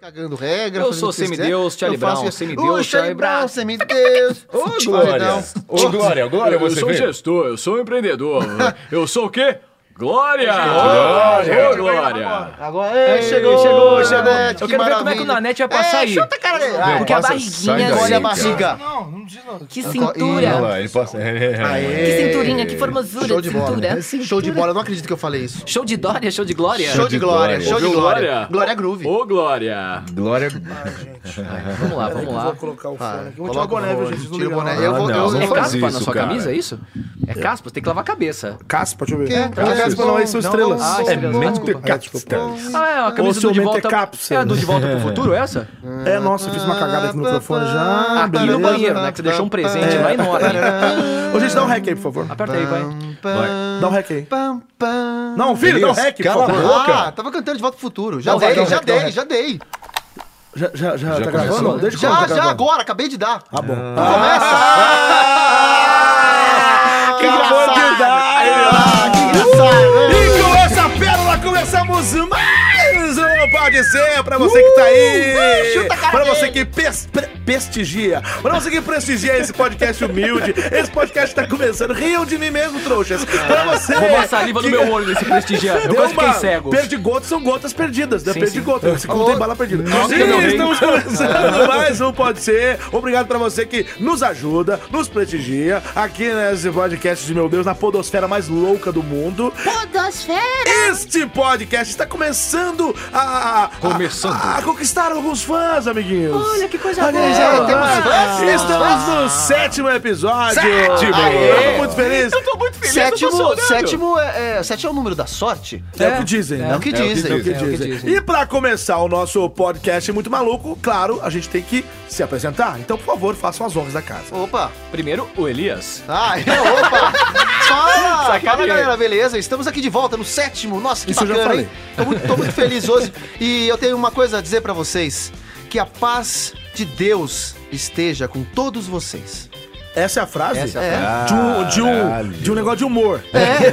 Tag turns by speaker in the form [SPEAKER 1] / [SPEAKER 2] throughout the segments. [SPEAKER 1] Cagando regra.
[SPEAKER 2] Eu
[SPEAKER 1] fazendo
[SPEAKER 2] sou
[SPEAKER 1] o que vocês
[SPEAKER 2] semideus,
[SPEAKER 1] quiserem. Eu
[SPEAKER 2] Charlie
[SPEAKER 1] faço
[SPEAKER 2] Brown,
[SPEAKER 1] isso.
[SPEAKER 2] semideus,
[SPEAKER 1] Ô, Charlie
[SPEAKER 2] Charlie Brown.
[SPEAKER 1] Brown, semideus.
[SPEAKER 3] Ô, Glória! Ô, Glória, Glória,
[SPEAKER 4] eu
[SPEAKER 3] você
[SPEAKER 4] sou um
[SPEAKER 3] vê?
[SPEAKER 4] gestor, eu sou empreendedor. eu sou o quê? Glória!
[SPEAKER 3] Glória!
[SPEAKER 4] Ô, Glória!
[SPEAKER 1] Agora, ei,
[SPEAKER 2] chegou,
[SPEAKER 1] chegou,
[SPEAKER 2] chegou.
[SPEAKER 1] chegou, Nanete,
[SPEAKER 2] Eu quero ver como é que o
[SPEAKER 1] maravilha.
[SPEAKER 2] Nanete vai passar
[SPEAKER 1] É,
[SPEAKER 2] aí.
[SPEAKER 1] Chuta a cara dele. vai.
[SPEAKER 2] Porque a
[SPEAKER 3] Passa, sai
[SPEAKER 2] barriguinha,
[SPEAKER 3] daí,
[SPEAKER 1] Olha a
[SPEAKER 2] assim,
[SPEAKER 3] cara.
[SPEAKER 1] barriga.
[SPEAKER 5] Não, não precisa. não.
[SPEAKER 6] Que
[SPEAKER 3] Olha
[SPEAKER 6] cintura.
[SPEAKER 3] lá, ele passa.
[SPEAKER 1] Aê.
[SPEAKER 6] Que cinturinha, que formosura
[SPEAKER 1] Show
[SPEAKER 6] de
[SPEAKER 1] de bola.
[SPEAKER 6] cintura.
[SPEAKER 1] Show de bola, eu não acredito que eu falei isso.
[SPEAKER 2] Show de Dória, show de Glória.
[SPEAKER 1] Show de glória,
[SPEAKER 3] glória.
[SPEAKER 1] show de
[SPEAKER 4] Ouviu,
[SPEAKER 1] glória.
[SPEAKER 4] Glória?
[SPEAKER 1] Glória Groove.
[SPEAKER 4] Ô, Glória!
[SPEAKER 3] Glória.
[SPEAKER 2] Vamos lá, vamos
[SPEAKER 5] Eu vou
[SPEAKER 2] lá.
[SPEAKER 5] colocar o
[SPEAKER 1] Ah,
[SPEAKER 5] fone aqui. Vou tirar o boné,
[SPEAKER 1] coloca o
[SPEAKER 5] viu,
[SPEAKER 1] fone,
[SPEAKER 5] gente?
[SPEAKER 1] tira o
[SPEAKER 5] Não né? liga, não.
[SPEAKER 1] boné. Eu vou,
[SPEAKER 3] não,
[SPEAKER 1] eu
[SPEAKER 3] não
[SPEAKER 2] É
[SPEAKER 1] vou.
[SPEAKER 3] faz
[SPEAKER 2] caspa na
[SPEAKER 3] isso,
[SPEAKER 2] sua
[SPEAKER 3] cara.
[SPEAKER 2] camisa, é isso? É caspa, você tem que lavar a cabeça.
[SPEAKER 5] Caspa, deixa eu ver.
[SPEAKER 1] Que-
[SPEAKER 5] Não é caspa, não, isso é estrela.
[SPEAKER 2] Ah,
[SPEAKER 5] É,
[SPEAKER 2] estrela,
[SPEAKER 5] mente-
[SPEAKER 2] desculpa.
[SPEAKER 5] Ah, desculpa.
[SPEAKER 2] Ah, é, a camisa do
[SPEAKER 5] seu
[SPEAKER 2] De
[SPEAKER 5] mente é
[SPEAKER 2] Volta...
[SPEAKER 5] cápsula.
[SPEAKER 2] É a do De Volta pro Futuro, essa?
[SPEAKER 5] É, nossa, eu fiz uma cagada aqui no microfone
[SPEAKER 3] Ah,
[SPEAKER 5] já.
[SPEAKER 2] Aqui no
[SPEAKER 5] beleza.
[SPEAKER 2] banheiro, né? Que você deixou um presente lá enorme.
[SPEAKER 5] Ô, gente, dá um rec aí, por favor.
[SPEAKER 2] Aperta aí, vai.
[SPEAKER 5] Dá um rec aí.
[SPEAKER 1] Pam, pam.
[SPEAKER 5] Não, filho, dá um
[SPEAKER 3] Elias,
[SPEAKER 5] rec, por
[SPEAKER 3] cala a
[SPEAKER 5] favor.
[SPEAKER 1] Ah, tava cantando de volta pro futuro. Já
[SPEAKER 2] Não, vai,
[SPEAKER 1] dei,
[SPEAKER 2] não,
[SPEAKER 1] já
[SPEAKER 5] vai, não,
[SPEAKER 1] dei,
[SPEAKER 5] vai.
[SPEAKER 1] já dei.
[SPEAKER 5] Já, já, já, tá
[SPEAKER 3] começou?
[SPEAKER 5] gravando? Deixa eu
[SPEAKER 1] Já,
[SPEAKER 5] colocar
[SPEAKER 1] já,
[SPEAKER 5] gravando.
[SPEAKER 1] agora, acabei de dar.
[SPEAKER 5] Ah, bom. Ah,
[SPEAKER 1] Que
[SPEAKER 3] E com essa pérola começamos mais um Pode Ser pra você que tá aí. Pra você que pes- pre- prestigia. Pra você que prestigia esse podcast humilde. Esse podcast tá começando. Rio de mim mesmo, trouxas. Pra você.
[SPEAKER 2] Vou passar saliva no meu olho nesse prestigiar. Eu quase fiquei cego.
[SPEAKER 3] Perdigotos são gotas perdidas, né?
[SPEAKER 2] Sim,
[SPEAKER 3] Perdigotas. Se contém bala perdida.
[SPEAKER 2] Nossa,
[SPEAKER 3] Sim,
[SPEAKER 2] eu não vi.
[SPEAKER 3] estamos começando mais um Pode Ser. Obrigado pra você que nos ajuda, nos prestigia. Aqui nesse podcast de meu Deus, na podosfera mais louca do mundo.
[SPEAKER 6] Podosfera.
[SPEAKER 3] Este podcast está começando a, a-
[SPEAKER 4] Começando.
[SPEAKER 3] a, a conquistar alguns fãs, amiguinhos.
[SPEAKER 6] Olha que coisa
[SPEAKER 3] Olha
[SPEAKER 6] boa.
[SPEAKER 3] aí, já
[SPEAKER 1] temos fãs, temos
[SPEAKER 3] Estamos no sétimo episódio.
[SPEAKER 4] Sétimo.
[SPEAKER 3] Aê. Eu tô muito feliz.
[SPEAKER 2] Eu tô muito feliz, eu tô
[SPEAKER 1] Sétimo,
[SPEAKER 2] chorando.
[SPEAKER 1] sétimo é, é, sétimo é o número da sorte?
[SPEAKER 3] É o que dizem,
[SPEAKER 1] É
[SPEAKER 3] né?
[SPEAKER 1] o que dizem.
[SPEAKER 2] É o que
[SPEAKER 3] É o que dizem. E para começar o nosso podcast muito maluco, claro, a gente tem que se apresentar. Então, por favor, façam as honras da casa.
[SPEAKER 1] Opa.
[SPEAKER 4] Primeiro, o Elias.
[SPEAKER 1] Ah, é, opa! Fala, fala
[SPEAKER 4] Sacaneei.
[SPEAKER 1] galera, beleza? Estamos aqui de volta no sétimo. Nossa, que
[SPEAKER 3] Isso eu já
[SPEAKER 1] bacana,
[SPEAKER 3] falei.
[SPEAKER 1] hein? Tô muito, tô muito feliz hoje. E eu tenho uma coisa a dizer pra vocês: que a paz de Deus esteja com todos vocês.
[SPEAKER 3] Essa é a frase?
[SPEAKER 1] é a frase.
[SPEAKER 3] De, um, de, um, de um negócio de humor.
[SPEAKER 1] É, é,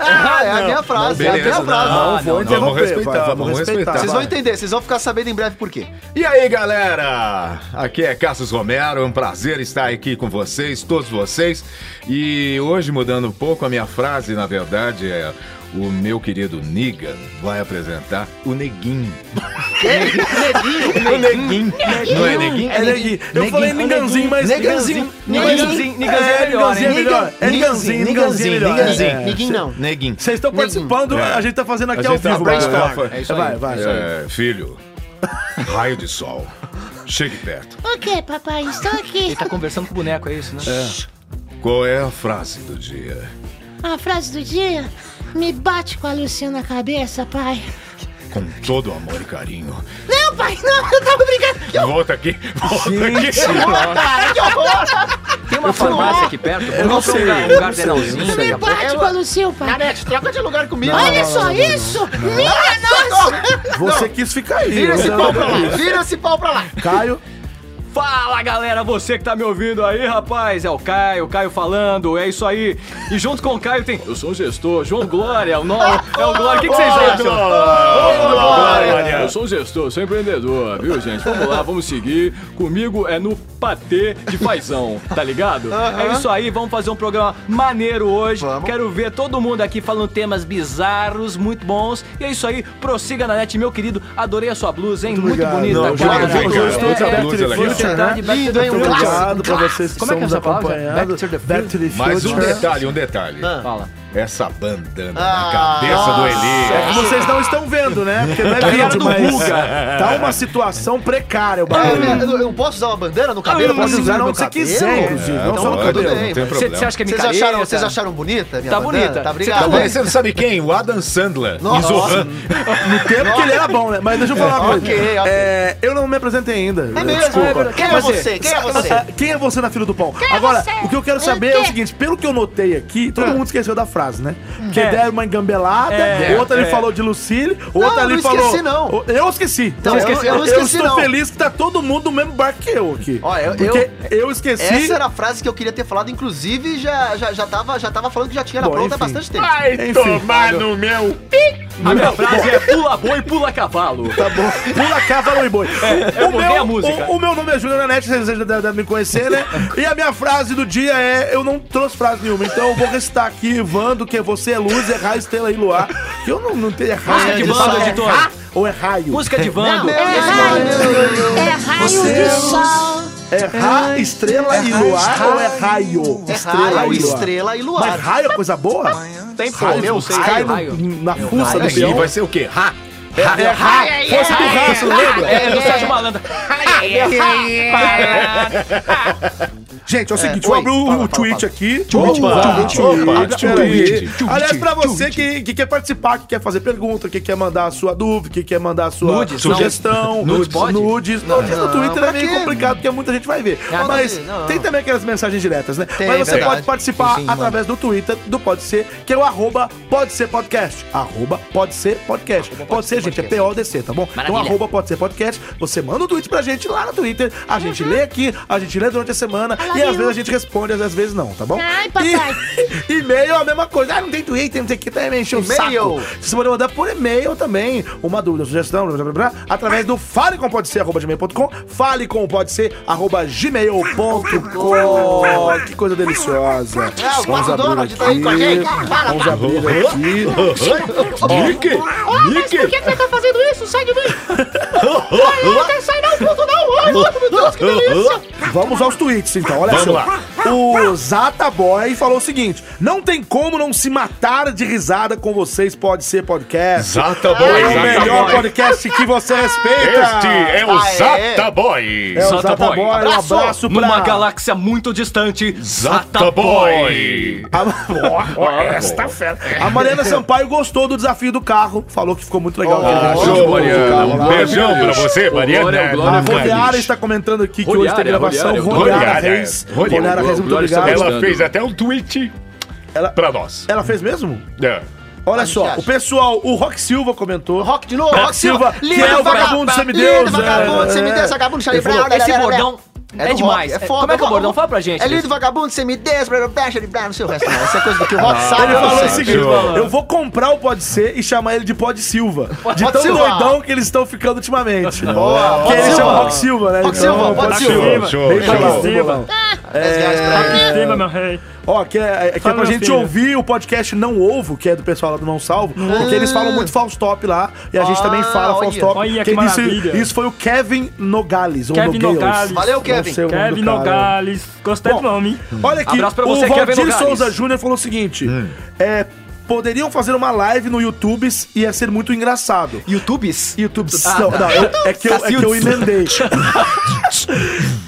[SPEAKER 3] Ah,
[SPEAKER 1] é. É, é a minha frase, é a minha frase.
[SPEAKER 3] não, vou interromper.
[SPEAKER 4] vamos respeitar,
[SPEAKER 3] vai,
[SPEAKER 4] vamos respeitar.
[SPEAKER 1] Vocês vão entender, vocês vão ficar sabendo em breve por quê.
[SPEAKER 7] E aí, galera? Aqui é Cassius Romero, é um prazer estar aqui com vocês, todos vocês. E hoje, mudando um pouco a minha frase, na verdade, é o meu querido Niga vai apresentar o Neguinho. o Neguinho. Não é Neguinho?
[SPEAKER 3] É neguinho. Eu falei ninganzinho, mas.
[SPEAKER 1] Neganzinho.
[SPEAKER 2] Niganzinho, Niganzinho
[SPEAKER 3] É,
[SPEAKER 2] é melhor,
[SPEAKER 3] Niganzinho é
[SPEAKER 2] hein?
[SPEAKER 3] melhor. É Niganzinho, Niganzinho é melhor.
[SPEAKER 1] Ninguém,
[SPEAKER 3] É.
[SPEAKER 1] ninguém não.
[SPEAKER 7] Neguinho.
[SPEAKER 3] Vocês estão participando,
[SPEAKER 7] É.
[SPEAKER 3] a gente tá fazendo aqui
[SPEAKER 7] A
[SPEAKER 3] ao
[SPEAKER 7] gente tá
[SPEAKER 3] vivo.
[SPEAKER 7] brainstorm.
[SPEAKER 3] vai, vai.
[SPEAKER 7] É
[SPEAKER 2] isso aí.
[SPEAKER 3] Vai, vai.
[SPEAKER 7] É, filho, raio de sol, chegue perto.
[SPEAKER 8] O que, papai? Estou aqui.
[SPEAKER 2] Ele tá conversando com o boneco, é isso, né?
[SPEAKER 7] Qual é a frase do dia?
[SPEAKER 8] A frase do dia me bate com a Luciana na cabeça, pai.
[SPEAKER 7] Com todo amor e carinho.
[SPEAKER 8] Não, pai, não, eu tava brincando.
[SPEAKER 7] Volta aqui, volta aqui.
[SPEAKER 2] Tem uma farmácia aqui perto. Compra um ga- um gardenalzinho daqui a pouco.
[SPEAKER 8] Bate com a Luciana, pai.
[SPEAKER 1] Nanete, troca de lugar comigo.
[SPEAKER 8] Olha só isso! Minha nossa!
[SPEAKER 3] Você quis ficar aí.
[SPEAKER 1] Vira
[SPEAKER 3] você
[SPEAKER 1] esse
[SPEAKER 3] não
[SPEAKER 1] pau pra
[SPEAKER 3] quer
[SPEAKER 1] lá,
[SPEAKER 3] isso.
[SPEAKER 1] vira esse pau pra lá.
[SPEAKER 3] Caio.
[SPEAKER 2] Fala galera, você que tá me ouvindo aí, rapaz, é o Caio, Caio falando, é isso aí. E junto com o Caio tem. Eu sou
[SPEAKER 4] um
[SPEAKER 2] o gestor, João Glória, o nome é o Glória. O que, que vocês acham?
[SPEAKER 4] Eu sou um gestor, sou empreendedor, viu, gente? Vamos lá, vamos seguir. Comigo é no patê de paizão, tá ligado?
[SPEAKER 2] É isso aí, vamos fazer um programa maneiro hoje.
[SPEAKER 1] Vamos.
[SPEAKER 2] Quero ver todo mundo aqui falando temas bizarros, muito bons. E é isso aí, prossiga na net, meu querido. Adorei a sua blusa, hein? Muito,
[SPEAKER 3] obrigado.
[SPEAKER 2] bonita,
[SPEAKER 3] Não,
[SPEAKER 2] cara.
[SPEAKER 7] obrigado, cara.
[SPEAKER 2] Gostei.
[SPEAKER 7] Todos a blusa é legal.
[SPEAKER 2] Future, tá? De Back to
[SPEAKER 1] Lindo,
[SPEAKER 2] the
[SPEAKER 1] hein? Um
[SPEAKER 2] Future.
[SPEAKER 1] clássico.
[SPEAKER 3] Obrigado pra vocês que
[SPEAKER 2] Como é que é
[SPEAKER 3] estão nos
[SPEAKER 2] essa palavra? Back
[SPEAKER 3] acompanhando.
[SPEAKER 2] to the
[SPEAKER 7] Mais um
[SPEAKER 3] Future.
[SPEAKER 7] detalhe, um detalhe.
[SPEAKER 1] Ah.
[SPEAKER 7] Essa bandana
[SPEAKER 1] Ah.
[SPEAKER 7] na cabeça do
[SPEAKER 3] É que
[SPEAKER 7] Elias.
[SPEAKER 3] vocês não estão vendo, né? Porque não é
[SPEAKER 2] Piada
[SPEAKER 3] vídeo,
[SPEAKER 2] do
[SPEAKER 3] mas
[SPEAKER 2] Guga.
[SPEAKER 3] tá uma situação precária o
[SPEAKER 1] Ah,
[SPEAKER 3] bagulho.
[SPEAKER 1] eu- eu posso usar uma bandana no cabelo?
[SPEAKER 3] Eu posso usar onde você quiser, inclusive.
[SPEAKER 7] É,
[SPEAKER 3] Não só no
[SPEAKER 7] pode,
[SPEAKER 3] cabelo.
[SPEAKER 1] bem,
[SPEAKER 7] não tem
[SPEAKER 1] mas-
[SPEAKER 7] problema.
[SPEAKER 2] Você acha que é
[SPEAKER 1] Vocês
[SPEAKER 2] micareta?
[SPEAKER 1] acharam, vocês acharam bonita? a Minha
[SPEAKER 2] Tá
[SPEAKER 1] bandana?
[SPEAKER 2] bonita.
[SPEAKER 1] Tá
[SPEAKER 2] Você
[SPEAKER 1] obrigado.
[SPEAKER 7] Tá parecendo, sabe quem? O Adam Sandler.
[SPEAKER 1] Nossa.
[SPEAKER 7] Zorran.
[SPEAKER 3] No tempo que ele era bom, né? Mas deixa eu falar uma coisa.
[SPEAKER 1] ok, ok.
[SPEAKER 3] É, eu não me apresentei ainda.
[SPEAKER 1] É mesmo?
[SPEAKER 3] Desculpa.
[SPEAKER 1] É verdade. Quem é
[SPEAKER 3] Mas,
[SPEAKER 1] você? Quem é você?
[SPEAKER 3] Ah, Quem é você na fila do pão?
[SPEAKER 8] é
[SPEAKER 3] Agora,
[SPEAKER 8] você?
[SPEAKER 3] o que eu quero
[SPEAKER 8] O
[SPEAKER 3] saber é o
[SPEAKER 8] quê?
[SPEAKER 3] seguinte: pelo que eu notei aqui, todo
[SPEAKER 1] É.
[SPEAKER 3] mundo esqueceu da frase, né? Porque deram uma engambelada,
[SPEAKER 2] É,
[SPEAKER 3] outra ele
[SPEAKER 2] é.
[SPEAKER 3] falou de Lucille, outra
[SPEAKER 1] Não,
[SPEAKER 3] ele
[SPEAKER 1] eu não
[SPEAKER 3] falou.
[SPEAKER 1] esqueci, não.
[SPEAKER 3] Eu esqueci.
[SPEAKER 1] Então, eu- eu não esqueci,
[SPEAKER 3] estou
[SPEAKER 1] não.
[SPEAKER 3] feliz que tá todo mundo no mesmo barco que eu aqui.
[SPEAKER 1] Olha, eu-
[SPEAKER 3] Porque eu, esqueci.
[SPEAKER 1] Essa era a frase que eu queria ter falado, inclusive já, já, já, tava, já tava falando que já tinha ela
[SPEAKER 3] Bom,
[SPEAKER 1] pronta há
[SPEAKER 3] enfim.
[SPEAKER 1] bastante tempo.
[SPEAKER 7] Vai
[SPEAKER 3] Enfim.
[SPEAKER 7] tomar no meu.
[SPEAKER 2] A minha frase é pula boi, pula cavalo.
[SPEAKER 3] Tá bom. Pula cavalo e boi.
[SPEAKER 2] eu mudei é a música.
[SPEAKER 3] O, o meu nome é Júlio Nanete, vocês já devem devem me conhecer, né? E a minha frase do dia é: eu não trouxe frase nenhuma, então eu vou recitar aqui, Vando, que é você é luz, é raio, estrela e luar. Que eu não, não tenho errado.
[SPEAKER 2] Música
[SPEAKER 3] né?
[SPEAKER 2] de Vando, editor.
[SPEAKER 3] Ou é raio?
[SPEAKER 2] Música de Vando.
[SPEAKER 8] É raio, é raio de sol.
[SPEAKER 3] É ra, estrela e luar ou é raio?
[SPEAKER 1] É raio, estrela e
[SPEAKER 3] Mas
[SPEAKER 1] luar.
[SPEAKER 3] raio é coisa boa?
[SPEAKER 2] Tem pô,
[SPEAKER 3] Raio,
[SPEAKER 2] meu, sei,
[SPEAKER 3] cai no-
[SPEAKER 2] raio.
[SPEAKER 3] na fuça do
[SPEAKER 7] Aqui
[SPEAKER 3] peão.
[SPEAKER 7] vai ser o quê? Ra?
[SPEAKER 3] É raio, força do raço, lembra?
[SPEAKER 2] É, do Sérgio Malandro.
[SPEAKER 3] Gente, é o seguinte,
[SPEAKER 1] oi,
[SPEAKER 3] vou abrir o
[SPEAKER 1] fala, fala,
[SPEAKER 3] tweet
[SPEAKER 1] fala.
[SPEAKER 3] aqui.
[SPEAKER 7] Opa, opa,
[SPEAKER 3] Tweet.
[SPEAKER 7] tweet.
[SPEAKER 3] Aliás, pra você que, que quer participar, que quer fazer pergunta, que quer mandar a sua dúvida, que quer mandar a sua
[SPEAKER 2] Nudes,
[SPEAKER 3] sugestão,
[SPEAKER 2] não. Nudes pode?
[SPEAKER 3] nudes. Não, nudes no
[SPEAKER 1] Não,
[SPEAKER 3] Twitter é
[SPEAKER 1] pra
[SPEAKER 3] meio
[SPEAKER 1] quê?
[SPEAKER 3] complicado, porque muita gente vai ver.
[SPEAKER 1] Ah,
[SPEAKER 3] Mas
[SPEAKER 1] não, não.
[SPEAKER 3] tem também aquelas mensagens diretas, né?
[SPEAKER 1] Tem,
[SPEAKER 3] Mas você
[SPEAKER 1] verdade.
[SPEAKER 3] pode participar
[SPEAKER 1] Sim, sim,
[SPEAKER 3] através do Twitter do Pode Ser, que é o arroba Pode Ser Podcast. Arroba Pode Ser Podcast. Pode Ser, gente, é P-O-D-C, tá bom? Então,
[SPEAKER 6] Maravilha.
[SPEAKER 3] arroba Pode Ser Podcast. Você manda um tweet pra gente lá no Twitter. A gente lê aqui, a gente lê durante a semana.
[SPEAKER 8] I love
[SPEAKER 3] E às
[SPEAKER 8] you.
[SPEAKER 3] vezes a gente responde, às vezes não, tá bom?
[SPEAKER 8] Ai, papai.
[SPEAKER 3] E- E-mail é a mesma coisa. Ah, não tem Twitter, não tem que também encher o
[SPEAKER 1] E-mail.
[SPEAKER 3] saco. Você pode mandar por e-mail também. Uma dúvida, uma sugestão, blá, blá, blá, blá, através do falecompodser.gmail.com falecompodser.gmail.com Que coisa deliciosa.
[SPEAKER 1] É, o Pato Donald tá aí com a gente. Fala,
[SPEAKER 3] Vamos abrir aqui.
[SPEAKER 7] Nick?
[SPEAKER 6] Ô, mas por que você tá fazendo isso? Sai de mim! Ai, eu não quero sair não, puto não! Ai, meu Deus, que delícia!
[SPEAKER 3] Vamos aos tweets, então. Olha
[SPEAKER 7] Vamos
[SPEAKER 3] só.
[SPEAKER 7] lá.
[SPEAKER 3] O Zataboy falou o seguinte: Não tem como não se matar de risada com vocês, pode ser podcast.
[SPEAKER 7] Zata
[SPEAKER 3] É
[SPEAKER 7] Boy,
[SPEAKER 3] o
[SPEAKER 7] Zata
[SPEAKER 3] melhor
[SPEAKER 7] Boy.
[SPEAKER 3] podcast que você respeita.
[SPEAKER 7] Este é o
[SPEAKER 1] Ah, é.
[SPEAKER 7] Zata Boy.
[SPEAKER 3] É o
[SPEAKER 2] Zata
[SPEAKER 3] Zata
[SPEAKER 2] Boy.
[SPEAKER 3] Boy. Um
[SPEAKER 2] Abraço.
[SPEAKER 3] abraço pra...
[SPEAKER 2] Numa galáxia muito distante,
[SPEAKER 7] Zata Boy.
[SPEAKER 3] Esta fera. A Mariana Sampaio gostou do desafio do carro. Falou que ficou muito legal.
[SPEAKER 7] Ah,
[SPEAKER 3] aquele desafio
[SPEAKER 7] show,
[SPEAKER 3] do
[SPEAKER 7] Mariana.
[SPEAKER 3] carro
[SPEAKER 7] Um
[SPEAKER 3] lá.
[SPEAKER 7] beijão pra você,
[SPEAKER 2] Glória,
[SPEAKER 7] Mariana.
[SPEAKER 3] A
[SPEAKER 2] glória,
[SPEAKER 3] Rodeara está comentando aqui que hoje tem
[SPEAKER 2] Rodeara,
[SPEAKER 3] gravação.
[SPEAKER 2] Rodeara,
[SPEAKER 3] Rodeara
[SPEAKER 7] Rodeara.
[SPEAKER 3] Reis.
[SPEAKER 7] Rodeara,
[SPEAKER 3] Rodeara Reis, muito
[SPEAKER 2] Glória,
[SPEAKER 3] obrigado.
[SPEAKER 2] Glória,
[SPEAKER 7] Ela fez até um tweet
[SPEAKER 3] Ela-
[SPEAKER 7] pra nós.
[SPEAKER 3] Ela fez mesmo?
[SPEAKER 7] É.
[SPEAKER 3] Olha
[SPEAKER 1] que
[SPEAKER 3] só,
[SPEAKER 1] acha?
[SPEAKER 3] o pessoal, o Rock Silva comentou.
[SPEAKER 1] Rock de novo,
[SPEAKER 3] Rock
[SPEAKER 1] Rock Silva.
[SPEAKER 3] Silva, que é
[SPEAKER 1] Lindo
[SPEAKER 3] o vagabundo
[SPEAKER 1] vagabundo,
[SPEAKER 3] semideus,
[SPEAKER 1] Lindo vagabundo,
[SPEAKER 3] é.
[SPEAKER 1] semideus, vagabundo, Charlie Brown.
[SPEAKER 2] Esse bordão
[SPEAKER 1] do
[SPEAKER 2] é,
[SPEAKER 1] rock,
[SPEAKER 2] demais.
[SPEAKER 1] foda,
[SPEAKER 2] Como é que é o
[SPEAKER 1] rock-
[SPEAKER 2] bordão? Fala pra gente.
[SPEAKER 1] É lindo, vagabundo, semideus, blá, blá, blá, Charlie Brown, não sei o resto não. Essa é coisa do que o Rock sabe.
[SPEAKER 3] Ele
[SPEAKER 1] eu
[SPEAKER 3] falou
[SPEAKER 1] sei.
[SPEAKER 3] o seguinte:
[SPEAKER 7] Silva.
[SPEAKER 3] eu vou comprar o Pode Ser e chamar ele de Pod Silva. De
[SPEAKER 1] Pod
[SPEAKER 3] tão
[SPEAKER 1] Silva.
[SPEAKER 3] doidão que eles estão ficando ultimamente.
[SPEAKER 1] Boa,
[SPEAKER 3] Que
[SPEAKER 1] Pod
[SPEAKER 3] ele
[SPEAKER 1] Silva.
[SPEAKER 3] chama Rock Silva, né?
[SPEAKER 1] Rock Silva, Pod Silva.
[SPEAKER 7] Show, show,
[SPEAKER 3] Bem bolão,
[SPEAKER 7] show.
[SPEAKER 3] bem bolão.
[SPEAKER 1] Dez reais pra ele.
[SPEAKER 9] Viva, meu rei.
[SPEAKER 3] Ó, que é, que é pra
[SPEAKER 9] meu
[SPEAKER 3] gente
[SPEAKER 9] filho.
[SPEAKER 3] ouvir o podcast Não Ovo, que é do pessoal lá do Não Salvo, porque eles falam muito false top lá, e a gente
[SPEAKER 1] Hum. Ah,
[SPEAKER 3] também fala
[SPEAKER 1] olha.
[SPEAKER 3] false top.
[SPEAKER 9] Olha que
[SPEAKER 3] Quem disse
[SPEAKER 9] maravilha.
[SPEAKER 3] isso foi o Kevin Nogales, ou
[SPEAKER 9] Kevin
[SPEAKER 3] Nogales.
[SPEAKER 9] Nogales.
[SPEAKER 1] Valeu, Kevin.
[SPEAKER 3] Não sei o nome
[SPEAKER 9] Kevin
[SPEAKER 3] do cara.
[SPEAKER 9] Nogales. Gostei
[SPEAKER 3] Bom,
[SPEAKER 9] do nome, hein?
[SPEAKER 3] Olha aqui,
[SPEAKER 2] Abraço pra você,
[SPEAKER 3] o
[SPEAKER 2] Kevin
[SPEAKER 3] Valdir
[SPEAKER 2] Nogales.
[SPEAKER 3] Souza Júnior falou o seguinte, é, poderiam fazer uma live no YouTube e ia ser muito engraçado.
[SPEAKER 2] Youtubes?
[SPEAKER 3] YouTube.
[SPEAKER 2] Ah,
[SPEAKER 3] não,
[SPEAKER 2] tá.
[SPEAKER 3] não, eu- é, que eu, é que eu
[SPEAKER 2] Cacildes.
[SPEAKER 3] emendei.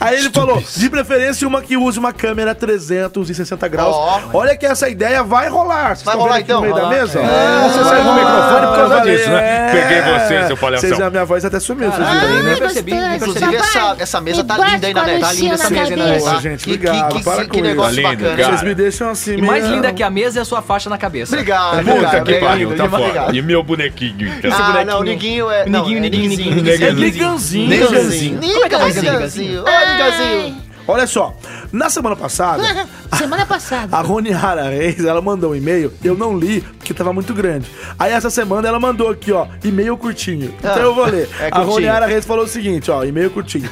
[SPEAKER 3] Aí ele falou, de preferência uma que use uma câmera 360 graus.
[SPEAKER 1] Ó.
[SPEAKER 3] Olha que essa ideia vai rolar. Vocês
[SPEAKER 1] Vai
[SPEAKER 3] estão
[SPEAKER 1] rolar,
[SPEAKER 3] vendo aqui no
[SPEAKER 1] então?
[SPEAKER 3] meio da
[SPEAKER 1] Rolar.
[SPEAKER 3] mesa?
[SPEAKER 7] Você saiu do microfone por causa disso, né? Peguei você, seu
[SPEAKER 3] É. Vocês, a
[SPEAKER 7] palhação.
[SPEAKER 3] minha voz até sumiu, vocês viram aí,
[SPEAKER 8] Ai,
[SPEAKER 3] né?
[SPEAKER 2] nem percebi, nem
[SPEAKER 8] Ah, gostoso.
[SPEAKER 1] Inclusive,
[SPEAKER 8] Papai,
[SPEAKER 1] essa- essa mesa
[SPEAKER 8] me
[SPEAKER 1] tá linda
[SPEAKER 8] bate
[SPEAKER 1] ainda, né?
[SPEAKER 8] com a
[SPEAKER 1] Tá linda
[SPEAKER 8] Luciana
[SPEAKER 1] essa
[SPEAKER 8] na
[SPEAKER 1] mesa ainda, né?
[SPEAKER 8] cabeça.
[SPEAKER 3] Ô,
[SPEAKER 1] Ah,
[SPEAKER 3] gente,
[SPEAKER 1] que-
[SPEAKER 3] obrigado,
[SPEAKER 1] que- que-
[SPEAKER 3] para
[SPEAKER 1] que
[SPEAKER 3] com
[SPEAKER 1] negócio
[SPEAKER 3] isso.
[SPEAKER 7] bacana.
[SPEAKER 1] Lindo,
[SPEAKER 3] Vocês
[SPEAKER 7] cara.
[SPEAKER 3] me deixam assim,
[SPEAKER 2] E mais
[SPEAKER 3] meio-
[SPEAKER 2] linda que a mesa é a sua faixa na cabeça.
[SPEAKER 1] Obrigado,
[SPEAKER 7] Puta
[SPEAKER 1] obrigado,
[SPEAKER 7] que
[SPEAKER 1] obrigado,
[SPEAKER 7] pariu, tá
[SPEAKER 1] muito
[SPEAKER 7] fora.
[SPEAKER 1] obrigado.
[SPEAKER 7] E meu bonequinho, então.
[SPEAKER 1] Ah, não, o Niguinho é... não,
[SPEAKER 2] Niguinho,
[SPEAKER 1] é
[SPEAKER 2] Niguinho, Niguinho,
[SPEAKER 3] É
[SPEAKER 2] Niguinho.
[SPEAKER 3] liganzinho.
[SPEAKER 1] Niganzinho.
[SPEAKER 2] Como é que é a voz dele,
[SPEAKER 1] Niganzinho. Ô, Niganzinho.
[SPEAKER 3] Olha só, na semana passada,
[SPEAKER 8] Semana passada.
[SPEAKER 3] A Roniara Reis, ela mandou um e-mail, eu não li, porque tava muito grande. Aí essa semana ela mandou aqui, ó, e-mail curtinho. Então
[SPEAKER 1] Ah,
[SPEAKER 3] eu vou ler.
[SPEAKER 1] é
[SPEAKER 3] a
[SPEAKER 1] curtinho.
[SPEAKER 3] Roniara Reis falou o seguinte, ó, e-mail curtinho.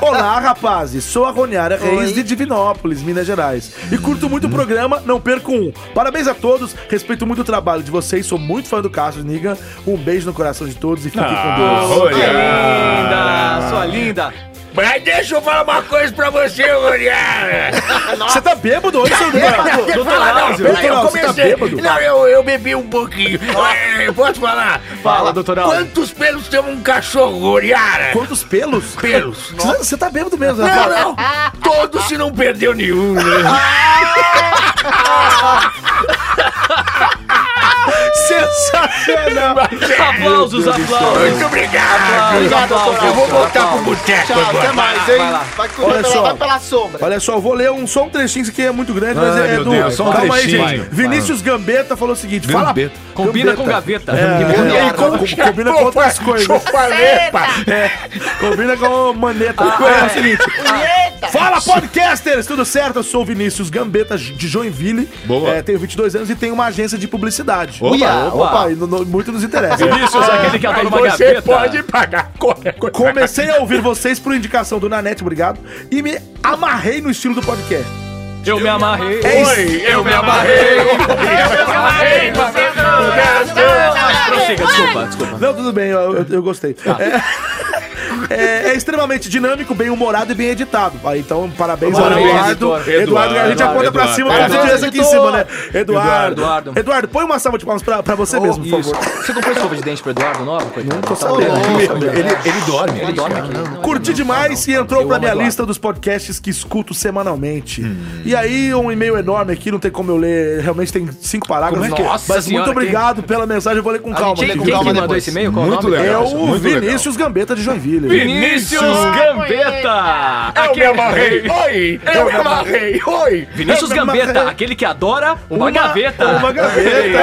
[SPEAKER 3] Olá, rapazes, sou a Roniara Reis
[SPEAKER 1] Oi.
[SPEAKER 3] de Divinópolis, Minas Gerais. E curto muito o programa, não perco um. Parabéns a todos, respeito muito o trabalho de vocês, sou muito fã do Cássio Nigan. Um beijo no coração de todos e fiquem
[SPEAKER 7] Ah,
[SPEAKER 3] com Deus.
[SPEAKER 7] olha.
[SPEAKER 2] Linda, sua linda.
[SPEAKER 7] Mas deixa eu falar uma coisa pra você, Roniara.
[SPEAKER 3] Você tá bêbado hoje, seu
[SPEAKER 7] Doutor Áudio,
[SPEAKER 3] Doutor
[SPEAKER 7] eu
[SPEAKER 3] Áudio, você tá
[SPEAKER 7] comecei.
[SPEAKER 3] bêbado?
[SPEAKER 7] Não, eu, eu bebi um pouquinho. É, Posso falar?
[SPEAKER 2] Fala, doutor Áudio.
[SPEAKER 7] Quantos pelos tem um cachorro, Roniara?
[SPEAKER 3] Quantos pelos?
[SPEAKER 7] Pelos.
[SPEAKER 3] Você- Você tá bêbado mesmo, né?
[SPEAKER 7] Não, não. Todos se não perdeu nenhum, né?
[SPEAKER 3] Sensacional!
[SPEAKER 2] Aplausos, aplausos.
[SPEAKER 7] Muito obrigado.
[SPEAKER 2] Obrigado,
[SPEAKER 7] Eu
[SPEAKER 2] doutor
[SPEAKER 7] vou
[SPEAKER 2] Áudio.
[SPEAKER 7] voltar pro boteco
[SPEAKER 1] Tchau, até
[SPEAKER 7] agora.
[SPEAKER 1] mais,
[SPEAKER 2] lá,
[SPEAKER 1] hein?
[SPEAKER 2] vai lá.
[SPEAKER 1] Vai correr
[SPEAKER 3] Olha
[SPEAKER 1] pela-
[SPEAKER 3] só.
[SPEAKER 1] vai pela sombra.
[SPEAKER 3] Olha só, eu vou ler um, só um trechinho, isso aqui é muito grande, mas
[SPEAKER 7] Ai,
[SPEAKER 3] é
[SPEAKER 7] meu
[SPEAKER 3] do.
[SPEAKER 7] Deus, só um
[SPEAKER 3] Calma
[SPEAKER 7] trechinho. Ah.
[SPEAKER 3] aí, gente. Vinícius Gambetta falou o seguinte:
[SPEAKER 7] Gambetta.
[SPEAKER 3] fala.
[SPEAKER 2] Combina com gaveta.
[SPEAKER 3] É, é, com- combina com outras coisas.
[SPEAKER 7] Chupaleta.
[SPEAKER 3] É, combina com maneta. é, o seguinte:
[SPEAKER 6] Gambeta!
[SPEAKER 3] Fala, podcasters! Tudo certo? Eu sou o Vinícius Gambetta, de Joinville.
[SPEAKER 7] Boa.
[SPEAKER 3] É, tenho 22 anos e tenho uma agência de publicidade.
[SPEAKER 7] Opa,
[SPEAKER 3] opa. e no- no- muito nos interessa.
[SPEAKER 7] Ah,
[SPEAKER 4] Vinícius, aquele que é dono de uma gaveta.
[SPEAKER 7] pagar qualquer coisa.
[SPEAKER 3] Comecei a ouvir vocês por indicação do Nanete, obrigado, e me amarrei no estilo do podcast.
[SPEAKER 4] Eu me amarrei.
[SPEAKER 3] É isso.
[SPEAKER 7] Oi, assim? eu me amarrei.
[SPEAKER 4] Chega, desculpa, desculpa.
[SPEAKER 3] Não, tudo bem, eu, eu- eu gostei.
[SPEAKER 4] Tá.
[SPEAKER 3] É, é- é extremamente dinâmico, bem humorado e bem editado. Ah, Então, parabéns ao
[SPEAKER 4] Parabéns,
[SPEAKER 3] Eduardo. Eduardo.
[SPEAKER 4] editor.
[SPEAKER 3] a gente
[SPEAKER 7] Eduardo,
[SPEAKER 3] aponta pra
[SPEAKER 7] Eduardo.
[SPEAKER 3] cima com
[SPEAKER 7] Parabéns,
[SPEAKER 3] certeza aqui em cima, né? Eduardo.
[SPEAKER 4] Eduardo. Oh,
[SPEAKER 3] Eduardo, põe uma salva de palmas pra, pra você mesmo, por
[SPEAKER 4] Isso.
[SPEAKER 3] favor.
[SPEAKER 4] Você comprou escova de dente pro Eduardo Nova, coitado? Não,
[SPEAKER 7] Ele, ele dorme.
[SPEAKER 4] Ele dorme aqui.
[SPEAKER 3] Curti demais e entrou
[SPEAKER 4] Eu
[SPEAKER 3] pra
[SPEAKER 4] amo
[SPEAKER 3] minha
[SPEAKER 4] Eduardo.
[SPEAKER 3] lista dos podcasts que escuto semanalmente.
[SPEAKER 4] Hum.
[SPEAKER 3] E aí, um e-mail enorme aqui, não tem como eu ler, realmente tem cinco parágrafos.
[SPEAKER 4] Como é que é? Nossa
[SPEAKER 3] mas
[SPEAKER 4] senhora,
[SPEAKER 3] muito obrigado pela mensagem, eu vou ler com calma.
[SPEAKER 1] gente-
[SPEAKER 3] né?
[SPEAKER 4] Quem, quem
[SPEAKER 3] Com
[SPEAKER 4] que é?
[SPEAKER 3] calma.
[SPEAKER 4] mandou
[SPEAKER 1] depois.
[SPEAKER 4] esse e-mail? Qual
[SPEAKER 7] Muito
[SPEAKER 4] o nome?
[SPEAKER 7] legal.
[SPEAKER 3] É o
[SPEAKER 7] Muito legal.
[SPEAKER 3] Vinícius Gambetta de Joinville.
[SPEAKER 4] Vinícius Gambetta!
[SPEAKER 7] É
[SPEAKER 4] Aquele-
[SPEAKER 7] Oi, eu me amarrei. Oi.
[SPEAKER 4] Vinícius
[SPEAKER 3] Eu me amarrei.
[SPEAKER 4] Gambetta, aquele que adora uma, gaveta.
[SPEAKER 3] Uma
[SPEAKER 1] É
[SPEAKER 3] gaveta.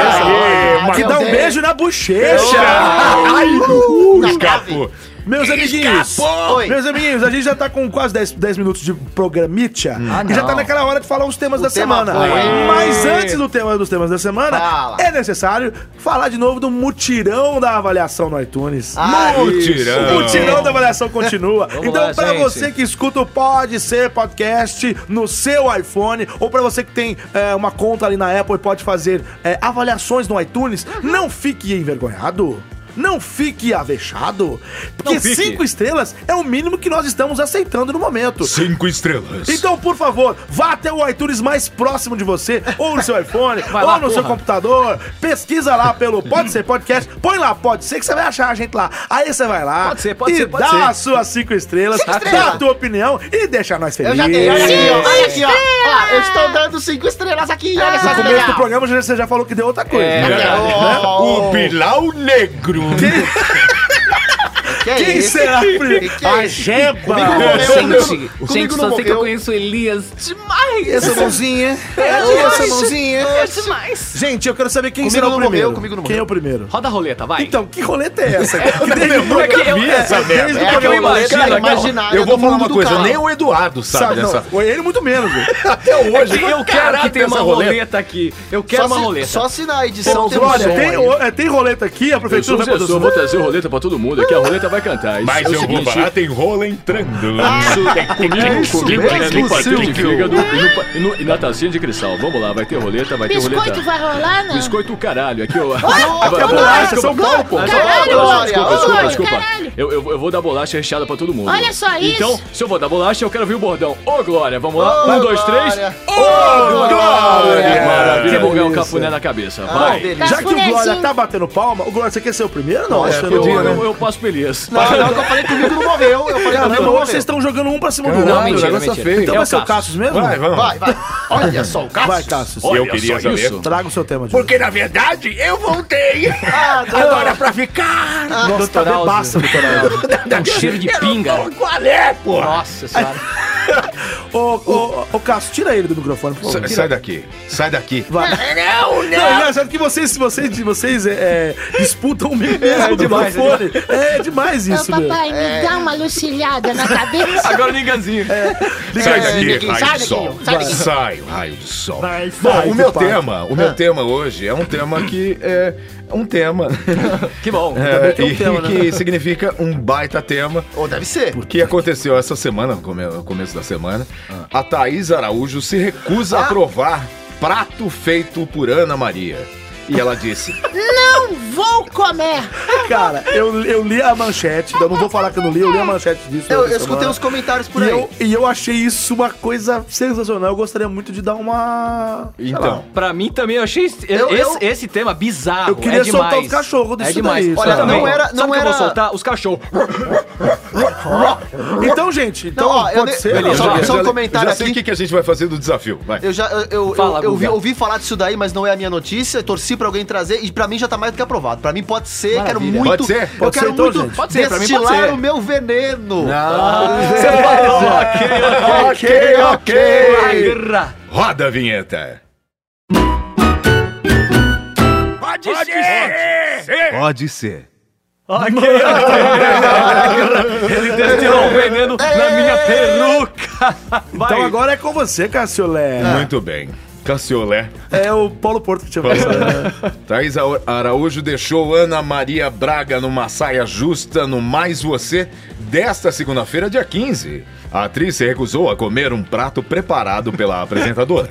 [SPEAKER 7] Tá
[SPEAKER 3] que dá um beijo na bochecha.
[SPEAKER 7] Ai, uh, escapou.
[SPEAKER 3] Meus amiguinhos.
[SPEAKER 1] Oi.
[SPEAKER 3] Meus amiguinhos, a gente já tá com quase 10, 10 minutos de programitia
[SPEAKER 1] Hum.
[SPEAKER 3] e já tá naquela hora de falar os temas da
[SPEAKER 1] Ah, tema
[SPEAKER 3] semana.
[SPEAKER 1] foi, hein?
[SPEAKER 3] Mas antes do tema dos temas da semana,
[SPEAKER 1] Fala.
[SPEAKER 3] é necessário falar de novo do mutirão da avaliação no
[SPEAKER 1] Ah,
[SPEAKER 3] iTunes. O
[SPEAKER 7] Mutirão.
[SPEAKER 3] mutirão da avaliação continua.
[SPEAKER 4] Vamos
[SPEAKER 3] então,
[SPEAKER 4] lá,
[SPEAKER 3] pra
[SPEAKER 4] gente.
[SPEAKER 3] você que escuta o Pode Ser Podcast no seu iPhone, ou pra você que tem é, uma conta ali na Apple e pode fazer é, avaliações no iTunes,
[SPEAKER 4] Uhum.
[SPEAKER 3] não fique envergonhado. Não fique avexado, porque
[SPEAKER 4] Não fique.
[SPEAKER 3] cinco estrelas é o mínimo que nós estamos aceitando no momento.
[SPEAKER 7] Cinco estrelas.
[SPEAKER 3] Então, por favor, vá até o iTunes mais próximo de você, ou no seu iPhone, ou
[SPEAKER 4] Vai lá,
[SPEAKER 3] no seu
[SPEAKER 4] porra.
[SPEAKER 3] computador. Pesquisa lá pelo Pode Ser Podcast. Põe lá, pode ser que você vai achar a gente lá. Aí você vai lá.
[SPEAKER 4] Pode ser, pode
[SPEAKER 3] e
[SPEAKER 4] ser, pode
[SPEAKER 3] dá
[SPEAKER 4] ser.
[SPEAKER 3] as suas cinco estrelas,
[SPEAKER 1] Cinco
[SPEAKER 3] dá a
[SPEAKER 1] estrelas.
[SPEAKER 3] tua opinião e deixa nós
[SPEAKER 1] Eu
[SPEAKER 3] felizes.
[SPEAKER 1] já dei, olha aqui, ó, olha aqui, ó.
[SPEAKER 6] estrelas!
[SPEAKER 1] Ó, Eu estou dando cinco estrelas aqui, olha só é que
[SPEAKER 3] No começo do
[SPEAKER 1] legal.
[SPEAKER 3] programa já- você já falou que deu outra coisa.
[SPEAKER 4] É,
[SPEAKER 3] né?
[SPEAKER 1] Ó, ó, ó,
[SPEAKER 7] O Bilal Negro.
[SPEAKER 1] que é
[SPEAKER 3] Quem
[SPEAKER 1] isso?
[SPEAKER 3] será primeiro?
[SPEAKER 1] Que que é isso?
[SPEAKER 3] Jeba!
[SPEAKER 1] Comigo não é. morreu,
[SPEAKER 9] Gente,
[SPEAKER 1] comigo
[SPEAKER 9] gente,
[SPEAKER 1] não
[SPEAKER 9] só sei que
[SPEAKER 1] morreu.
[SPEAKER 9] eu conheço Elias demais.
[SPEAKER 1] Essa mãozinha.
[SPEAKER 3] É,
[SPEAKER 1] Essa mãozinha.
[SPEAKER 9] É demais.
[SPEAKER 3] Gente, eu quero saber quem
[SPEAKER 1] Comigo
[SPEAKER 3] será o
[SPEAKER 1] não morreu,
[SPEAKER 3] primeiro.
[SPEAKER 1] comigo não
[SPEAKER 3] quem é
[SPEAKER 1] morreu.
[SPEAKER 3] o primeiro?
[SPEAKER 4] Roda a roleta, vai.
[SPEAKER 3] Então, que roleta é essa? Que desde o
[SPEAKER 4] é que eu-
[SPEAKER 3] programa-
[SPEAKER 4] é-
[SPEAKER 3] essa merda.
[SPEAKER 1] É
[SPEAKER 4] que eu
[SPEAKER 1] aquela
[SPEAKER 4] imagino,
[SPEAKER 1] roleta
[SPEAKER 4] aquela-
[SPEAKER 1] imaginária
[SPEAKER 7] Eu vou
[SPEAKER 1] do
[SPEAKER 7] falar
[SPEAKER 1] mundo
[SPEAKER 7] uma
[SPEAKER 1] do
[SPEAKER 7] coisa,
[SPEAKER 1] carro.
[SPEAKER 7] nem o Eduardo sabe
[SPEAKER 3] Sabe,
[SPEAKER 7] dessa.
[SPEAKER 3] não, ele muito menos. viu?
[SPEAKER 7] Até hoje.
[SPEAKER 4] eu quero que tenha uma roleta, aqui. Eu quero
[SPEAKER 1] Só
[SPEAKER 4] uma
[SPEAKER 1] se-
[SPEAKER 4] roleta.
[SPEAKER 1] Só se na edição tem um
[SPEAKER 3] Olha,
[SPEAKER 1] som
[SPEAKER 3] tem,
[SPEAKER 1] aí.
[SPEAKER 3] o- é, tem roleta aqui, a
[SPEAKER 4] Eu sou
[SPEAKER 3] prefeitura
[SPEAKER 4] o
[SPEAKER 3] vai produzir.
[SPEAKER 4] gestor, vou trazer roleta pra todo mundo aqui. A roleta vai cantar. Isso
[SPEAKER 7] Mas
[SPEAKER 4] é o
[SPEAKER 7] eu vou
[SPEAKER 4] seguinte,
[SPEAKER 7] parar, tem rola entrando.
[SPEAKER 4] Comigo,
[SPEAKER 1] isso
[SPEAKER 4] comigo,
[SPEAKER 1] mesmo,
[SPEAKER 4] né, no patinho de
[SPEAKER 1] Silvio.
[SPEAKER 4] fígado e, no pa- e no- e na tacinha de cristal. Vamos lá, vai ter roleta, vai ter roleta.
[SPEAKER 8] Biscoito vai rolar, não?
[SPEAKER 4] Biscoito o caralho, aqui eu...
[SPEAKER 3] Até bolacha, São Paulo, pô.
[SPEAKER 4] Ah,
[SPEAKER 8] Caralho,
[SPEAKER 4] desculpa,
[SPEAKER 1] Glória,
[SPEAKER 4] desculpa, desculpa,
[SPEAKER 8] Glória,
[SPEAKER 4] desculpa.
[SPEAKER 8] caralho.
[SPEAKER 4] Eu, eu, eu vou dar bolacha recheada pra todo mundo.
[SPEAKER 8] Olha só isso.
[SPEAKER 4] Então, se eu vou dar bolacha, eu quero ver o bordão. Ô, Glória, vamos lá. um, dois, três.
[SPEAKER 1] Glória.
[SPEAKER 4] Maravilha,
[SPEAKER 3] Que
[SPEAKER 4] vou ganhar um
[SPEAKER 3] isso.
[SPEAKER 4] cafuné na
[SPEAKER 8] Ah,
[SPEAKER 4] cabeça.
[SPEAKER 1] Não,
[SPEAKER 4] Vai.
[SPEAKER 1] delícia.
[SPEAKER 3] Já que o Glória
[SPEAKER 8] Cafunézinho.
[SPEAKER 3] tá batendo palma, o Glória, você quer ser o primeiro? Não, acho que
[SPEAKER 4] eu,
[SPEAKER 3] não.
[SPEAKER 8] né?
[SPEAKER 4] eu, eu passo feliz.
[SPEAKER 1] Não, não, que eu falei comigo não morreu. Eu falei comigo
[SPEAKER 3] Caramba,
[SPEAKER 1] não morreu.
[SPEAKER 3] então vocês estão jogando um pra cima do
[SPEAKER 4] Não,
[SPEAKER 3] outro.
[SPEAKER 4] mentira,
[SPEAKER 3] negócio
[SPEAKER 4] mentira.
[SPEAKER 3] feio. Então
[SPEAKER 4] É
[SPEAKER 3] vai
[SPEAKER 4] o
[SPEAKER 3] ser o
[SPEAKER 4] Cassius.
[SPEAKER 3] Cassius mesmo?
[SPEAKER 7] Vai, vamos.
[SPEAKER 1] Vai, vai. Olha só o
[SPEAKER 3] Vai,
[SPEAKER 1] Cassius.
[SPEAKER 3] Cassius.
[SPEAKER 7] Eu queria saber.
[SPEAKER 3] Traga o seu tema, Júlio.
[SPEAKER 7] Porque na verdade eu voltei. Ah, Agora pra ficar.
[SPEAKER 3] Nossa, tá
[SPEAKER 4] Doutor
[SPEAKER 3] bebaça, doutor
[SPEAKER 4] Um cheiro de pinga.
[SPEAKER 7] Qual é, pô?
[SPEAKER 4] Nossa senhora.
[SPEAKER 3] Ô, ô, ô, Cássio, tira ele do microfone, por favor.
[SPEAKER 7] Sa-
[SPEAKER 3] Tira.
[SPEAKER 7] Sai daqui. Sai daqui.
[SPEAKER 3] Não, é engraçado que vocês, vocês, vocês é, é, disputam o mesmo
[SPEAKER 4] demais,
[SPEAKER 3] microfone. É, demais
[SPEAKER 8] Ô,
[SPEAKER 3] isso, meu.
[SPEAKER 8] Então, papai, me dá uma lucilhada na cabeça.
[SPEAKER 4] Agora ninguém.
[SPEAKER 7] Sai
[SPEAKER 1] ninguém
[SPEAKER 7] daqui, raio
[SPEAKER 1] sai
[SPEAKER 7] do
[SPEAKER 1] daqui,
[SPEAKER 7] sol.
[SPEAKER 1] sai daqui.
[SPEAKER 7] Sai, raio do sol.
[SPEAKER 3] sai,
[SPEAKER 7] Bom, o meu
[SPEAKER 3] papai.
[SPEAKER 7] tema, o meu tema hoje é um tema que é um tema.
[SPEAKER 4] Que bom.
[SPEAKER 7] É,
[SPEAKER 3] que é um
[SPEAKER 7] e
[SPEAKER 3] tema, né?
[SPEAKER 7] que significa um baita tema.
[SPEAKER 1] Ou deve ser.
[SPEAKER 7] que aconteceu essa semana, no come- no começo da semana,
[SPEAKER 1] Ah.
[SPEAKER 7] a Thaís Araújo se recusa a provar prato feito por Ana Maria. E ela disse:
[SPEAKER 8] Não vou comer.
[SPEAKER 3] Cara, eu, eu li a manchete, eu não vou falar que eu não li, eu li a manchete disso.
[SPEAKER 1] Eu,
[SPEAKER 3] essa
[SPEAKER 1] eu escutei
[SPEAKER 3] semana.
[SPEAKER 1] uns comentários por
[SPEAKER 3] E
[SPEAKER 1] aí.
[SPEAKER 3] eu, e eu achei isso uma coisa sensacional. Eu gostaria muito de dar uma. sei lá.
[SPEAKER 7] Então,
[SPEAKER 4] Pra mim também, eu achei esse,
[SPEAKER 1] Eu-
[SPEAKER 4] esse-
[SPEAKER 1] eu-
[SPEAKER 4] esse tema bizarro.
[SPEAKER 3] Eu queria
[SPEAKER 4] é demais.
[SPEAKER 3] soltar os cachorros disso
[SPEAKER 4] É demais.
[SPEAKER 3] daí,
[SPEAKER 4] Olha,
[SPEAKER 1] sabe?
[SPEAKER 4] não
[SPEAKER 1] Não
[SPEAKER 4] era.
[SPEAKER 1] era-
[SPEAKER 4] Sabe
[SPEAKER 1] não
[SPEAKER 4] o que eu
[SPEAKER 1] era-
[SPEAKER 4] vou soltar? Os cachorros.
[SPEAKER 3] Então, gente, então,
[SPEAKER 1] ó, eu
[SPEAKER 3] pode
[SPEAKER 1] nem-
[SPEAKER 3] ser.
[SPEAKER 1] Beleza,
[SPEAKER 3] não?
[SPEAKER 1] só- só um
[SPEAKER 7] já-
[SPEAKER 1] comentário
[SPEAKER 7] já sei o
[SPEAKER 1] aqui.
[SPEAKER 7] que, que a gente vai fazer do desafio. Vai.
[SPEAKER 1] Eu já eu, eu,
[SPEAKER 4] Fala,
[SPEAKER 1] eu- eu vi-
[SPEAKER 4] Guga.
[SPEAKER 1] ouvi falar disso daí, mas não é a minha notícia. Torci pra alguém trazer e pra mim já tá mais do que aprovado. Pra mim pode ser, quero
[SPEAKER 4] Maravilha.
[SPEAKER 1] muito.
[SPEAKER 7] Pode ser?
[SPEAKER 1] Eu
[SPEAKER 3] Pode
[SPEAKER 1] quero
[SPEAKER 3] ser, então,
[SPEAKER 1] muito
[SPEAKER 3] gente.
[SPEAKER 4] Pode ser, pra mim pode
[SPEAKER 1] destilar
[SPEAKER 4] ser.
[SPEAKER 1] o meu veneno.
[SPEAKER 7] ok, ok.
[SPEAKER 4] Agarra.
[SPEAKER 7] Roda a vinheta.
[SPEAKER 4] Pode ser.
[SPEAKER 7] Pode ser.
[SPEAKER 4] Ele destilou o veneno na minha peruca.
[SPEAKER 2] Vai.
[SPEAKER 3] Então agora é com você, Cassiolé.
[SPEAKER 7] Muito bem. Cassiolé.
[SPEAKER 3] É o Paulo Porto que te abraça.
[SPEAKER 7] Thaís Aor- Araújo deixou Ana Maria Braga numa saia justa no Mais Você desta segunda-feira, dia 15. A atriz se recusou a comer um prato preparado pela apresentadora.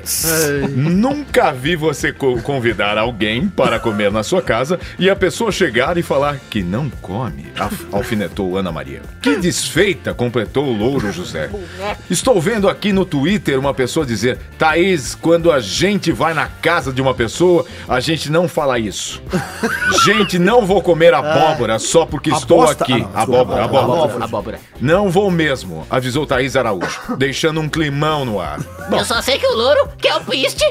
[SPEAKER 7] Nunca vi você co- convidar alguém para comer na sua casa e a pessoa chegar e falar que não come, af- alfinetou Ana Maria. Que desfeita, completou o louro José. Estou vendo aqui no Twitter uma pessoa dizer: Thaís, quando a gente vai na casa de uma pessoa, a gente não fala isso. Gente, não vou comer abóbora só porque estou
[SPEAKER 3] Aposta-
[SPEAKER 7] aqui.
[SPEAKER 3] Ah, não,
[SPEAKER 7] abóbora,
[SPEAKER 3] desculpa,
[SPEAKER 7] abóbora,
[SPEAKER 9] Abóbora.
[SPEAKER 7] Não vou mesmo, avisou Thaís Araújo, deixando um climão no ar. Bom,
[SPEAKER 6] Eu só sei que o louro quer o piste.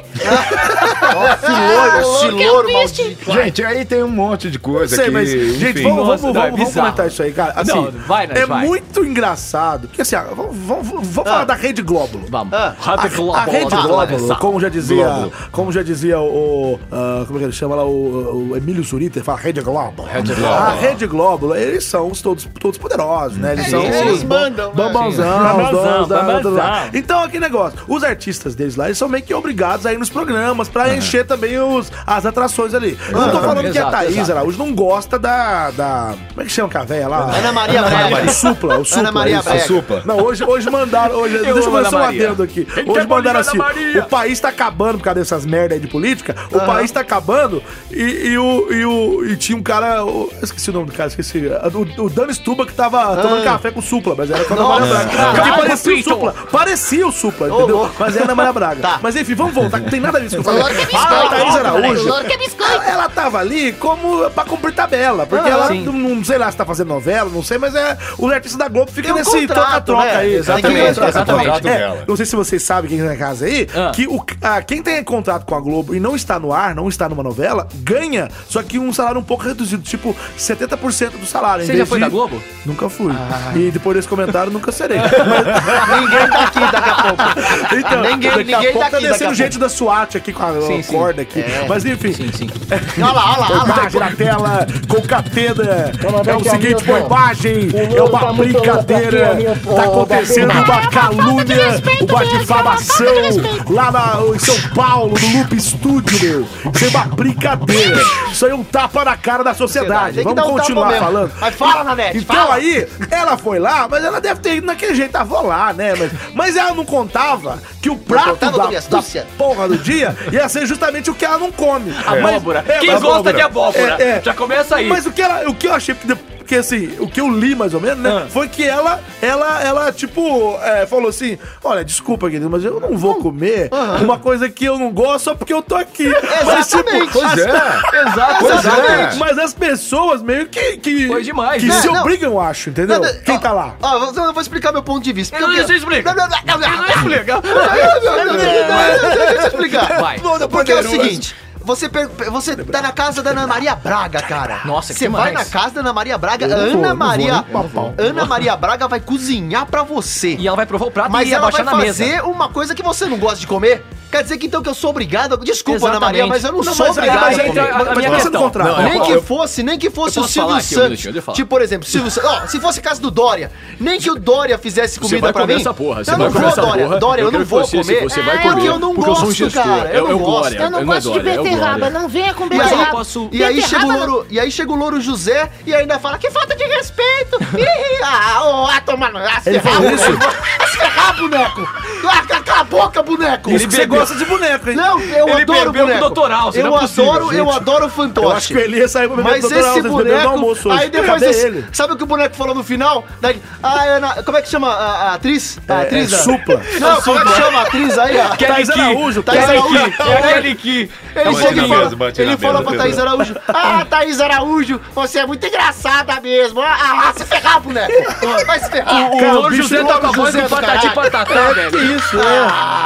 [SPEAKER 1] Ó, filouro, esse
[SPEAKER 8] é um
[SPEAKER 1] louro maldito.
[SPEAKER 7] gente, aí tem um monte de coisa
[SPEAKER 3] Sei,
[SPEAKER 7] que.
[SPEAKER 3] mas, gente,
[SPEAKER 7] enfim.
[SPEAKER 3] vamos, vamos,
[SPEAKER 2] Nossa, não, é
[SPEAKER 3] vamos- vamos
[SPEAKER 2] bizarro.
[SPEAKER 3] comentar isso aí, cara. Assim,
[SPEAKER 2] Não, vai, Nath,
[SPEAKER 3] é
[SPEAKER 2] vai.
[SPEAKER 3] muito engraçado. Porque assim, ah, vamos, vamos- vamos- vamos falar da Rede Glóbulo.
[SPEAKER 9] Vamos.
[SPEAKER 1] Ah,
[SPEAKER 3] A,
[SPEAKER 9] Glóbulo,
[SPEAKER 3] a Rede
[SPEAKER 9] Glóbulo,
[SPEAKER 3] Glóbulo,
[SPEAKER 9] essa-
[SPEAKER 3] como já dizia,
[SPEAKER 7] Glóbulo.
[SPEAKER 3] como já dizia o, o, ah, como é que ele chama lá, o, o Emílio Surita, ele fala Rede Glóbulo. Rede
[SPEAKER 7] Glóbulo.
[SPEAKER 3] A Rede Glóbulo, eles são os todos, todos poderosos, né? Eles são
[SPEAKER 1] É Eles
[SPEAKER 3] os bom-
[SPEAKER 1] mandam, né?
[SPEAKER 3] bambãozão, os
[SPEAKER 2] Bambãozão,
[SPEAKER 3] donos da-
[SPEAKER 2] bambãozão.
[SPEAKER 3] da- Então, aquele negócio, os artistas deles lá, eles são meio que obrigados a ir nos programas pra encher também os, as atrações ali. Eu não tô falando que a
[SPEAKER 2] Exato,
[SPEAKER 3] Thaís
[SPEAKER 2] exato.
[SPEAKER 3] Araújo não gosta da, da... Como é que chama aquela véia lá?
[SPEAKER 1] Ana Maria
[SPEAKER 3] O
[SPEAKER 1] Braga.
[SPEAKER 3] Supla, o Supla.
[SPEAKER 1] Ana Maria
[SPEAKER 3] isso.
[SPEAKER 7] A
[SPEAKER 1] Braga.
[SPEAKER 7] sopa.
[SPEAKER 3] Não, hoje, hoje mandaram. Hoje, deixa eu
[SPEAKER 2] amo Ana
[SPEAKER 3] fazer um
[SPEAKER 2] Maria.
[SPEAKER 3] adendo aqui.
[SPEAKER 2] Ele quer
[SPEAKER 3] Hoje mandaram assim:
[SPEAKER 2] bolinha da Maria.
[SPEAKER 3] o país tá acabando por causa dessas merda aí de política. O país tá acabando e, e o, e, o, e tinha um cara. o- eu esqueci o nome do cara, esqueci. O, o Dani Stuba que tava tomando café com o Supla, mas era com a Ana Maria Braga. Porque
[SPEAKER 9] Caralho,
[SPEAKER 3] parecia o
[SPEAKER 9] Pito.
[SPEAKER 3] Supla. Parecia o Supla, entendeu?
[SPEAKER 1] louco.
[SPEAKER 3] Mas era a Ana Maria Braga.
[SPEAKER 1] Tá.
[SPEAKER 3] Mas enfim, vamos voltar, que não tem nada disso que eu
[SPEAKER 6] O
[SPEAKER 3] falei.
[SPEAKER 6] louro quer
[SPEAKER 3] Ah,
[SPEAKER 6] biscoito.
[SPEAKER 3] Thaís
[SPEAKER 6] O
[SPEAKER 3] Araújo.
[SPEAKER 6] louro quer biscoito.
[SPEAKER 3] Ela, ela tava ali como pra cumprir tabela, porque ela,
[SPEAKER 2] sim.
[SPEAKER 3] não, não sei lá se tá fazendo novela, não sei, mas é o artista da Globo fica
[SPEAKER 1] Tem um
[SPEAKER 3] nesse
[SPEAKER 1] contrato,
[SPEAKER 3] troca-troca
[SPEAKER 1] né?
[SPEAKER 3] aí.
[SPEAKER 1] Exatamente,
[SPEAKER 3] Tem um contrato,
[SPEAKER 7] exatamente.
[SPEAKER 3] troca-troca.
[SPEAKER 7] dela.
[SPEAKER 3] É, não sei se vocês sabem quem tá na casa aí,
[SPEAKER 2] Ah.
[SPEAKER 3] que o, ah, quem tem contrato com a Globo e não está no ar, não está numa novela, ganha, só que um salário um pouco reduzido, tipo 70% do salário. em
[SPEAKER 2] Você
[SPEAKER 3] vez
[SPEAKER 2] já foi
[SPEAKER 3] de-
[SPEAKER 2] da Globo?
[SPEAKER 3] Nunca fui. E depois desse comentário, nunca serei.
[SPEAKER 1] Ninguém tá aqui daqui a pouco.
[SPEAKER 3] Então,
[SPEAKER 1] Ninguém-
[SPEAKER 3] daqui
[SPEAKER 1] ninguém
[SPEAKER 3] a
[SPEAKER 1] tá
[SPEAKER 3] pouco tá
[SPEAKER 1] aqui, daqui
[SPEAKER 3] descendo
[SPEAKER 1] a
[SPEAKER 3] gente da SWAT aqui com a
[SPEAKER 2] Sim,
[SPEAKER 3] a
[SPEAKER 2] sim.
[SPEAKER 3] corda aqui. Mas enfim,
[SPEAKER 2] Sim, sim.
[SPEAKER 1] Olha lá, olha lá, olha lá.
[SPEAKER 3] Imagem na tela, com catena. É o
[SPEAKER 8] que a minha
[SPEAKER 3] seguinte, foi
[SPEAKER 8] irmã.
[SPEAKER 3] imagem, é
[SPEAKER 8] louro
[SPEAKER 3] uma
[SPEAKER 8] tá muito louco
[SPEAKER 3] brincadeira.
[SPEAKER 8] aqui, a minha-
[SPEAKER 3] Tá
[SPEAKER 8] ô,
[SPEAKER 3] acontecendo
[SPEAKER 8] Gabriel.
[SPEAKER 3] uma calúnia,
[SPEAKER 6] respeito
[SPEAKER 3] uma
[SPEAKER 6] mesmo,
[SPEAKER 3] difamação
[SPEAKER 6] é uma falta de respeito.
[SPEAKER 3] lá na- em São Paulo, no Loop Studio, meu. Isso é uma brincadeira. Isso aí é um tapa na cara da
[SPEAKER 1] Tem
[SPEAKER 3] sociedade.
[SPEAKER 1] que
[SPEAKER 3] Vamos
[SPEAKER 1] dar um tapa
[SPEAKER 3] continuar
[SPEAKER 1] mesmo.
[SPEAKER 3] falando.
[SPEAKER 1] Mas fala, Nanete,
[SPEAKER 3] Então
[SPEAKER 1] fala.
[SPEAKER 3] aí, ela foi lá, mas ela deve ter ido naquele jeito, ah, vou lá, né? Mas, mas ela não contava que o prato
[SPEAKER 1] contava,
[SPEAKER 3] da,
[SPEAKER 1] Tobias,
[SPEAKER 3] da
[SPEAKER 1] Lúcia.
[SPEAKER 3] porra do dia ia ser justamente o que ela não come. Mas-
[SPEAKER 2] Abóbora.
[SPEAKER 3] é,
[SPEAKER 2] Quem
[SPEAKER 3] mas-
[SPEAKER 2] gosta de abóbora?
[SPEAKER 3] É, é.
[SPEAKER 2] Já começa aí.
[SPEAKER 3] Mas o que, ela, o que eu achei que de- porque assim, o que eu li mais ou menos, né?
[SPEAKER 2] Ah.
[SPEAKER 3] Foi que ela, ela, ela, tipo, é, falou assim: olha, desculpa, querido, mas eu não vou comer uma coisa que eu não gosto só porque eu tô aqui. mas,
[SPEAKER 1] Exatamente.
[SPEAKER 7] Pois é.
[SPEAKER 1] Exato,
[SPEAKER 7] Pois
[SPEAKER 1] exatamente.
[SPEAKER 7] é.
[SPEAKER 3] mas as pessoas meio que. que
[SPEAKER 2] Foi demais,
[SPEAKER 3] Que
[SPEAKER 2] né?
[SPEAKER 3] se
[SPEAKER 1] Não.
[SPEAKER 3] obrigam, eu acho, entendeu?
[SPEAKER 1] Nada-
[SPEAKER 3] Quem
[SPEAKER 1] ó,
[SPEAKER 3] tá lá?
[SPEAKER 1] Ó, eu vou- eu vou explicar meu ponto de vista.
[SPEAKER 2] Eu não sei explicar.
[SPEAKER 1] Blá, blá, blá, blá, blá.
[SPEAKER 2] Explica.
[SPEAKER 1] Deixa eu explicar.
[SPEAKER 2] Vai.
[SPEAKER 1] Porque é o seguinte. Você, per- você tá na casa da Ana Maria Braga, cara.
[SPEAKER 2] Nossa, que
[SPEAKER 1] Você vai
[SPEAKER 2] mais?
[SPEAKER 1] na casa da Ana Maria Braga.
[SPEAKER 3] não vou, eu não
[SPEAKER 1] Ana
[SPEAKER 3] vou
[SPEAKER 1] Maria.
[SPEAKER 3] nem com a pau.
[SPEAKER 1] Ana Maria Braga vai cozinhar pra você.
[SPEAKER 2] E ela vai provar o prato
[SPEAKER 1] Mas
[SPEAKER 2] e
[SPEAKER 1] ela
[SPEAKER 2] abaixar
[SPEAKER 1] vai
[SPEAKER 2] na mesa.
[SPEAKER 1] fazer uma coisa que você não gosta de comer? Quer dizer que então que eu sou obrigado. Desculpa, Ana Maria, mas
[SPEAKER 2] Exatamente.
[SPEAKER 1] eu não,
[SPEAKER 3] Não,
[SPEAKER 1] sou
[SPEAKER 3] mas aí-
[SPEAKER 1] obrigado.
[SPEAKER 3] mas
[SPEAKER 1] a
[SPEAKER 3] aí
[SPEAKER 1] comer.
[SPEAKER 3] entra-
[SPEAKER 2] A minha
[SPEAKER 3] mas pensa no
[SPEAKER 2] questão.
[SPEAKER 3] contrato.
[SPEAKER 7] Não, é
[SPEAKER 1] Nem
[SPEAKER 7] eu-
[SPEAKER 1] que
[SPEAKER 7] eu-
[SPEAKER 1] fosse, nem que fosse
[SPEAKER 2] eu
[SPEAKER 1] o
[SPEAKER 2] posso
[SPEAKER 1] Silvio
[SPEAKER 2] falar aqui um minutinho,
[SPEAKER 1] Santos.
[SPEAKER 2] deixa eu falar.
[SPEAKER 1] Tipo, por exemplo, Silvio Santos. Ó, se fosse casa do Dória, nem que o Dória fizesse comida
[SPEAKER 4] vai
[SPEAKER 1] pra
[SPEAKER 4] comer
[SPEAKER 1] mim.
[SPEAKER 4] essa porra, você
[SPEAKER 1] eu
[SPEAKER 4] vai
[SPEAKER 1] não
[SPEAKER 4] comer
[SPEAKER 1] vou,
[SPEAKER 4] essa
[SPEAKER 1] Dória.
[SPEAKER 4] porra.
[SPEAKER 1] Dória, eu,
[SPEAKER 4] Eu
[SPEAKER 1] não
[SPEAKER 4] quero que
[SPEAKER 1] vou
[SPEAKER 4] você- se
[SPEAKER 1] comer.
[SPEAKER 4] você
[SPEAKER 1] é
[SPEAKER 4] vai
[SPEAKER 1] porque
[SPEAKER 4] comer,
[SPEAKER 1] eu não
[SPEAKER 4] porque eu sou um
[SPEAKER 1] gosto,
[SPEAKER 4] gestor.
[SPEAKER 1] cara. Eu,
[SPEAKER 4] Eu- eu
[SPEAKER 1] não gosto.
[SPEAKER 4] glória.
[SPEAKER 8] Eu não
[SPEAKER 4] Eu não
[SPEAKER 8] gosto de
[SPEAKER 4] adoro,
[SPEAKER 2] é
[SPEAKER 4] eu
[SPEAKER 8] beterraba,
[SPEAKER 4] adoro.
[SPEAKER 8] não venha
[SPEAKER 1] E
[SPEAKER 8] com
[SPEAKER 1] aí,
[SPEAKER 8] beterraba.
[SPEAKER 2] eu posso-
[SPEAKER 1] e aí
[SPEAKER 8] Beterraba
[SPEAKER 1] chega o
[SPEAKER 8] não-
[SPEAKER 1] louro, e aí chega o louro José e ainda fala que falta de respeito. Ih, ah, ô, ah, toma no ah, se
[SPEAKER 3] Ele
[SPEAKER 1] ferrar,
[SPEAKER 3] falou isso?
[SPEAKER 1] Ah, se ferrar, boneco. Larga Ah, cala a boca, boneco.
[SPEAKER 3] Isso que você gosta de boneco, hein?
[SPEAKER 1] Não, eu
[SPEAKER 2] Ele
[SPEAKER 1] adoro
[SPEAKER 2] bebeu com
[SPEAKER 1] boneco.
[SPEAKER 2] doutoral, isso
[SPEAKER 1] eu
[SPEAKER 2] não é possível,
[SPEAKER 1] adoro, eu
[SPEAKER 3] gente.
[SPEAKER 1] adoro
[SPEAKER 3] Eu acho
[SPEAKER 1] fantoche.
[SPEAKER 3] que o Elias saiu pra beber
[SPEAKER 1] Mas
[SPEAKER 3] com o doutor
[SPEAKER 1] esse
[SPEAKER 3] Alves, beberam no
[SPEAKER 1] boneco.
[SPEAKER 3] almoço hoje.
[SPEAKER 1] Aí depois
[SPEAKER 3] Cadê
[SPEAKER 1] esse-
[SPEAKER 3] ele?
[SPEAKER 1] Sabe o que o boneco falou no final? Daí, ah, Ana, como é que chama a, a atriz? A
[SPEAKER 3] É,
[SPEAKER 1] atriz?
[SPEAKER 3] é
[SPEAKER 1] a-
[SPEAKER 3] Supla.
[SPEAKER 1] Não, como é que chama a atriz aí? A...
[SPEAKER 3] Thaís Araújo,
[SPEAKER 1] Thaís
[SPEAKER 3] Thaís
[SPEAKER 1] Araújo.
[SPEAKER 2] É aquele que...
[SPEAKER 1] Ele
[SPEAKER 7] Bate
[SPEAKER 1] chega
[SPEAKER 7] na
[SPEAKER 1] e fala,
[SPEAKER 7] mesa, bate
[SPEAKER 1] ele
[SPEAKER 7] na
[SPEAKER 1] fala
[SPEAKER 7] mesa,
[SPEAKER 1] pra
[SPEAKER 7] entendeu?
[SPEAKER 1] Thaís Araújo: Ah, Thaís Araújo, você é muito engraçada mesmo. Ah, ah, se ferrar, boneco. Vai se ferrar.
[SPEAKER 2] O
[SPEAKER 3] Cara, o
[SPEAKER 2] Louro
[SPEAKER 3] bicho
[SPEAKER 2] José
[SPEAKER 1] do
[SPEAKER 2] tá tipo com a
[SPEAKER 1] Louro
[SPEAKER 2] voz
[SPEAKER 1] José
[SPEAKER 2] do
[SPEAKER 1] do
[SPEAKER 2] Patati
[SPEAKER 1] caralho. Ah.
[SPEAKER 2] Patatá,
[SPEAKER 3] Que
[SPEAKER 2] velho.
[SPEAKER 3] isso, é.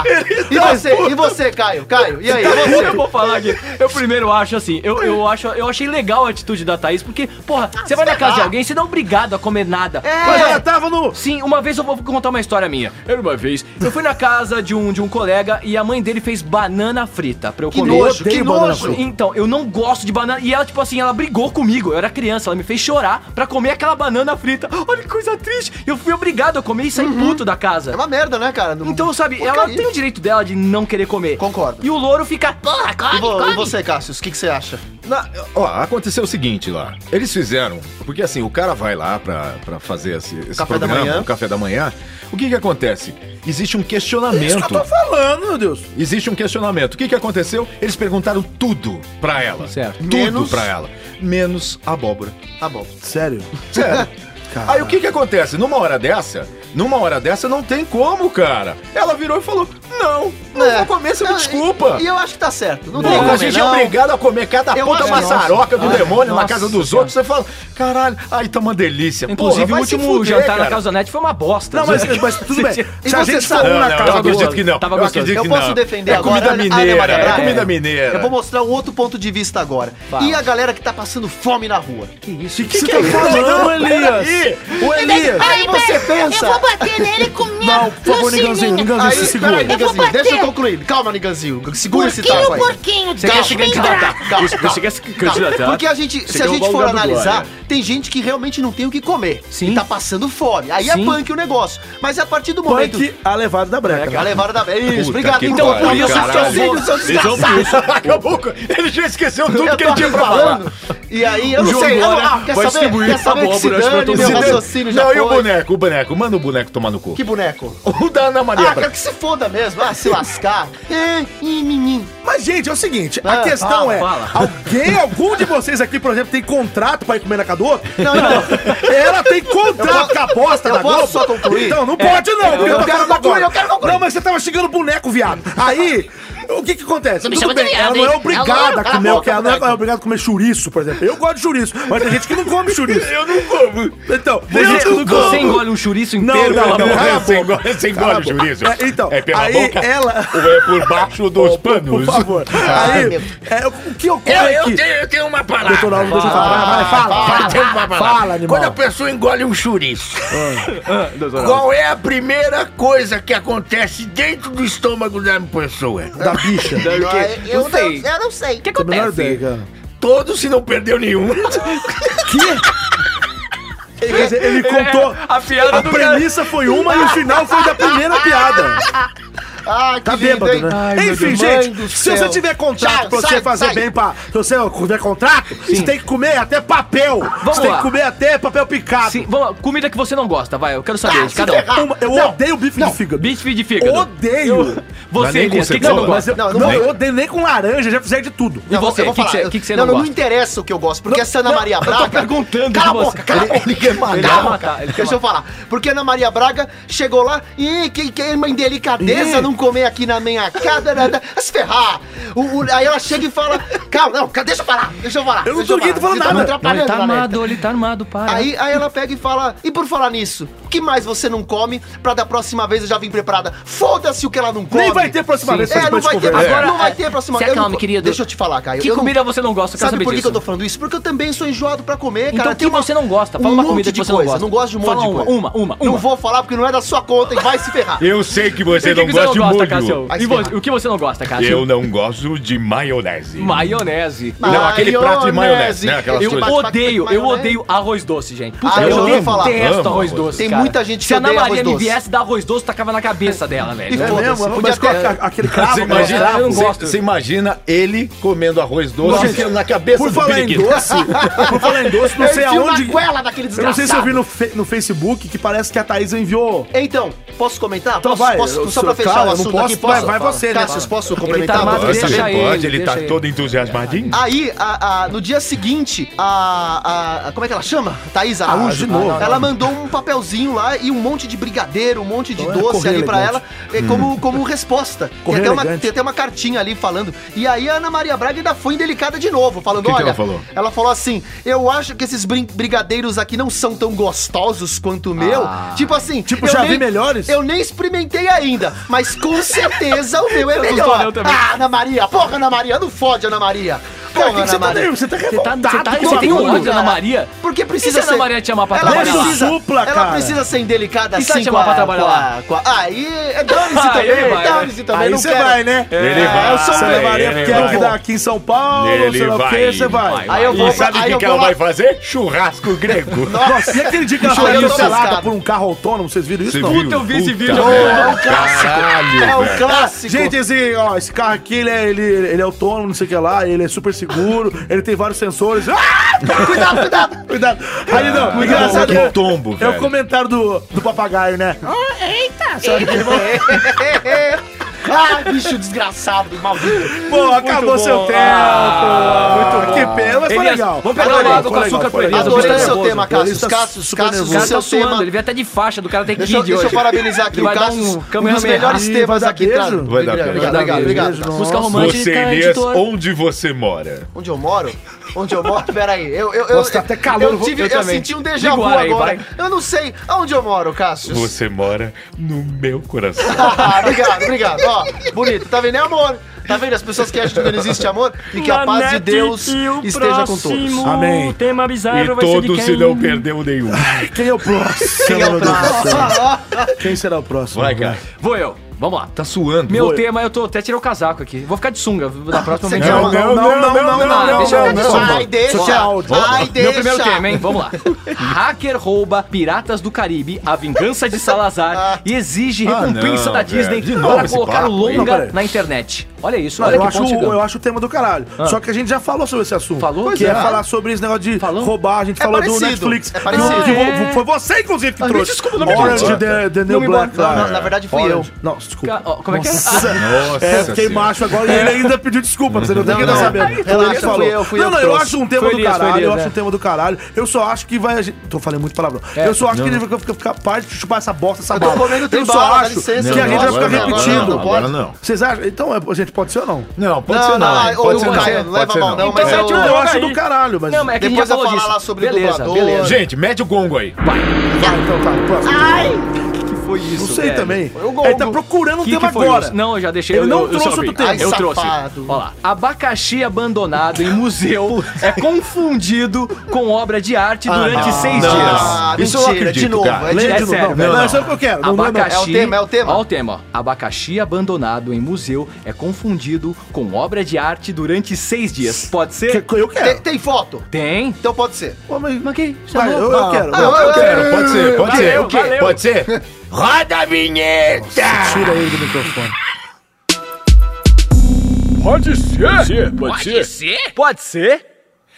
[SPEAKER 1] E você, e você, Caio? Caio, e aí? E
[SPEAKER 2] Isso eu
[SPEAKER 1] você?
[SPEAKER 2] vou falar aqui. Eu primeiro acho assim, eu, eu, acho, eu achei legal a atitude da Thaís, porque, porra,
[SPEAKER 1] Ah,
[SPEAKER 2] você vai na casa de alguém, você não é obrigado a comer nada.
[SPEAKER 1] É.
[SPEAKER 3] Mas ela tava no.
[SPEAKER 2] Sim, uma vez eu vou contar uma história minha. Era uma vez, eu fui na casa de um, de um colega e a mãe dele fez banana frita pra eu comer.
[SPEAKER 3] nojo, que nojo.
[SPEAKER 2] Então, eu não gosto de banana. E ela, tipo assim, ela brigou comigo. Eu era criança, ela me fez chorar pra comer aquela banana frita. Olha que coisa triste. Eu fui obrigado a comer e sair puto da casa.
[SPEAKER 1] É uma merda, né, cara? Não-
[SPEAKER 2] Então, sabe,
[SPEAKER 1] Porcaria.
[SPEAKER 2] ela tem o direito dela de não querer comer.
[SPEAKER 1] Concordo.
[SPEAKER 2] E o louro fica, porra, come,
[SPEAKER 1] E, vo-
[SPEAKER 2] come.
[SPEAKER 1] e você, Cassius, o que, que você acha?
[SPEAKER 7] Na- ó, aconteceu o seguinte lá. Eles fizeram, porque assim, o cara vai lá pra, pra fazer esse, esse
[SPEAKER 1] Café da
[SPEAKER 7] programa,
[SPEAKER 1] manhã.
[SPEAKER 7] o café da manhã. O que que acontece? Existe um
[SPEAKER 3] Isso que eu tô
[SPEAKER 7] questionamento.
[SPEAKER 3] falando, meu Deus.
[SPEAKER 7] Existe um questionamento. O que que aconteceu? Eles perguntaram tudo pra ela.
[SPEAKER 2] Certo.
[SPEAKER 7] Tudo
[SPEAKER 1] Menos-
[SPEAKER 7] pra ela. Menos abóbora.
[SPEAKER 1] Tá bom.
[SPEAKER 3] Sério.
[SPEAKER 7] Sério. Aí o que que acontece? Numa hora dessa, numa hora dessa não tem como, cara. Ela virou e falou: Não, não
[SPEAKER 1] É.
[SPEAKER 7] vou comer, você me
[SPEAKER 1] Ah, e-
[SPEAKER 7] desculpa.
[SPEAKER 1] E, eu acho que tá certo. Não
[SPEAKER 7] Pô,
[SPEAKER 1] tem como,
[SPEAKER 7] a gente é obrigado a comer cada
[SPEAKER 1] Eu
[SPEAKER 7] puta
[SPEAKER 1] acho-
[SPEAKER 7] maçaroca do demônio na
[SPEAKER 2] nossa,
[SPEAKER 7] casa dos outros. Você fala, caralho, aí tá uma delícia.
[SPEAKER 2] Inclusive,
[SPEAKER 7] Porra,
[SPEAKER 2] o
[SPEAKER 7] vai se
[SPEAKER 2] último
[SPEAKER 7] fuder,
[SPEAKER 2] jantar na
[SPEAKER 7] cara.
[SPEAKER 2] casa da net foi uma bosta.
[SPEAKER 3] Não, mas,
[SPEAKER 2] Zé.
[SPEAKER 3] mas tudo bem.
[SPEAKER 1] E
[SPEAKER 3] Se a
[SPEAKER 1] você
[SPEAKER 3] gente for
[SPEAKER 1] sabe-
[SPEAKER 7] Não,
[SPEAKER 3] na
[SPEAKER 7] não, eu
[SPEAKER 3] casa do
[SPEAKER 7] acredito que não.
[SPEAKER 2] Tava
[SPEAKER 7] eu
[SPEAKER 2] gostoso.
[SPEAKER 7] acredito
[SPEAKER 1] Eu
[SPEAKER 7] que
[SPEAKER 1] posso
[SPEAKER 7] não.
[SPEAKER 1] defender
[SPEAKER 7] é
[SPEAKER 1] agora
[SPEAKER 7] Comida
[SPEAKER 1] a- a Ana
[SPEAKER 7] mineira,
[SPEAKER 1] Maria
[SPEAKER 7] é
[SPEAKER 1] Braga.
[SPEAKER 7] comida mineira.
[SPEAKER 1] Eu vou mostrar um outro ponto de vista agora. E a galera que tá passando fome na rua?
[SPEAKER 3] que, que, que tá falando, Elias? O Elias.
[SPEAKER 1] Aí você pensa.
[SPEAKER 8] Eu vou bater nele com minha
[SPEAKER 3] Não, por favor, Niganzinho,
[SPEAKER 8] Lucininha.
[SPEAKER 3] Niganzinho, se segura.
[SPEAKER 8] Eu vou
[SPEAKER 1] Niganzinho, deixa eu um
[SPEAKER 8] bater.
[SPEAKER 1] concluir. Calma, Niganzinho. Segura esse
[SPEAKER 8] Porquinho,
[SPEAKER 1] taco aí.
[SPEAKER 8] porquinho,
[SPEAKER 2] Você quer
[SPEAKER 8] deixa
[SPEAKER 2] se
[SPEAKER 8] eu
[SPEAKER 1] tá?
[SPEAKER 8] entrar.
[SPEAKER 2] candidatar? Você quer se candidatar?
[SPEAKER 1] Porque a gente,
[SPEAKER 2] Você
[SPEAKER 1] se a
[SPEAKER 2] quer
[SPEAKER 1] gente
[SPEAKER 2] roubar o
[SPEAKER 1] for
[SPEAKER 2] lugar do
[SPEAKER 1] analisar,
[SPEAKER 2] Glória.
[SPEAKER 1] tem gente que realmente não tem o que comer.
[SPEAKER 2] Sim.
[SPEAKER 1] E tá passando fome. Aí é
[SPEAKER 2] Sim.
[SPEAKER 1] punk o negócio. Mas é a partir do momento.
[SPEAKER 3] Punk a levada da breca.
[SPEAKER 1] A levada da. Isso,
[SPEAKER 7] Puta
[SPEAKER 1] obrigado.
[SPEAKER 7] que
[SPEAKER 1] Então,
[SPEAKER 7] pariu,
[SPEAKER 1] por isso que eu
[SPEAKER 7] caralho.
[SPEAKER 1] sei que sou desgraçado.
[SPEAKER 7] Acabou. com- Ele já esqueceu tudo
[SPEAKER 1] Eu
[SPEAKER 7] que ele
[SPEAKER 1] tô
[SPEAKER 7] tinha pra falar.
[SPEAKER 1] falando. E aí, eu não
[SPEAKER 7] João
[SPEAKER 1] sei. eu não-
[SPEAKER 7] Dória
[SPEAKER 1] Ah, quer
[SPEAKER 7] vai
[SPEAKER 1] saber?
[SPEAKER 7] distribuir
[SPEAKER 1] Quer saber que se
[SPEAKER 2] abóboras pra
[SPEAKER 1] dane,
[SPEAKER 2] todo
[SPEAKER 1] meu
[SPEAKER 2] mundo.
[SPEAKER 1] raciocínio já
[SPEAKER 7] Não, e o
[SPEAKER 1] foi.
[SPEAKER 7] boneco? O boneco. Manda o boneco tomar no cu.
[SPEAKER 1] Que boneco?
[SPEAKER 7] O da Ana Maria
[SPEAKER 1] Ah,
[SPEAKER 7] Braga.
[SPEAKER 1] cara, que se foda mesmo. Ah, se lascar. É, ih, menino.
[SPEAKER 3] Mas, gente, é o seguinte,
[SPEAKER 1] Ah,
[SPEAKER 3] a questão
[SPEAKER 1] fala,
[SPEAKER 3] é,
[SPEAKER 2] fala.
[SPEAKER 3] alguém, algum de vocês aqui, por exemplo, tem contrato pra ir comer na casa do outro?
[SPEAKER 1] Não, não.
[SPEAKER 3] Ela tem contrato com a bosta
[SPEAKER 1] eu
[SPEAKER 3] da
[SPEAKER 1] posso
[SPEAKER 3] Globo?
[SPEAKER 1] só concluir?
[SPEAKER 3] Então, não pode não, porque eu, tô
[SPEAKER 1] quero
[SPEAKER 3] falando
[SPEAKER 1] concluir,
[SPEAKER 3] agora.
[SPEAKER 1] eu quero concluir.
[SPEAKER 3] Não, mas você tava xingando o boneco, viado. Aí, o que que acontece?
[SPEAKER 9] me
[SPEAKER 3] Tudo
[SPEAKER 9] chama de
[SPEAKER 3] bem,
[SPEAKER 9] viado,
[SPEAKER 3] ela não
[SPEAKER 9] hein?
[SPEAKER 3] é
[SPEAKER 9] Alô,
[SPEAKER 3] obrigada a
[SPEAKER 9] cala a
[SPEAKER 3] comer o
[SPEAKER 9] boca,
[SPEAKER 3] que ela não
[SPEAKER 9] boneco.
[SPEAKER 3] é obrigada a comer chouriço, por exemplo. Eu gosto de chouriço, mas tem gente que não come chouriço. Eu não como. Então, tem gente que
[SPEAKER 2] Você,
[SPEAKER 3] não
[SPEAKER 2] você
[SPEAKER 3] come.
[SPEAKER 2] engole um chouriço
[SPEAKER 3] Não,
[SPEAKER 2] inteiro,
[SPEAKER 3] não,
[SPEAKER 2] pelo
[SPEAKER 3] não,
[SPEAKER 2] amor de
[SPEAKER 3] cala a
[SPEAKER 7] Você
[SPEAKER 3] boca.
[SPEAKER 7] engole- Você
[SPEAKER 3] Cala a
[SPEAKER 7] engole,
[SPEAKER 3] boca.
[SPEAKER 7] juízo.
[SPEAKER 3] É, então,
[SPEAKER 7] é pela
[SPEAKER 3] aí
[SPEAKER 7] boca
[SPEAKER 3] ela-
[SPEAKER 7] ou é por baixo dos panos?
[SPEAKER 3] Por favor. Aí, é, o que ocorre
[SPEAKER 4] Eu, eu
[SPEAKER 3] é que...
[SPEAKER 4] tenho, eu tenho uma
[SPEAKER 3] Doutor
[SPEAKER 4] palavra.
[SPEAKER 3] Alves, deixa eu falar. Vai, vai, fala,
[SPEAKER 4] Eu
[SPEAKER 3] fala.
[SPEAKER 4] tenho uma palavra.
[SPEAKER 3] Fala, animal. Ah.
[SPEAKER 4] Quando a pessoa engole um chouriço, qual é a primeira coisa que acontece dentro do estômago da pessoa?
[SPEAKER 3] Da bicha.
[SPEAKER 1] É
[SPEAKER 2] Deus.
[SPEAKER 6] Eu
[SPEAKER 2] Não sei.
[SPEAKER 6] eu não sei. O que
[SPEAKER 3] Tô menor ideia,
[SPEAKER 6] acontece?
[SPEAKER 3] cara.
[SPEAKER 4] Todo se não perdeu nenhum.
[SPEAKER 3] tá Quer dizer,
[SPEAKER 2] é
[SPEAKER 3] ele
[SPEAKER 2] assim.
[SPEAKER 3] contou.
[SPEAKER 2] A piada
[SPEAKER 3] A
[SPEAKER 2] do cara.
[SPEAKER 3] premissa foi uma e o final foi da primeira piada.
[SPEAKER 1] Ah, que
[SPEAKER 3] Tá
[SPEAKER 1] lindo,
[SPEAKER 3] bêbado,
[SPEAKER 1] hein?
[SPEAKER 3] né? Enfim,
[SPEAKER 1] Deus. Mãe
[SPEAKER 3] gente,
[SPEAKER 1] do
[SPEAKER 3] se
[SPEAKER 1] céu.
[SPEAKER 3] você tiver contrato
[SPEAKER 1] Sai,
[SPEAKER 3] pra você
[SPEAKER 1] sai,
[SPEAKER 3] fazer
[SPEAKER 1] sai.
[SPEAKER 3] bem pra. Se você tiver contrato, você tem que comer até papel. você tem
[SPEAKER 2] lá.
[SPEAKER 3] que comer até papel picado.
[SPEAKER 2] Sim, vamos lá, comida que você não gosta, vai. Eu quero saber de
[SPEAKER 3] Se
[SPEAKER 2] cada um.
[SPEAKER 3] ferrar. Uma- eu odeio bife de fígado.
[SPEAKER 2] Bife de fígado.
[SPEAKER 3] Odeio.
[SPEAKER 7] Mas
[SPEAKER 2] Você,
[SPEAKER 7] nem com
[SPEAKER 2] Elias, o que, que você
[SPEAKER 7] cebola.
[SPEAKER 2] não
[SPEAKER 3] Mas
[SPEAKER 2] gosta?
[SPEAKER 3] eu,
[SPEAKER 1] Não,
[SPEAKER 3] não,
[SPEAKER 1] não.
[SPEAKER 3] eu odeio nem com laranja, já fizer de tudo.
[SPEAKER 2] E você,
[SPEAKER 1] eu vou
[SPEAKER 2] o que que
[SPEAKER 1] falar.
[SPEAKER 2] você- o que que você não
[SPEAKER 1] não,
[SPEAKER 2] gosta?
[SPEAKER 1] Não interessa o que eu gosto, porque essa Ana
[SPEAKER 2] não,
[SPEAKER 1] Maria
[SPEAKER 2] eu tô
[SPEAKER 1] Braga...
[SPEAKER 2] perguntando
[SPEAKER 1] Cala a
[SPEAKER 2] de você.
[SPEAKER 1] boca, cala a boca. Ele quer matar.
[SPEAKER 2] quer matar, ele
[SPEAKER 1] Ah,
[SPEAKER 2] quer
[SPEAKER 1] Deixa eu falar. Porque a Ana Maria Braga chegou lá e que, que é uma indelicadeza
[SPEAKER 3] Ih.
[SPEAKER 1] não comer aqui na minha casa, né, né, se ferrar. O- o- aí ela chega e fala, calma, não, ca- deixa eu falar, deixa eu falar.
[SPEAKER 3] Eu não
[SPEAKER 1] deixa
[SPEAKER 3] tô aqui, tô falando
[SPEAKER 1] Você
[SPEAKER 3] nada.
[SPEAKER 1] me
[SPEAKER 2] Não, ele
[SPEAKER 1] atrapalhando,
[SPEAKER 2] tá
[SPEAKER 1] Nanete.
[SPEAKER 2] armado, ele tá armado, para.
[SPEAKER 1] Aí, aí ela pega e fala, e por falar nisso, o que mais você não come pra da próxima vez eu já vim preparada? Foda-se o que ela não come.
[SPEAKER 3] Nem vai ter próxima vez pra
[SPEAKER 1] É, não
[SPEAKER 3] gente
[SPEAKER 1] vai ter,
[SPEAKER 3] conversar.
[SPEAKER 1] agora, não vai
[SPEAKER 2] É.
[SPEAKER 1] ter próxima
[SPEAKER 2] Se
[SPEAKER 1] eu não
[SPEAKER 2] acalme,
[SPEAKER 1] co-
[SPEAKER 2] querido.
[SPEAKER 1] Deixa eu te falar, Caio.
[SPEAKER 2] Que
[SPEAKER 1] eu não-
[SPEAKER 2] comida você não gosta? Eu quero
[SPEAKER 1] Sabe
[SPEAKER 2] saber
[SPEAKER 1] por que, que
[SPEAKER 2] disso.
[SPEAKER 1] eu tô falando isso? Porque eu também sou enjoado pra comer,
[SPEAKER 2] Então,
[SPEAKER 1] cara.
[SPEAKER 2] o
[SPEAKER 1] Tem
[SPEAKER 2] que você não gosta? Fala uma
[SPEAKER 1] Um monte
[SPEAKER 2] comida
[SPEAKER 1] de
[SPEAKER 2] que você não
[SPEAKER 1] coisa.
[SPEAKER 2] goisa.
[SPEAKER 1] Não gosto de um monte
[SPEAKER 2] Fala
[SPEAKER 1] de
[SPEAKER 2] uma,
[SPEAKER 1] coisa.
[SPEAKER 2] uma, uma,
[SPEAKER 1] Não
[SPEAKER 2] uma.
[SPEAKER 1] vou falar porque não é da sua conta e vai se ferrar.
[SPEAKER 7] Eu sei que você
[SPEAKER 2] E
[SPEAKER 7] não
[SPEAKER 2] que
[SPEAKER 7] gosta de molho.
[SPEAKER 2] Cássio?
[SPEAKER 1] Vai
[SPEAKER 2] E
[SPEAKER 1] se
[SPEAKER 2] vo-
[SPEAKER 1] ferrar.
[SPEAKER 2] O que você não gosta,
[SPEAKER 7] Eu
[SPEAKER 2] Cássio?
[SPEAKER 7] não gosto de maionese.
[SPEAKER 2] Maionese.
[SPEAKER 7] Não, aquele prato de maionese, né? Aquelas
[SPEAKER 2] Eu
[SPEAKER 7] Bate, bate,
[SPEAKER 2] odeio, eu odeio arroz doce, gente.
[SPEAKER 1] Puta, Ah, eu já ouvi falar.
[SPEAKER 2] detesto
[SPEAKER 7] Amo
[SPEAKER 2] arroz
[SPEAKER 7] arroz
[SPEAKER 2] doce.
[SPEAKER 7] doce.
[SPEAKER 1] Tem
[SPEAKER 2] cara.
[SPEAKER 1] muita gente que
[SPEAKER 2] Se a Ana
[SPEAKER 1] odeia
[SPEAKER 2] Maria
[SPEAKER 1] arroz
[SPEAKER 2] me
[SPEAKER 1] doce.
[SPEAKER 2] viesse dar arroz doce, tacava na cabeça dela, velho.
[SPEAKER 1] É
[SPEAKER 3] É mesmo?
[SPEAKER 1] podia
[SPEAKER 3] Mas com
[SPEAKER 1] ter-
[SPEAKER 3] a- aquele
[SPEAKER 7] Você
[SPEAKER 3] cravo, né?
[SPEAKER 7] imagina,
[SPEAKER 3] cravo.
[SPEAKER 2] eu não
[SPEAKER 7] você-
[SPEAKER 2] gosto.
[SPEAKER 7] você imagina ele comendo arroz doce
[SPEAKER 3] Nossa.
[SPEAKER 7] enfiando um na cabeça
[SPEAKER 3] Por
[SPEAKER 7] do
[SPEAKER 3] falar em
[SPEAKER 7] periquito.
[SPEAKER 3] doce, por falar em doce, não sei
[SPEAKER 2] é
[SPEAKER 1] Enfio na
[SPEAKER 3] aonde.
[SPEAKER 1] goela daquele
[SPEAKER 3] Eu não sei se eu
[SPEAKER 1] desgraçado.
[SPEAKER 3] vi no, fe- no Facebook que parece que a Thaís enviou.
[SPEAKER 1] Então, posso comentar?
[SPEAKER 3] Então
[SPEAKER 1] posso,
[SPEAKER 3] vai,
[SPEAKER 1] posso-
[SPEAKER 3] eu
[SPEAKER 1] só
[SPEAKER 3] sou-
[SPEAKER 1] pra fechar
[SPEAKER 3] cara,
[SPEAKER 1] o
[SPEAKER 3] eu não
[SPEAKER 1] assunto
[SPEAKER 3] posso,
[SPEAKER 1] aqui,
[SPEAKER 3] vai-
[SPEAKER 1] posso?
[SPEAKER 3] vai você, né?
[SPEAKER 1] Cássio, posso complementar?
[SPEAKER 2] tá
[SPEAKER 1] agora?
[SPEAKER 2] maluco.
[SPEAKER 7] Nossa, ele
[SPEAKER 2] Deixa
[SPEAKER 7] pode,
[SPEAKER 2] ele,
[SPEAKER 7] ele tá
[SPEAKER 2] deixa ele.
[SPEAKER 7] todo entusiasmadinho.
[SPEAKER 1] Aí, a- a- no dia seguinte, a, a- Como é que ela chama? Thaís Araújo.
[SPEAKER 3] Ah, de novo.
[SPEAKER 1] Ela mandou um papelzinho lá e um monte de brigadeiro, um monte de
[SPEAKER 3] Então é
[SPEAKER 1] doce
[SPEAKER 3] correr
[SPEAKER 1] ali pra ela,
[SPEAKER 3] elegante. Hum.
[SPEAKER 1] eh, como, como resposta. Tem
[SPEAKER 3] Correr
[SPEAKER 1] até, uma,
[SPEAKER 3] elegante.
[SPEAKER 1] tem até uma cartinha ali falando. E aí a Ana Maria Braga ainda foi indelicada de novo, falando:
[SPEAKER 7] Que que
[SPEAKER 1] olha.
[SPEAKER 7] ela falou?
[SPEAKER 1] ela falou assim: eu acho que esses brin- brigadeiros aqui não são tão gostosos quanto o meu. Tipo assim.
[SPEAKER 3] Tipo,
[SPEAKER 1] eu
[SPEAKER 3] já vi melhores?
[SPEAKER 1] Eu nem experimentei ainda, mas com certeza o meu é
[SPEAKER 2] assustou,
[SPEAKER 1] melhor.
[SPEAKER 2] eu também.
[SPEAKER 1] Ah, Ana Maria, porra, Ana Maria, não fode, Ana Maria.
[SPEAKER 3] Cara, o
[SPEAKER 1] Porra,
[SPEAKER 3] que que
[SPEAKER 1] Ana
[SPEAKER 3] você tá
[SPEAKER 1] Maria.
[SPEAKER 3] nervoso? Você tá
[SPEAKER 2] Você tá,
[SPEAKER 3] revoltado
[SPEAKER 2] você tá,
[SPEAKER 3] com
[SPEAKER 2] você tem
[SPEAKER 3] o
[SPEAKER 2] ódio
[SPEAKER 3] bagulho.
[SPEAKER 2] da Ana Maria?
[SPEAKER 1] Porque precisa
[SPEAKER 2] E se a
[SPEAKER 1] ser.
[SPEAKER 2] Ana Maria te amar pra
[SPEAKER 1] ela
[SPEAKER 2] trabalhar?
[SPEAKER 1] precisa,
[SPEAKER 3] Supla,
[SPEAKER 1] ela
[SPEAKER 3] cara.
[SPEAKER 1] precisa ser indelicada
[SPEAKER 2] E se
[SPEAKER 1] assim
[SPEAKER 2] ela te
[SPEAKER 1] com a,
[SPEAKER 2] chamar pra trabalhar
[SPEAKER 1] com a-
[SPEAKER 2] lá?
[SPEAKER 1] com a- Aí, é, dane-se
[SPEAKER 2] Aí ele
[SPEAKER 1] também,
[SPEAKER 2] vai,
[SPEAKER 1] dane-se também.
[SPEAKER 3] Aí
[SPEAKER 1] não
[SPEAKER 3] você
[SPEAKER 1] quero.
[SPEAKER 3] vai, né?
[SPEAKER 7] Ele
[SPEAKER 1] Ah,
[SPEAKER 7] vai.
[SPEAKER 1] eu sou
[SPEAKER 3] Você
[SPEAKER 7] ele
[SPEAKER 3] levaria porque é o
[SPEAKER 7] vai.
[SPEAKER 3] que dá aqui em São Paulo,
[SPEAKER 7] Ele
[SPEAKER 3] sei lá o
[SPEAKER 7] vai.
[SPEAKER 3] que, você vai.
[SPEAKER 1] Aí eu vou
[SPEAKER 7] E sabe o
[SPEAKER 1] aí
[SPEAKER 7] que,
[SPEAKER 1] eu
[SPEAKER 7] que
[SPEAKER 1] vou
[SPEAKER 7] ela
[SPEAKER 1] lá-
[SPEAKER 7] vai fazer? Churrasco grego.
[SPEAKER 3] Nossa, e aquele dia que ela
[SPEAKER 1] Juro,
[SPEAKER 3] foi
[SPEAKER 1] eu tô
[SPEAKER 3] cancelada
[SPEAKER 1] lascado.
[SPEAKER 3] por um carro autônomo, vocês viram isso?
[SPEAKER 7] Você
[SPEAKER 3] não? Ah,
[SPEAKER 7] viu?
[SPEAKER 2] Puta, eu vi esse
[SPEAKER 7] Puta
[SPEAKER 2] vídeo.
[SPEAKER 7] merda.
[SPEAKER 1] É um clássico.
[SPEAKER 7] Caralho,
[SPEAKER 1] É um
[SPEAKER 7] velho.
[SPEAKER 1] clássico.
[SPEAKER 3] Gente, esse, ó, esse carro aqui, ele é, ele, ele é autônomo, não sei o que lá, ele é super seguro, ele tem vários sensores. Ah! Cuidado, cuidado, cuidado. Aí, não,
[SPEAKER 7] Ah,
[SPEAKER 3] engraçado
[SPEAKER 7] que
[SPEAKER 3] é,
[SPEAKER 7] tombo,
[SPEAKER 3] é o
[SPEAKER 7] velho.
[SPEAKER 3] comentário do, do papagaio, né?
[SPEAKER 6] Oh, eita!
[SPEAKER 1] ah, bicho desgraçado, maldito.
[SPEAKER 3] Pô, acabou seu tempo. muito que pena, mas foi
[SPEAKER 2] Elias,
[SPEAKER 3] legal.
[SPEAKER 2] vamos pegar
[SPEAKER 3] Foi
[SPEAKER 2] uma
[SPEAKER 3] legal,
[SPEAKER 2] água
[SPEAKER 3] foi
[SPEAKER 2] com
[SPEAKER 3] legal,
[SPEAKER 2] açúcar
[SPEAKER 3] foi
[SPEAKER 2] pra
[SPEAKER 3] legal.
[SPEAKER 2] Elias, eu tô
[SPEAKER 1] Adorei o seu
[SPEAKER 2] nervoso.
[SPEAKER 1] tema,
[SPEAKER 3] Ele
[SPEAKER 1] Cassius.
[SPEAKER 3] tá
[SPEAKER 1] Cassius,
[SPEAKER 3] super
[SPEAKER 1] Cassius,
[SPEAKER 3] nervoso.
[SPEAKER 1] é o
[SPEAKER 2] cara
[SPEAKER 1] seu
[SPEAKER 2] tá suando,
[SPEAKER 1] tema.
[SPEAKER 2] ele devia estar de faixa do cara tem
[SPEAKER 1] Deixa, eu-
[SPEAKER 2] kid
[SPEAKER 1] deixa eu
[SPEAKER 2] hoje.
[SPEAKER 1] parabenizar aqui
[SPEAKER 2] Ele
[SPEAKER 1] o
[SPEAKER 2] vai dar
[SPEAKER 1] Cassius.
[SPEAKER 2] um
[SPEAKER 1] um dos
[SPEAKER 2] Kamehameha.
[SPEAKER 1] melhores
[SPEAKER 3] Ih,
[SPEAKER 1] temas
[SPEAKER 3] vai dar
[SPEAKER 1] aqui.
[SPEAKER 3] beijo?
[SPEAKER 1] trago.
[SPEAKER 7] Vai dar
[SPEAKER 1] Obrigado,
[SPEAKER 7] beijo.
[SPEAKER 2] Vai dar
[SPEAKER 1] obrigado,
[SPEAKER 2] beijo.
[SPEAKER 1] obrigado.
[SPEAKER 3] Beijo,
[SPEAKER 1] Nossa.
[SPEAKER 2] Música romântica,
[SPEAKER 7] Você,
[SPEAKER 2] editora.
[SPEAKER 7] Elias, onde você mora?
[SPEAKER 1] Onde eu moro? Onde eu moro? Peraí, eu, eu, eu,
[SPEAKER 3] Nossa, tá até calor,
[SPEAKER 1] eu,
[SPEAKER 3] eu
[SPEAKER 1] tive,
[SPEAKER 2] vou-
[SPEAKER 1] eu,
[SPEAKER 2] eu também.
[SPEAKER 1] senti um déjà vu
[SPEAKER 2] Liga o ar aí,
[SPEAKER 1] agora.
[SPEAKER 2] vai.
[SPEAKER 1] eu não sei aonde eu moro, Cassius.
[SPEAKER 7] Você mora no meu coração.
[SPEAKER 1] Ah, obrigado, obrigado. Ó, bonito. Tá vendo? É amor. Tá vendo? As pessoas que acham que não existe amor e que a paz de Deus esteja com todos.
[SPEAKER 3] Amém.
[SPEAKER 9] tema
[SPEAKER 7] E
[SPEAKER 9] bizarro
[SPEAKER 7] todos se não perdeu nenhum.
[SPEAKER 3] Quem é o próximo? Quem, é o próximo? Quem será o próximo?
[SPEAKER 7] Vai, cara.
[SPEAKER 2] Vou eu. Vamos lá.
[SPEAKER 7] Tá suando.
[SPEAKER 2] Meu tema, eu tô até tirei o casaco aqui. Vou ficar de sunga da próxima
[SPEAKER 1] Você
[SPEAKER 2] vez.
[SPEAKER 1] quer
[SPEAKER 2] eu-
[SPEAKER 1] uma-
[SPEAKER 3] Não, não, não, não, não,
[SPEAKER 2] Ah,
[SPEAKER 3] não,
[SPEAKER 2] deixa eu
[SPEAKER 3] não,
[SPEAKER 2] ver
[SPEAKER 3] não.
[SPEAKER 2] só.
[SPEAKER 1] Ai, deixa.
[SPEAKER 3] Isso aqui é áudio.
[SPEAKER 1] Ai, deixa.
[SPEAKER 2] Meu primeiro tema, hein? Vamos lá. Hacker rouba Piratas do Caribe, a vingança de Salazar e exige
[SPEAKER 7] Ah,
[SPEAKER 2] recompensa
[SPEAKER 7] não,
[SPEAKER 2] da
[SPEAKER 7] velho.
[SPEAKER 2] Disney
[SPEAKER 7] De novo
[SPEAKER 2] para
[SPEAKER 7] esse
[SPEAKER 2] colocar o
[SPEAKER 7] papo aí.
[SPEAKER 3] Não,
[SPEAKER 2] longa
[SPEAKER 3] peraí.
[SPEAKER 2] na internet. Olha isso,
[SPEAKER 3] Não,
[SPEAKER 2] olha
[SPEAKER 3] eu,
[SPEAKER 2] que
[SPEAKER 3] acho, um,
[SPEAKER 2] ponto chegamos.
[SPEAKER 3] eu acho o tema do caralho. Só que a gente já falou sobre esse assunto.
[SPEAKER 2] Falou?
[SPEAKER 3] Que
[SPEAKER 2] Pois
[SPEAKER 3] é,
[SPEAKER 2] é.
[SPEAKER 3] falar sobre esse negócio de
[SPEAKER 2] Falou.
[SPEAKER 3] roubar. A gente
[SPEAKER 1] É
[SPEAKER 3] falou do
[SPEAKER 1] parecido,
[SPEAKER 3] Netflix.
[SPEAKER 1] é parecido.
[SPEAKER 3] Não, que vo-
[SPEAKER 2] É.
[SPEAKER 3] foi você, inclusive, que
[SPEAKER 1] me
[SPEAKER 3] trouxe.
[SPEAKER 1] desculpa, não me
[SPEAKER 3] Orange
[SPEAKER 7] importa.
[SPEAKER 3] the, the New
[SPEAKER 1] me
[SPEAKER 3] Black.
[SPEAKER 1] importa. Não,
[SPEAKER 3] lá.
[SPEAKER 1] não, na verdade fui
[SPEAKER 3] Orange.
[SPEAKER 1] eu.
[SPEAKER 3] Não, desculpa.
[SPEAKER 2] Ca- ó, como é que é?
[SPEAKER 7] Nossa
[SPEAKER 3] É, fiquei
[SPEAKER 7] senhora.
[SPEAKER 3] macho agora e ele ainda pediu desculpa, você não tem
[SPEAKER 1] Não,
[SPEAKER 3] que dar
[SPEAKER 1] não.
[SPEAKER 3] sabendo.
[SPEAKER 1] Relaxa,
[SPEAKER 3] Então ele
[SPEAKER 1] fui
[SPEAKER 3] falou.
[SPEAKER 1] eu, fui
[SPEAKER 3] não,
[SPEAKER 1] eu
[SPEAKER 3] não,
[SPEAKER 1] que
[SPEAKER 3] eu
[SPEAKER 1] trouxe.
[SPEAKER 3] acho um tema
[SPEAKER 2] Foi
[SPEAKER 3] do
[SPEAKER 2] Elias, foi
[SPEAKER 3] caralho, eu
[SPEAKER 2] Elias,
[SPEAKER 3] acho um
[SPEAKER 2] é.
[SPEAKER 3] tema do caralho. Eu só acho que vai... a gente- Tô falando muito palavrão. eu só acho que ele vai ficar- ficar parte de chupar tipo, essa bosta, essa
[SPEAKER 1] Eu tô
[SPEAKER 3] bala.
[SPEAKER 1] comendo
[SPEAKER 3] eu
[SPEAKER 1] tribala,
[SPEAKER 3] só
[SPEAKER 1] dá
[SPEAKER 3] acho que a
[SPEAKER 1] licença,
[SPEAKER 3] gente
[SPEAKER 1] eu
[SPEAKER 3] vai
[SPEAKER 1] não gosto,
[SPEAKER 3] ficar
[SPEAKER 1] agora não,
[SPEAKER 3] repetindo.
[SPEAKER 7] Agora não.
[SPEAKER 3] Vocês acham? Então, é- gente, pode ser ou não? É,
[SPEAKER 7] Não, pode
[SPEAKER 1] Não,
[SPEAKER 7] ser
[SPEAKER 1] não,
[SPEAKER 7] não.
[SPEAKER 1] ai,
[SPEAKER 7] Pode
[SPEAKER 1] ô,
[SPEAKER 7] ser não.
[SPEAKER 1] Caio, não leva
[SPEAKER 7] Pode ser
[SPEAKER 1] mal, não,
[SPEAKER 7] não.
[SPEAKER 1] mas
[SPEAKER 2] Então,
[SPEAKER 1] eu...
[SPEAKER 2] mete um
[SPEAKER 3] Eu
[SPEAKER 2] joga
[SPEAKER 3] acho
[SPEAKER 2] aí.
[SPEAKER 3] do caralho, mas...
[SPEAKER 2] Não, é que a gente já
[SPEAKER 1] Depois eu
[SPEAKER 2] falou
[SPEAKER 1] falar
[SPEAKER 2] disso.
[SPEAKER 1] lá sobre
[SPEAKER 2] beleza,
[SPEAKER 1] dublador.
[SPEAKER 2] beleza.
[SPEAKER 7] Então, Gente, mede o gongo aí.
[SPEAKER 3] Vai, então tá, próximo.
[SPEAKER 2] foi isso, é
[SPEAKER 3] Não sei também.
[SPEAKER 2] Eu
[SPEAKER 3] Ele tá procurando um
[SPEAKER 2] que
[SPEAKER 3] tema
[SPEAKER 2] que foi
[SPEAKER 3] agora.
[SPEAKER 2] isso? Não, eu já deixei.
[SPEAKER 3] Ele não
[SPEAKER 2] eu, eu
[SPEAKER 3] trouxe
[SPEAKER 2] só abri.
[SPEAKER 3] outro tema.
[SPEAKER 1] Ai,
[SPEAKER 2] eu
[SPEAKER 1] safado.
[SPEAKER 2] trouxe. Olha lá. Abacaxi abandonado em museu é confundido com obra de arte durante seis
[SPEAKER 7] não.
[SPEAKER 2] dias.
[SPEAKER 1] Ah,
[SPEAKER 7] Isso eu não
[SPEAKER 1] mentira, de
[SPEAKER 7] acredito,
[SPEAKER 1] novo.
[SPEAKER 7] cara.
[SPEAKER 1] É de
[SPEAKER 3] Lê de
[SPEAKER 2] É
[SPEAKER 3] novo.
[SPEAKER 2] sério,
[SPEAKER 3] não,
[SPEAKER 2] velho.
[SPEAKER 3] não, isso é o que eu quero. Não, não, não.
[SPEAKER 2] Abacaxi.
[SPEAKER 1] É o tema, é o tema.
[SPEAKER 2] Olha o tema. ó. Abacaxi abandonado em museu é confundido com obra de arte durante seis dias. Pode ser?
[SPEAKER 3] Que- Eu
[SPEAKER 1] Tem,
[SPEAKER 3] quero.
[SPEAKER 1] tem foto?
[SPEAKER 2] Tem.
[SPEAKER 1] Então pode ser.
[SPEAKER 3] Pô, mas-
[SPEAKER 2] Mas que isso é
[SPEAKER 3] Vai, eu,
[SPEAKER 2] louco.
[SPEAKER 3] eu quero.
[SPEAKER 1] Ah,
[SPEAKER 3] eu-
[SPEAKER 1] eu- eu-
[SPEAKER 7] Pera, pode ser, pode ser.
[SPEAKER 2] Valeu,
[SPEAKER 7] O quê?
[SPEAKER 2] valeu.
[SPEAKER 7] Pode ser? Roda a vinheta!
[SPEAKER 3] Tira aí do microfone.
[SPEAKER 4] Pode ser, pode ser.
[SPEAKER 2] Pode ser?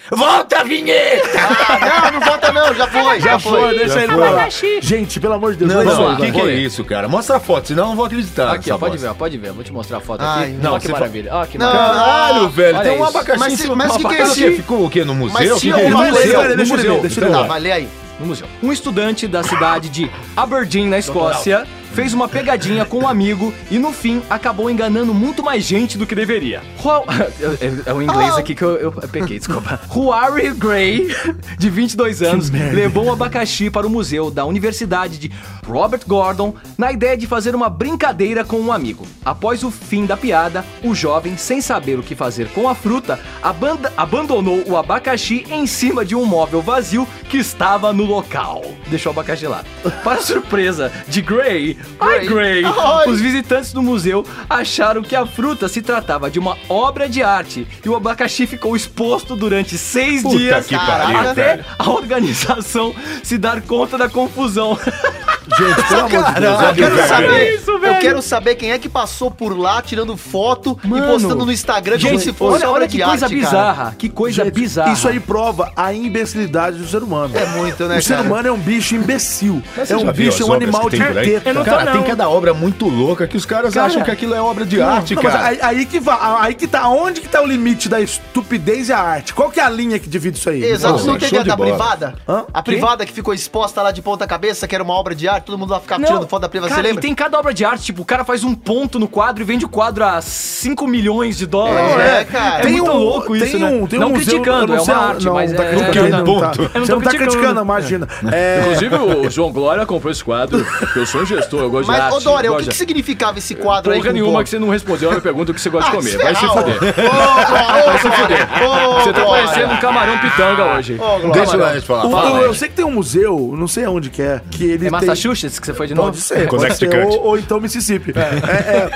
[SPEAKER 7] Volta a vinheta!
[SPEAKER 1] Ah, não, não volta não, já foi. Já, foi.
[SPEAKER 3] Deixa ele lá. Gente, pelo amor de Deus,
[SPEAKER 7] Não,
[SPEAKER 3] deixa
[SPEAKER 7] não,
[SPEAKER 3] ele
[SPEAKER 7] o que,
[SPEAKER 3] lá.
[SPEAKER 7] que é isso, cara? Mostra a foto, senão eu não vou acreditar.
[SPEAKER 2] Aqui, ó,
[SPEAKER 7] nessa
[SPEAKER 2] pode ver,
[SPEAKER 7] bosta.
[SPEAKER 2] ó, pode ver. Vou te mostrar a foto
[SPEAKER 1] Ai,
[SPEAKER 2] aqui.
[SPEAKER 1] não,
[SPEAKER 2] Olha que
[SPEAKER 7] você fa-
[SPEAKER 2] maravilha. Ó, que
[SPEAKER 1] Não,
[SPEAKER 2] maravilha.
[SPEAKER 7] Caralho, velho,
[SPEAKER 2] Olha
[SPEAKER 7] tem um
[SPEAKER 2] isso.
[SPEAKER 7] abacaxi.
[SPEAKER 1] Mas
[SPEAKER 7] em
[SPEAKER 1] se-
[SPEAKER 7] cima.
[SPEAKER 1] mas que que é
[SPEAKER 7] Abacaxi
[SPEAKER 1] isso?
[SPEAKER 7] Ficou o quê? No museu?
[SPEAKER 1] Mas tinha
[SPEAKER 7] Que que
[SPEAKER 1] um
[SPEAKER 7] é isso?
[SPEAKER 1] vai
[SPEAKER 3] Deixa
[SPEAKER 1] ler,
[SPEAKER 3] ele, deixa ele ler, deixa ele
[SPEAKER 1] Tá,
[SPEAKER 3] ler.
[SPEAKER 1] mas lê aí.
[SPEAKER 2] no museu. Um estudante da cidade de Aberdeen, na Escócia, fez uma pegadinha com um amigo e, no fim, acabou enganando muito mais gente do que deveria. Hua- É, é o inglês aqui que eu, eu peguei, desculpa. Huari Gray, de 22 anos, levou um abacaxi para o museu da Universidade de Robert Gordon na ideia de fazer uma brincadeira com um amigo. Após o fim da piada, o jovem, sem saber o que fazer com a fruta, abanda- abandonou o abacaxi em cima de um móvel vazio que estava no local. Deixou o abacaxi lá. Para surpresa de Gray, ai Gray, os visitantes do museu acharam que a fruta se tratava de uma obra de arte e o abacaxi ficou exposto durante seis
[SPEAKER 7] Puta
[SPEAKER 2] dias
[SPEAKER 7] que pariu,
[SPEAKER 2] até
[SPEAKER 7] velho.
[SPEAKER 2] a organização se dar conta da confusão.
[SPEAKER 3] Gente, pelo amor de
[SPEAKER 2] é
[SPEAKER 3] Deus.
[SPEAKER 1] Caralho, eu quero
[SPEAKER 7] velho.
[SPEAKER 1] saber.
[SPEAKER 2] Olha isso,
[SPEAKER 1] eu
[SPEAKER 2] velho.
[SPEAKER 1] quero saber quem é que passou por lá tirando foto e
[SPEAKER 2] Mano.
[SPEAKER 1] postando no Instagram como se fosse
[SPEAKER 2] olha,
[SPEAKER 1] obra
[SPEAKER 2] olha
[SPEAKER 1] de
[SPEAKER 2] que coisa
[SPEAKER 1] arte, cara.
[SPEAKER 2] bizarra, que coisa bizarra.
[SPEAKER 3] Isso aí prova a imbecilidade do ser humano.
[SPEAKER 1] É muito, né,
[SPEAKER 3] O ser
[SPEAKER 1] cara?
[SPEAKER 3] humano é um bicho imbecil.
[SPEAKER 7] Mas
[SPEAKER 3] É
[SPEAKER 7] você já
[SPEAKER 3] um
[SPEAKER 7] viu
[SPEAKER 3] bicho, é
[SPEAKER 7] as
[SPEAKER 3] um
[SPEAKER 7] obras
[SPEAKER 3] animal
[SPEAKER 7] que
[SPEAKER 3] de
[SPEAKER 7] tem por aí? É
[SPEAKER 3] teta.
[SPEAKER 7] cara, tem cada obra muito louca que os caras acham que aquilo é obra de arte,
[SPEAKER 3] Não, mas
[SPEAKER 7] cara.
[SPEAKER 3] aí, aí que va- aí que tá, onde que tá o limite da estupidez e a arte? Qual que é a linha que divide isso aí?
[SPEAKER 1] Exato,
[SPEAKER 7] Pô,
[SPEAKER 1] não
[SPEAKER 7] show
[SPEAKER 1] teve a
[SPEAKER 7] de
[SPEAKER 1] da
[SPEAKER 7] bola.
[SPEAKER 1] privada?
[SPEAKER 3] Hã?
[SPEAKER 1] A
[SPEAKER 3] Quê?
[SPEAKER 1] privada que ficou exposta lá de ponta cabeça, que era uma obra de lugar, todo mundo lá ficava tá tirando foto da priva,
[SPEAKER 2] cara,
[SPEAKER 1] você
[SPEAKER 2] E
[SPEAKER 1] lembra?
[SPEAKER 2] tem cada obra de arte, tipo, o cara faz um ponto no quadro e vende o quadro a 5 milhões de dólares.
[SPEAKER 1] É, é, cara.
[SPEAKER 2] É
[SPEAKER 1] Tem
[SPEAKER 2] muito louco isso,
[SPEAKER 3] tem
[SPEAKER 2] né?
[SPEAKER 3] um, tem
[SPEAKER 2] não
[SPEAKER 3] um museu-
[SPEAKER 2] criticando,
[SPEAKER 3] eu
[SPEAKER 2] é
[SPEAKER 3] sei-
[SPEAKER 2] uma arte,
[SPEAKER 3] não,
[SPEAKER 2] mas
[SPEAKER 3] tá
[SPEAKER 2] é...
[SPEAKER 3] criticando,
[SPEAKER 2] não
[SPEAKER 3] ponto.
[SPEAKER 2] tá- eu não
[SPEAKER 3] Você
[SPEAKER 2] tô
[SPEAKER 3] não tá criticando,
[SPEAKER 2] criticando.
[SPEAKER 3] imagina. É,
[SPEAKER 4] Inclusive, o João Glória comprou esse quadro, porque eu sou um gestor, eu gosto de
[SPEAKER 1] Mas,
[SPEAKER 4] arte.
[SPEAKER 1] ô Dória, o que,
[SPEAKER 4] gosto de-
[SPEAKER 1] que significava esse quadro aí?
[SPEAKER 4] Porra
[SPEAKER 1] com
[SPEAKER 4] nenhuma
[SPEAKER 1] ponto?
[SPEAKER 4] que você não respondeu a minha pergunta o que você gosta de comer. Vai se
[SPEAKER 1] Ah,
[SPEAKER 4] fuder.
[SPEAKER 1] Ô,
[SPEAKER 4] Vai se fuder.
[SPEAKER 1] Ô,
[SPEAKER 4] Você tá
[SPEAKER 1] Glória.
[SPEAKER 4] parecendo um camarão pitanga hoje.
[SPEAKER 1] Ô, Glória.
[SPEAKER 7] Deixa o Ed falar.
[SPEAKER 3] o-
[SPEAKER 7] Fala,
[SPEAKER 3] eu
[SPEAKER 7] Ed.
[SPEAKER 3] sei que tem um museu, não sei onde que é, que ele
[SPEAKER 2] É
[SPEAKER 3] tem...
[SPEAKER 2] Massachusetts que você foi de novo?
[SPEAKER 3] Pode ser, pode
[SPEAKER 7] Connecticut.
[SPEAKER 3] ser. Ou, ou então Mississippi. É,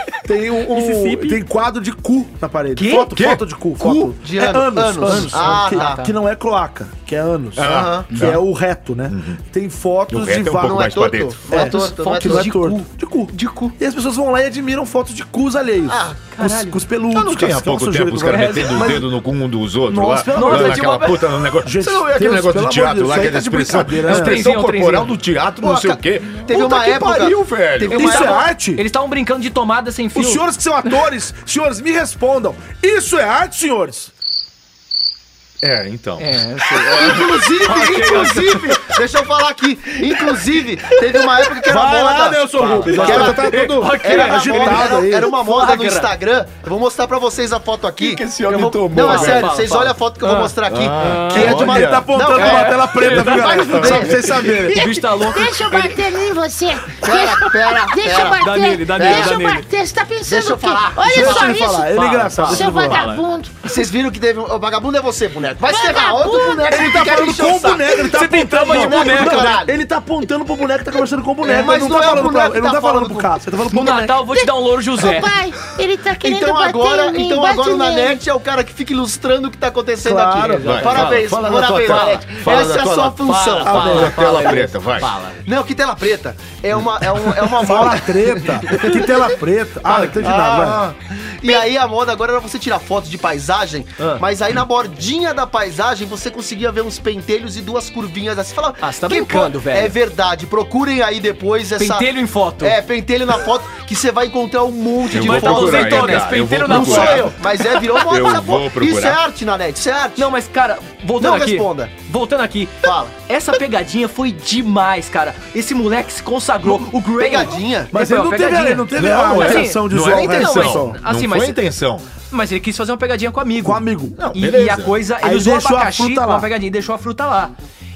[SPEAKER 3] é, tem um, um- Tem quadro de cu na parede. Foto,
[SPEAKER 7] Quê?
[SPEAKER 3] foto de cu. foto.
[SPEAKER 1] De
[SPEAKER 3] é
[SPEAKER 1] ano-
[SPEAKER 3] anos,
[SPEAKER 1] anos.
[SPEAKER 3] anos.
[SPEAKER 1] Ah,
[SPEAKER 3] que,
[SPEAKER 1] tá.
[SPEAKER 3] que não é cloaca, que é anos.
[SPEAKER 7] Ah,
[SPEAKER 1] Aham.
[SPEAKER 3] Que é o reto, né? Tem
[SPEAKER 7] tá. Uhum. O
[SPEAKER 3] fotos
[SPEAKER 7] reto
[SPEAKER 3] de
[SPEAKER 7] é um
[SPEAKER 3] vários.
[SPEAKER 7] pouco
[SPEAKER 1] Não é
[SPEAKER 7] mais pra
[SPEAKER 1] torto?
[SPEAKER 7] dentro.
[SPEAKER 1] Não é
[SPEAKER 3] É,
[SPEAKER 1] torto, não é
[SPEAKER 3] que não é
[SPEAKER 1] torto.
[SPEAKER 3] torto. De cu. De cu. E as pessoas vão lá e admiram fotos de cus alheios.
[SPEAKER 1] Ah,
[SPEAKER 3] caralho. Cus peludos.
[SPEAKER 7] Não tinha
[SPEAKER 3] com
[SPEAKER 7] há
[SPEAKER 3] aquela
[SPEAKER 7] pouco
[SPEAKER 3] sujeira
[SPEAKER 7] tempo os
[SPEAKER 3] que vai-
[SPEAKER 7] caras metendo o
[SPEAKER 3] É, Mas-
[SPEAKER 7] dedo no cu um dos outros
[SPEAKER 3] Nossa,
[SPEAKER 7] lá.
[SPEAKER 3] pelo
[SPEAKER 7] Lá
[SPEAKER 3] amor de Deus,
[SPEAKER 7] naquela puta, no negócio.
[SPEAKER 3] Gente,
[SPEAKER 7] Você não é aquele
[SPEAKER 3] Deus,
[SPEAKER 7] negócio de
[SPEAKER 3] pelo amor de
[SPEAKER 7] teatro
[SPEAKER 3] Deus,
[SPEAKER 7] lá,
[SPEAKER 3] isso
[SPEAKER 7] que
[SPEAKER 3] aí
[SPEAKER 7] é da
[SPEAKER 3] tá de
[SPEAKER 7] expressão.
[SPEAKER 3] brincadeira, né?
[SPEAKER 7] Expressão
[SPEAKER 2] Trenzinho,
[SPEAKER 7] corporal
[SPEAKER 2] trenzinho.
[SPEAKER 7] do teatro,
[SPEAKER 1] Pô,
[SPEAKER 7] não sei o
[SPEAKER 1] cara,
[SPEAKER 7] quê.
[SPEAKER 1] teve
[SPEAKER 7] Puta
[SPEAKER 1] uma
[SPEAKER 7] que
[SPEAKER 1] época-
[SPEAKER 7] pariu, velho.
[SPEAKER 1] Teve uma
[SPEAKER 3] Isso é
[SPEAKER 1] época-
[SPEAKER 3] arte?
[SPEAKER 2] Eles estavam brincando de tomada sem fio.
[SPEAKER 3] Os senhores que são atores, senhores, me respondam. Isso é arte, senhores?
[SPEAKER 7] É, então.
[SPEAKER 2] É, eu sei.
[SPEAKER 1] Inclusive, inclusive, deixa eu falar aqui. Inclusive, teve uma época que era
[SPEAKER 3] Vai
[SPEAKER 1] moda.
[SPEAKER 3] lá, Nelson Rubens.
[SPEAKER 1] Que era-
[SPEAKER 3] Agora tá tudo
[SPEAKER 1] Era, na moda,
[SPEAKER 3] agitado
[SPEAKER 1] era,
[SPEAKER 3] aí.
[SPEAKER 1] era uma moda no
[SPEAKER 2] Flagra.
[SPEAKER 1] Instagram. Eu vou mostrar pra vocês a foto aqui.
[SPEAKER 7] que esse homem
[SPEAKER 1] Eu vou-
[SPEAKER 7] tomou,
[SPEAKER 1] Não, é
[SPEAKER 7] velho?
[SPEAKER 1] sério.
[SPEAKER 2] Fala,
[SPEAKER 1] Vocês
[SPEAKER 2] fala.
[SPEAKER 1] olham a foto que eu vou mostrar aqui. que é de uma...
[SPEAKER 3] Ele tá
[SPEAKER 7] Olha.
[SPEAKER 3] apontando
[SPEAKER 1] Não,
[SPEAKER 3] pra uma
[SPEAKER 1] é-
[SPEAKER 3] tela preta, viu, galera?
[SPEAKER 1] fuder.
[SPEAKER 3] Só pra vocês saberem.
[SPEAKER 2] O bicho tá louco.
[SPEAKER 8] Deixa eu bater em você.
[SPEAKER 1] Pera, pera,
[SPEAKER 8] Deixa eu
[SPEAKER 1] pera.
[SPEAKER 8] bater.
[SPEAKER 2] Dá nele, dá nele,
[SPEAKER 8] deixa
[SPEAKER 2] dá
[SPEAKER 8] eu
[SPEAKER 2] nele.
[SPEAKER 8] bater. Você tá pensando
[SPEAKER 1] Deixa eu
[SPEAKER 8] o quê?
[SPEAKER 1] falar.
[SPEAKER 8] Olha
[SPEAKER 1] Deixa
[SPEAKER 8] só
[SPEAKER 3] eu
[SPEAKER 8] isso.
[SPEAKER 3] falar, ele é engraçado,
[SPEAKER 8] Seu
[SPEAKER 2] deixa eu falar.
[SPEAKER 8] vagabundo.
[SPEAKER 1] Vocês viram que teve... um- O vagabundo é você, boneco. Vai se ferrar.
[SPEAKER 8] Vagabundo.
[SPEAKER 1] Outro boneco.
[SPEAKER 3] Ele tá
[SPEAKER 1] que quer
[SPEAKER 3] falando
[SPEAKER 1] encher o
[SPEAKER 3] com o
[SPEAKER 1] saco.
[SPEAKER 3] boneco, ele tá
[SPEAKER 2] Você tem
[SPEAKER 3] apontando-
[SPEAKER 2] trama de
[SPEAKER 3] Não,
[SPEAKER 2] boneco,
[SPEAKER 3] não,
[SPEAKER 1] caralho.
[SPEAKER 3] Ele tá apontando pro boneco que tá conversando com o boneco.
[SPEAKER 1] mas
[SPEAKER 3] ele
[SPEAKER 1] não é o
[SPEAKER 3] falando
[SPEAKER 1] boneco
[SPEAKER 3] pra- Ele
[SPEAKER 1] que
[SPEAKER 3] não
[SPEAKER 1] tá
[SPEAKER 3] tá falando
[SPEAKER 1] falando
[SPEAKER 3] pro cara, você tá falando pro
[SPEAKER 2] No
[SPEAKER 1] é?
[SPEAKER 3] boneco.
[SPEAKER 2] Natal eu vou te dar um louro José.
[SPEAKER 8] Ô, pai, ele tá querendo
[SPEAKER 1] Então
[SPEAKER 8] bater
[SPEAKER 1] agora,
[SPEAKER 8] em mim.
[SPEAKER 1] então
[SPEAKER 8] bate
[SPEAKER 1] agora o
[SPEAKER 8] nele.
[SPEAKER 1] Nanete é o cara que fica ilustrando o que tá acontecendo
[SPEAKER 3] Claro,
[SPEAKER 1] aqui.
[SPEAKER 7] vai,
[SPEAKER 1] parabéns,
[SPEAKER 7] fala, fala da
[SPEAKER 1] parabéns,
[SPEAKER 7] tua tela.
[SPEAKER 1] Nanete.
[SPEAKER 7] Fala
[SPEAKER 1] Essa
[SPEAKER 7] da
[SPEAKER 1] é a
[SPEAKER 7] tua
[SPEAKER 1] sua
[SPEAKER 7] tela.
[SPEAKER 1] função.
[SPEAKER 7] Fala, tela preta, vai.
[SPEAKER 1] Não, que tela preta. É uma, é um, é uma
[SPEAKER 3] Fala
[SPEAKER 1] moda.
[SPEAKER 3] treta. Que tela preta. Ah, não entendi nada, vai.
[SPEAKER 1] Ah, e aí a moda agora era você tirar foto de paisagem,
[SPEAKER 7] Ah.
[SPEAKER 1] mas aí na bordinha da paisagem você conseguia ver uns pentelhos e duas curvinhas assim. Fala,
[SPEAKER 2] Ah, você tá
[SPEAKER 1] que
[SPEAKER 2] brincando,
[SPEAKER 1] po-
[SPEAKER 2] velho.
[SPEAKER 1] É verdade, procurem aí depois essa...
[SPEAKER 2] Pentelho em foto.
[SPEAKER 1] É, pentelho na foto, que você vai encontrar um monte de
[SPEAKER 7] vou
[SPEAKER 2] Mas tá
[SPEAKER 1] fotos. Então,
[SPEAKER 7] procurar,
[SPEAKER 2] você
[SPEAKER 7] hein,
[SPEAKER 2] todas,
[SPEAKER 7] cara, eu vou
[SPEAKER 2] penteiro na
[SPEAKER 1] Não sou
[SPEAKER 7] procurar.
[SPEAKER 1] eu, mas é, virou moda
[SPEAKER 7] Eu
[SPEAKER 1] essa
[SPEAKER 7] vou
[SPEAKER 1] porra.
[SPEAKER 7] procurar.
[SPEAKER 1] Isso é arte, Nanete, isso é arte.
[SPEAKER 2] Não, mas cara, voltando
[SPEAKER 1] Não
[SPEAKER 2] aqui.
[SPEAKER 1] responda.
[SPEAKER 2] Voltando aqui.
[SPEAKER 1] Fala.
[SPEAKER 2] Essa pegadinha foi demais, cara. Esse moleque se consagrou. O Gray.
[SPEAKER 1] Pegadinha?
[SPEAKER 3] Mas
[SPEAKER 2] Ele foi
[SPEAKER 3] ele não
[SPEAKER 2] uma
[SPEAKER 3] teve,
[SPEAKER 2] pegadinha.
[SPEAKER 3] ele não teve
[SPEAKER 7] Não,
[SPEAKER 3] a
[SPEAKER 7] mas assim,
[SPEAKER 3] intenção de
[SPEAKER 7] não
[SPEAKER 3] usar
[SPEAKER 7] é
[SPEAKER 3] o resto.
[SPEAKER 2] intenção,
[SPEAKER 3] só.
[SPEAKER 7] Não
[SPEAKER 2] Assim,
[SPEAKER 7] foi
[SPEAKER 2] mas-
[SPEAKER 7] a intenção.
[SPEAKER 2] Mas ele quis fazer uma pegadinha com amigo.
[SPEAKER 3] Com amigo.
[SPEAKER 7] Não,
[SPEAKER 2] E,
[SPEAKER 7] beleza.
[SPEAKER 2] e a coisa, ele
[SPEAKER 3] Aí
[SPEAKER 2] usou
[SPEAKER 3] deixou a
[SPEAKER 2] abacaxi
[SPEAKER 3] fruta
[SPEAKER 2] com
[SPEAKER 3] lá.
[SPEAKER 2] uma pegadinha e deixou a fruta lá.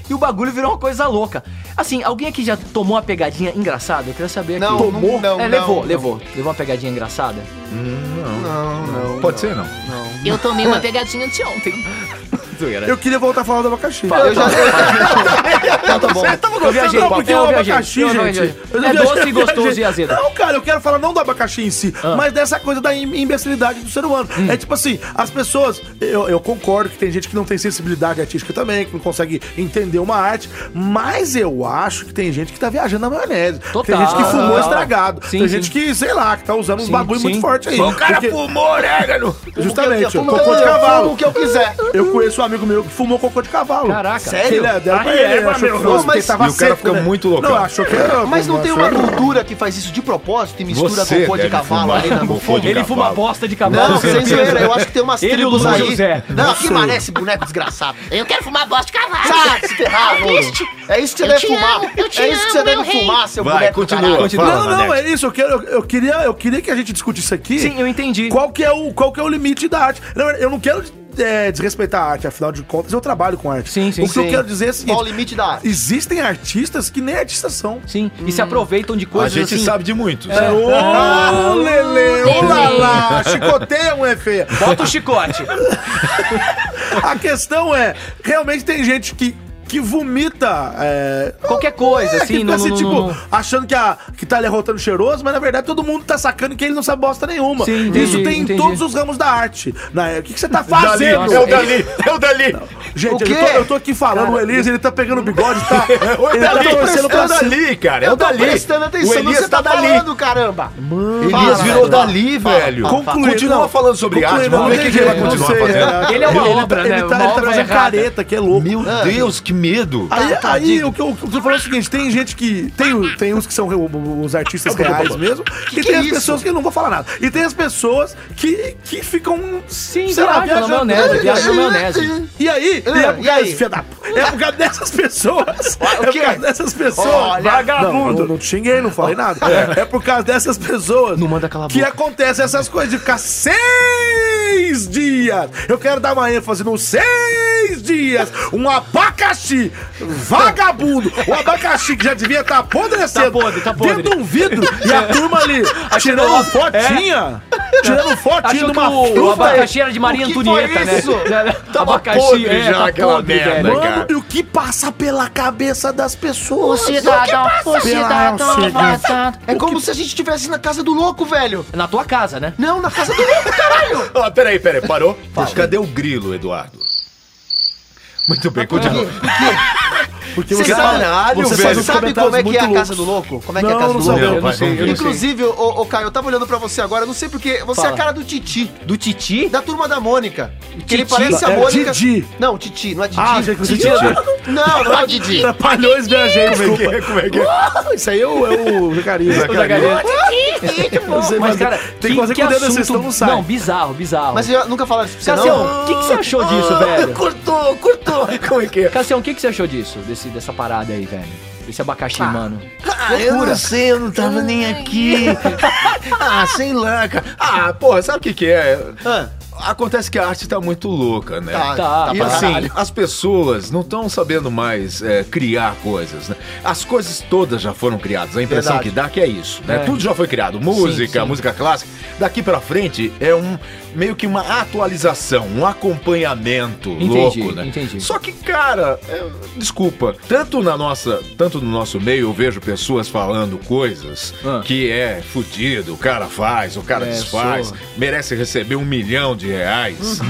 [SPEAKER 2] E o bagulho virou uma coisa louca. Assim, alguém aqui já tomou uma pegadinha engraçada? Eu queria saber
[SPEAKER 1] Não,
[SPEAKER 2] aqui.
[SPEAKER 1] Tomou? não,
[SPEAKER 2] É,
[SPEAKER 1] não,
[SPEAKER 2] levou,
[SPEAKER 1] não.
[SPEAKER 2] levou. Levou uma pegadinha engraçada?
[SPEAKER 7] Pode ser, não.
[SPEAKER 9] Eu tomei uma pegadinha anteontem.
[SPEAKER 3] Eu queria voltar a falar do abacaxi.
[SPEAKER 1] Eu já... Então tá bom.
[SPEAKER 3] tava
[SPEAKER 2] Eu viajei,
[SPEAKER 3] não, porque
[SPEAKER 2] eu
[SPEAKER 3] o
[SPEAKER 2] viajei,
[SPEAKER 3] abacaxi,
[SPEAKER 2] eu
[SPEAKER 3] gente.
[SPEAKER 2] viajei.
[SPEAKER 3] eu
[SPEAKER 2] É
[SPEAKER 3] viajei,
[SPEAKER 2] doce,
[SPEAKER 3] eu
[SPEAKER 2] gostoso Ah.
[SPEAKER 3] viajei.
[SPEAKER 2] e azedo.
[SPEAKER 3] Não, cara, eu quero falar não do abacaxi em si, mas dessa coisa da im- imbecilidade do ser humano.
[SPEAKER 2] Hum.
[SPEAKER 3] É tipo assim, as pessoas. Eu, eu concordo que tem gente que não tem sensibilidade artística também, que não consegue entender uma arte, mas eu acho que tem gente que tá viajando na maionese. Tem
[SPEAKER 2] Total.
[SPEAKER 3] gente que fumou
[SPEAKER 2] Total.
[SPEAKER 3] estragado.
[SPEAKER 2] Sim,
[SPEAKER 3] tem
[SPEAKER 2] sim.
[SPEAKER 3] gente que, sei lá, que tá usando uns
[SPEAKER 2] Sim,
[SPEAKER 3] bagulho
[SPEAKER 2] sim.
[SPEAKER 3] muito forte aí.
[SPEAKER 7] O cara
[SPEAKER 3] Porque-
[SPEAKER 7] fumou orégano.
[SPEAKER 3] Justamente,
[SPEAKER 1] eu fumo
[SPEAKER 3] cocô de
[SPEAKER 1] eu fumo
[SPEAKER 3] cavalo.
[SPEAKER 1] o que eu quiser.
[SPEAKER 3] Eu conheço um amigo meu que fumou cocô de cavalo.
[SPEAKER 2] Caraca.
[SPEAKER 3] Sério? Ele, deram pra
[SPEAKER 7] Ah,
[SPEAKER 3] ele,
[SPEAKER 7] é,
[SPEAKER 3] ele
[SPEAKER 7] mas
[SPEAKER 3] achou
[SPEAKER 7] meu
[SPEAKER 3] que fosse,
[SPEAKER 7] Deus,
[SPEAKER 3] porque
[SPEAKER 1] mas-
[SPEAKER 3] tava
[SPEAKER 7] E o cara
[SPEAKER 3] seco,
[SPEAKER 7] fica
[SPEAKER 3] né?
[SPEAKER 7] muito loucão.
[SPEAKER 3] Não, achou que era...
[SPEAKER 1] Mas não tem uma
[SPEAKER 3] achou-
[SPEAKER 1] cultura que faz isso de propósito e mistura
[SPEAKER 7] Você
[SPEAKER 1] cocô de
[SPEAKER 7] deve
[SPEAKER 1] cavalo
[SPEAKER 7] fumar
[SPEAKER 1] ali na no
[SPEAKER 7] cocô
[SPEAKER 1] fundo?
[SPEAKER 7] de
[SPEAKER 2] Ele
[SPEAKER 7] cavalo.
[SPEAKER 2] fuma bosta de cavalo.
[SPEAKER 1] Não, sem zoeira, eu acho que tem umas
[SPEAKER 2] Ele e o
[SPEAKER 1] tribos
[SPEAKER 2] Lula
[SPEAKER 1] aí.
[SPEAKER 2] José.
[SPEAKER 1] Não, que parece boneco desgraçado.
[SPEAKER 6] Eu quero fumar bosta de cavalo.
[SPEAKER 1] Sai, se ferrar, louro. É isso que você
[SPEAKER 8] Ah, Eu
[SPEAKER 1] deve
[SPEAKER 8] te
[SPEAKER 1] fumar.
[SPEAKER 8] amo, eu te
[SPEAKER 1] É isso que você
[SPEAKER 8] amo,
[SPEAKER 1] deve
[SPEAKER 8] meu rei.
[SPEAKER 1] fumar, seu
[SPEAKER 7] Vai,
[SPEAKER 1] boneco do caralho.
[SPEAKER 7] continua. Fala,
[SPEAKER 3] não, não,
[SPEAKER 7] Nanete.
[SPEAKER 3] é isso. Eu, quero, eu, eu queria, eu queria que a gente discutisse isso aqui.
[SPEAKER 2] Sim, eu entendi.
[SPEAKER 3] Qual que é o, qual que é o limite da arte? Não, eu não quero é, desrespeitar a arte, afinal de contas eu trabalho com arte.
[SPEAKER 2] Sim, sim,
[SPEAKER 3] O que eu
[SPEAKER 2] sim.
[SPEAKER 3] quero dizer é o seguinte...
[SPEAKER 1] Qual o limite da arte?
[SPEAKER 3] Existem artistas que nem artistas são.
[SPEAKER 2] Sim, e se aproveitam de
[SPEAKER 7] A
[SPEAKER 2] coisas
[SPEAKER 7] gente
[SPEAKER 2] assim.
[SPEAKER 7] sabe de muitos.
[SPEAKER 3] É, ô, Lele, ô, Lala, chicoteia um efeito.
[SPEAKER 2] Bota o chicote.
[SPEAKER 3] A questão é, realmente tem gente que, que vomita. É,
[SPEAKER 2] Qualquer coisa,
[SPEAKER 3] é,
[SPEAKER 2] assim,
[SPEAKER 3] que
[SPEAKER 2] não,
[SPEAKER 3] fica assim,
[SPEAKER 2] não,
[SPEAKER 3] tipo,
[SPEAKER 2] não, não.
[SPEAKER 3] achando que, a, que tá ali arrotando cheiroso, mas na verdade todo mundo tá sacando que ele não sabe bosta nenhuma.
[SPEAKER 2] Sim, entendi,
[SPEAKER 3] Isso tem em
[SPEAKER 2] entendi.
[SPEAKER 3] todos os ramos da arte. Na- o que, que você tá
[SPEAKER 7] Dali,
[SPEAKER 3] fazendo?
[SPEAKER 7] é o Dali, é o Dali.
[SPEAKER 3] Gente,
[SPEAKER 1] O
[SPEAKER 3] eu
[SPEAKER 1] quê?
[SPEAKER 3] tô, eu tô aqui falando, o Elias, ele tá pegando o bigode, tá.
[SPEAKER 7] O
[SPEAKER 3] ele tá
[SPEAKER 7] Dali,
[SPEAKER 3] torcendo
[SPEAKER 7] é o
[SPEAKER 3] pra cima.
[SPEAKER 7] Dali, cara. É o
[SPEAKER 1] Eu tô
[SPEAKER 7] Dali.
[SPEAKER 1] prestando
[SPEAKER 7] O
[SPEAKER 1] atenção no que
[SPEAKER 7] Elias
[SPEAKER 1] você tá
[SPEAKER 7] tá Dali.
[SPEAKER 1] falando, caramba.
[SPEAKER 7] Elias
[SPEAKER 1] Fala,
[SPEAKER 7] virou
[SPEAKER 1] velho.
[SPEAKER 7] Dali, velho.
[SPEAKER 3] Concluindo.
[SPEAKER 7] Continua falando sobre arte.
[SPEAKER 3] Concluindo,
[SPEAKER 7] Vamos ver o que que ele vai
[SPEAKER 3] eu não
[SPEAKER 7] continuar
[SPEAKER 3] sei,
[SPEAKER 7] fazendo.
[SPEAKER 3] é.
[SPEAKER 2] Ele é uma
[SPEAKER 3] tá-
[SPEAKER 2] obra, né?
[SPEAKER 3] Ele tá,
[SPEAKER 2] Uma
[SPEAKER 3] ele tá
[SPEAKER 2] obra
[SPEAKER 3] trazendo
[SPEAKER 2] errada.
[SPEAKER 3] careta, que é louco.
[SPEAKER 7] Meu Deus, que medo.
[SPEAKER 3] Aí,
[SPEAKER 1] Tá, tá,
[SPEAKER 3] aí
[SPEAKER 1] diga.
[SPEAKER 3] o que eu, o que eu tô falando é o seguinte: tem gente que. Tem, o- tem uns que são re- os artistas reais mesmo, e
[SPEAKER 1] que
[SPEAKER 3] tem
[SPEAKER 1] é
[SPEAKER 3] as
[SPEAKER 1] isso?
[SPEAKER 3] pessoas que eu não vou falar nada. E tem as pessoas que, que ficam.
[SPEAKER 2] Sim,
[SPEAKER 3] sei lá,
[SPEAKER 2] viaja na
[SPEAKER 3] viajando.
[SPEAKER 8] é
[SPEAKER 2] maionese, viaja na maionese.
[SPEAKER 3] E aí, E é por
[SPEAKER 1] e
[SPEAKER 3] causa
[SPEAKER 1] aí?
[SPEAKER 3] desse filho da p- É por causa dessas pessoas. É por
[SPEAKER 1] quê?
[SPEAKER 3] causa dessas pessoas.
[SPEAKER 1] Olha,
[SPEAKER 3] vagabundo. Não, não te xinguei, não falei nada. É, por causa dessas pessoas. Não manda
[SPEAKER 1] cala a
[SPEAKER 3] Que acontece essas coisas de ficar seis dias. Eu quero dar uma ênfase nos seis dias. Um abacaxi vagabundo. O abacaxi que já devia estar tá apodrecendo.
[SPEAKER 2] Tá podre, tá podre.
[SPEAKER 3] Dentro de um vidro. E a turma ali tirando
[SPEAKER 2] que o-
[SPEAKER 3] fotinha. é Tirando fotinha
[SPEAKER 2] Achou
[SPEAKER 3] de
[SPEAKER 2] que
[SPEAKER 3] uma
[SPEAKER 2] o, o
[SPEAKER 3] fruta.
[SPEAKER 2] abacaxi era de Maria
[SPEAKER 1] O que
[SPEAKER 2] Antonieta,
[SPEAKER 1] foi
[SPEAKER 2] né?
[SPEAKER 1] isso?
[SPEAKER 7] Tava podre já aquela merda.
[SPEAKER 2] velho.
[SPEAKER 3] Mano,
[SPEAKER 7] cara.
[SPEAKER 3] e o que passa pela cabeça das
[SPEAKER 8] O
[SPEAKER 3] pessoas?
[SPEAKER 8] cidadão, o cidadão
[SPEAKER 3] Pela-
[SPEAKER 8] matando.
[SPEAKER 1] É como se a gente estivesse na casa do louco, velho.
[SPEAKER 2] Na tua casa, né?
[SPEAKER 1] Não, na casa do louco, caralho.
[SPEAKER 7] Ó, peraí, peraí, parou? Cadê o grilo, Eduardo? Muito bem, continua.
[SPEAKER 3] Porque
[SPEAKER 1] Você "Ah,
[SPEAKER 3] fala-
[SPEAKER 2] né?
[SPEAKER 1] sabe,
[SPEAKER 3] você
[SPEAKER 1] você
[SPEAKER 3] faz uns
[SPEAKER 1] sabe como
[SPEAKER 3] comentários
[SPEAKER 1] é que é
[SPEAKER 3] muito
[SPEAKER 1] a casa
[SPEAKER 3] loucos.
[SPEAKER 1] do louco? Como é que é a
[SPEAKER 3] Não,
[SPEAKER 1] casa do
[SPEAKER 3] não
[SPEAKER 1] louco?
[SPEAKER 3] sabia.
[SPEAKER 7] Não,
[SPEAKER 3] Eu
[SPEAKER 7] pai,
[SPEAKER 3] sei,
[SPEAKER 7] não
[SPEAKER 3] eu não
[SPEAKER 7] vi.
[SPEAKER 3] sei.
[SPEAKER 1] Inclusive, ô, ô Caio, eu tava olhando pra você agora, eu não sei porque. Você é
[SPEAKER 2] Fala.
[SPEAKER 1] a cara do Titi,
[SPEAKER 2] Do Titi?
[SPEAKER 1] da turma da Mônica. Que ele
[SPEAKER 2] Titi?
[SPEAKER 1] parece a
[SPEAKER 3] É
[SPEAKER 1] Mônica.
[SPEAKER 3] Didi.
[SPEAKER 1] Não, Titi, não é Titi.
[SPEAKER 3] Ah, achei que você tinha.
[SPEAKER 1] Não, não é o Didi.
[SPEAKER 3] Atrapalhou esse viajei,
[SPEAKER 7] Como é que
[SPEAKER 3] desculpa.
[SPEAKER 7] é? Como é que é?
[SPEAKER 3] Isso aí é o, é o Zacarias.
[SPEAKER 2] O da galera.
[SPEAKER 3] Eu sei,
[SPEAKER 2] Mas, cara,
[SPEAKER 3] tem que fazer com o dedo assim, senão não sai.
[SPEAKER 2] Não, bizarro, bizarro.
[SPEAKER 1] Mas eu nunca falaram isso pra você, não?
[SPEAKER 2] Cassião, o que, que você achou disso, velho?
[SPEAKER 7] Curtou, curtou. Como é que é?
[SPEAKER 2] Cassião, o que, que você achou disso? Desse, dessa parada aí, velho? Desse abacaxi, mano.
[SPEAKER 7] Ah, eu não sei, eu não tava nem aqui. ah, sei lá, cara. Ah, porra, sabe o que que é?
[SPEAKER 1] Ah,
[SPEAKER 7] Acontece que a arte tá muito louca, né?
[SPEAKER 1] tá,
[SPEAKER 2] Tá,
[SPEAKER 1] tá
[SPEAKER 7] E
[SPEAKER 1] pra
[SPEAKER 7] assim,
[SPEAKER 1] caralho.
[SPEAKER 7] as pessoas não estão sabendo mais é, criar coisas, né? As coisas todas já foram criadas. A impressão
[SPEAKER 1] Verdade.
[SPEAKER 7] que dá que é isso, né?
[SPEAKER 2] É.
[SPEAKER 7] Tudo já foi criado. Música,
[SPEAKER 2] Sim, sim.
[SPEAKER 7] música clássica. Daqui pra frente é um meio que uma atualização, um acompanhamento
[SPEAKER 2] Entendi,
[SPEAKER 7] louco, né?
[SPEAKER 2] entendi.
[SPEAKER 7] Só que, cara, é, desculpa, tanto na nossa, tanto no nosso meio eu vejo pessoas falando coisas
[SPEAKER 2] Ah.
[SPEAKER 7] que é fudido, o cara faz, o cara
[SPEAKER 2] É,
[SPEAKER 7] desfaz,
[SPEAKER 2] sou. Uhum.
[SPEAKER 7] merece receber um milhão de reais.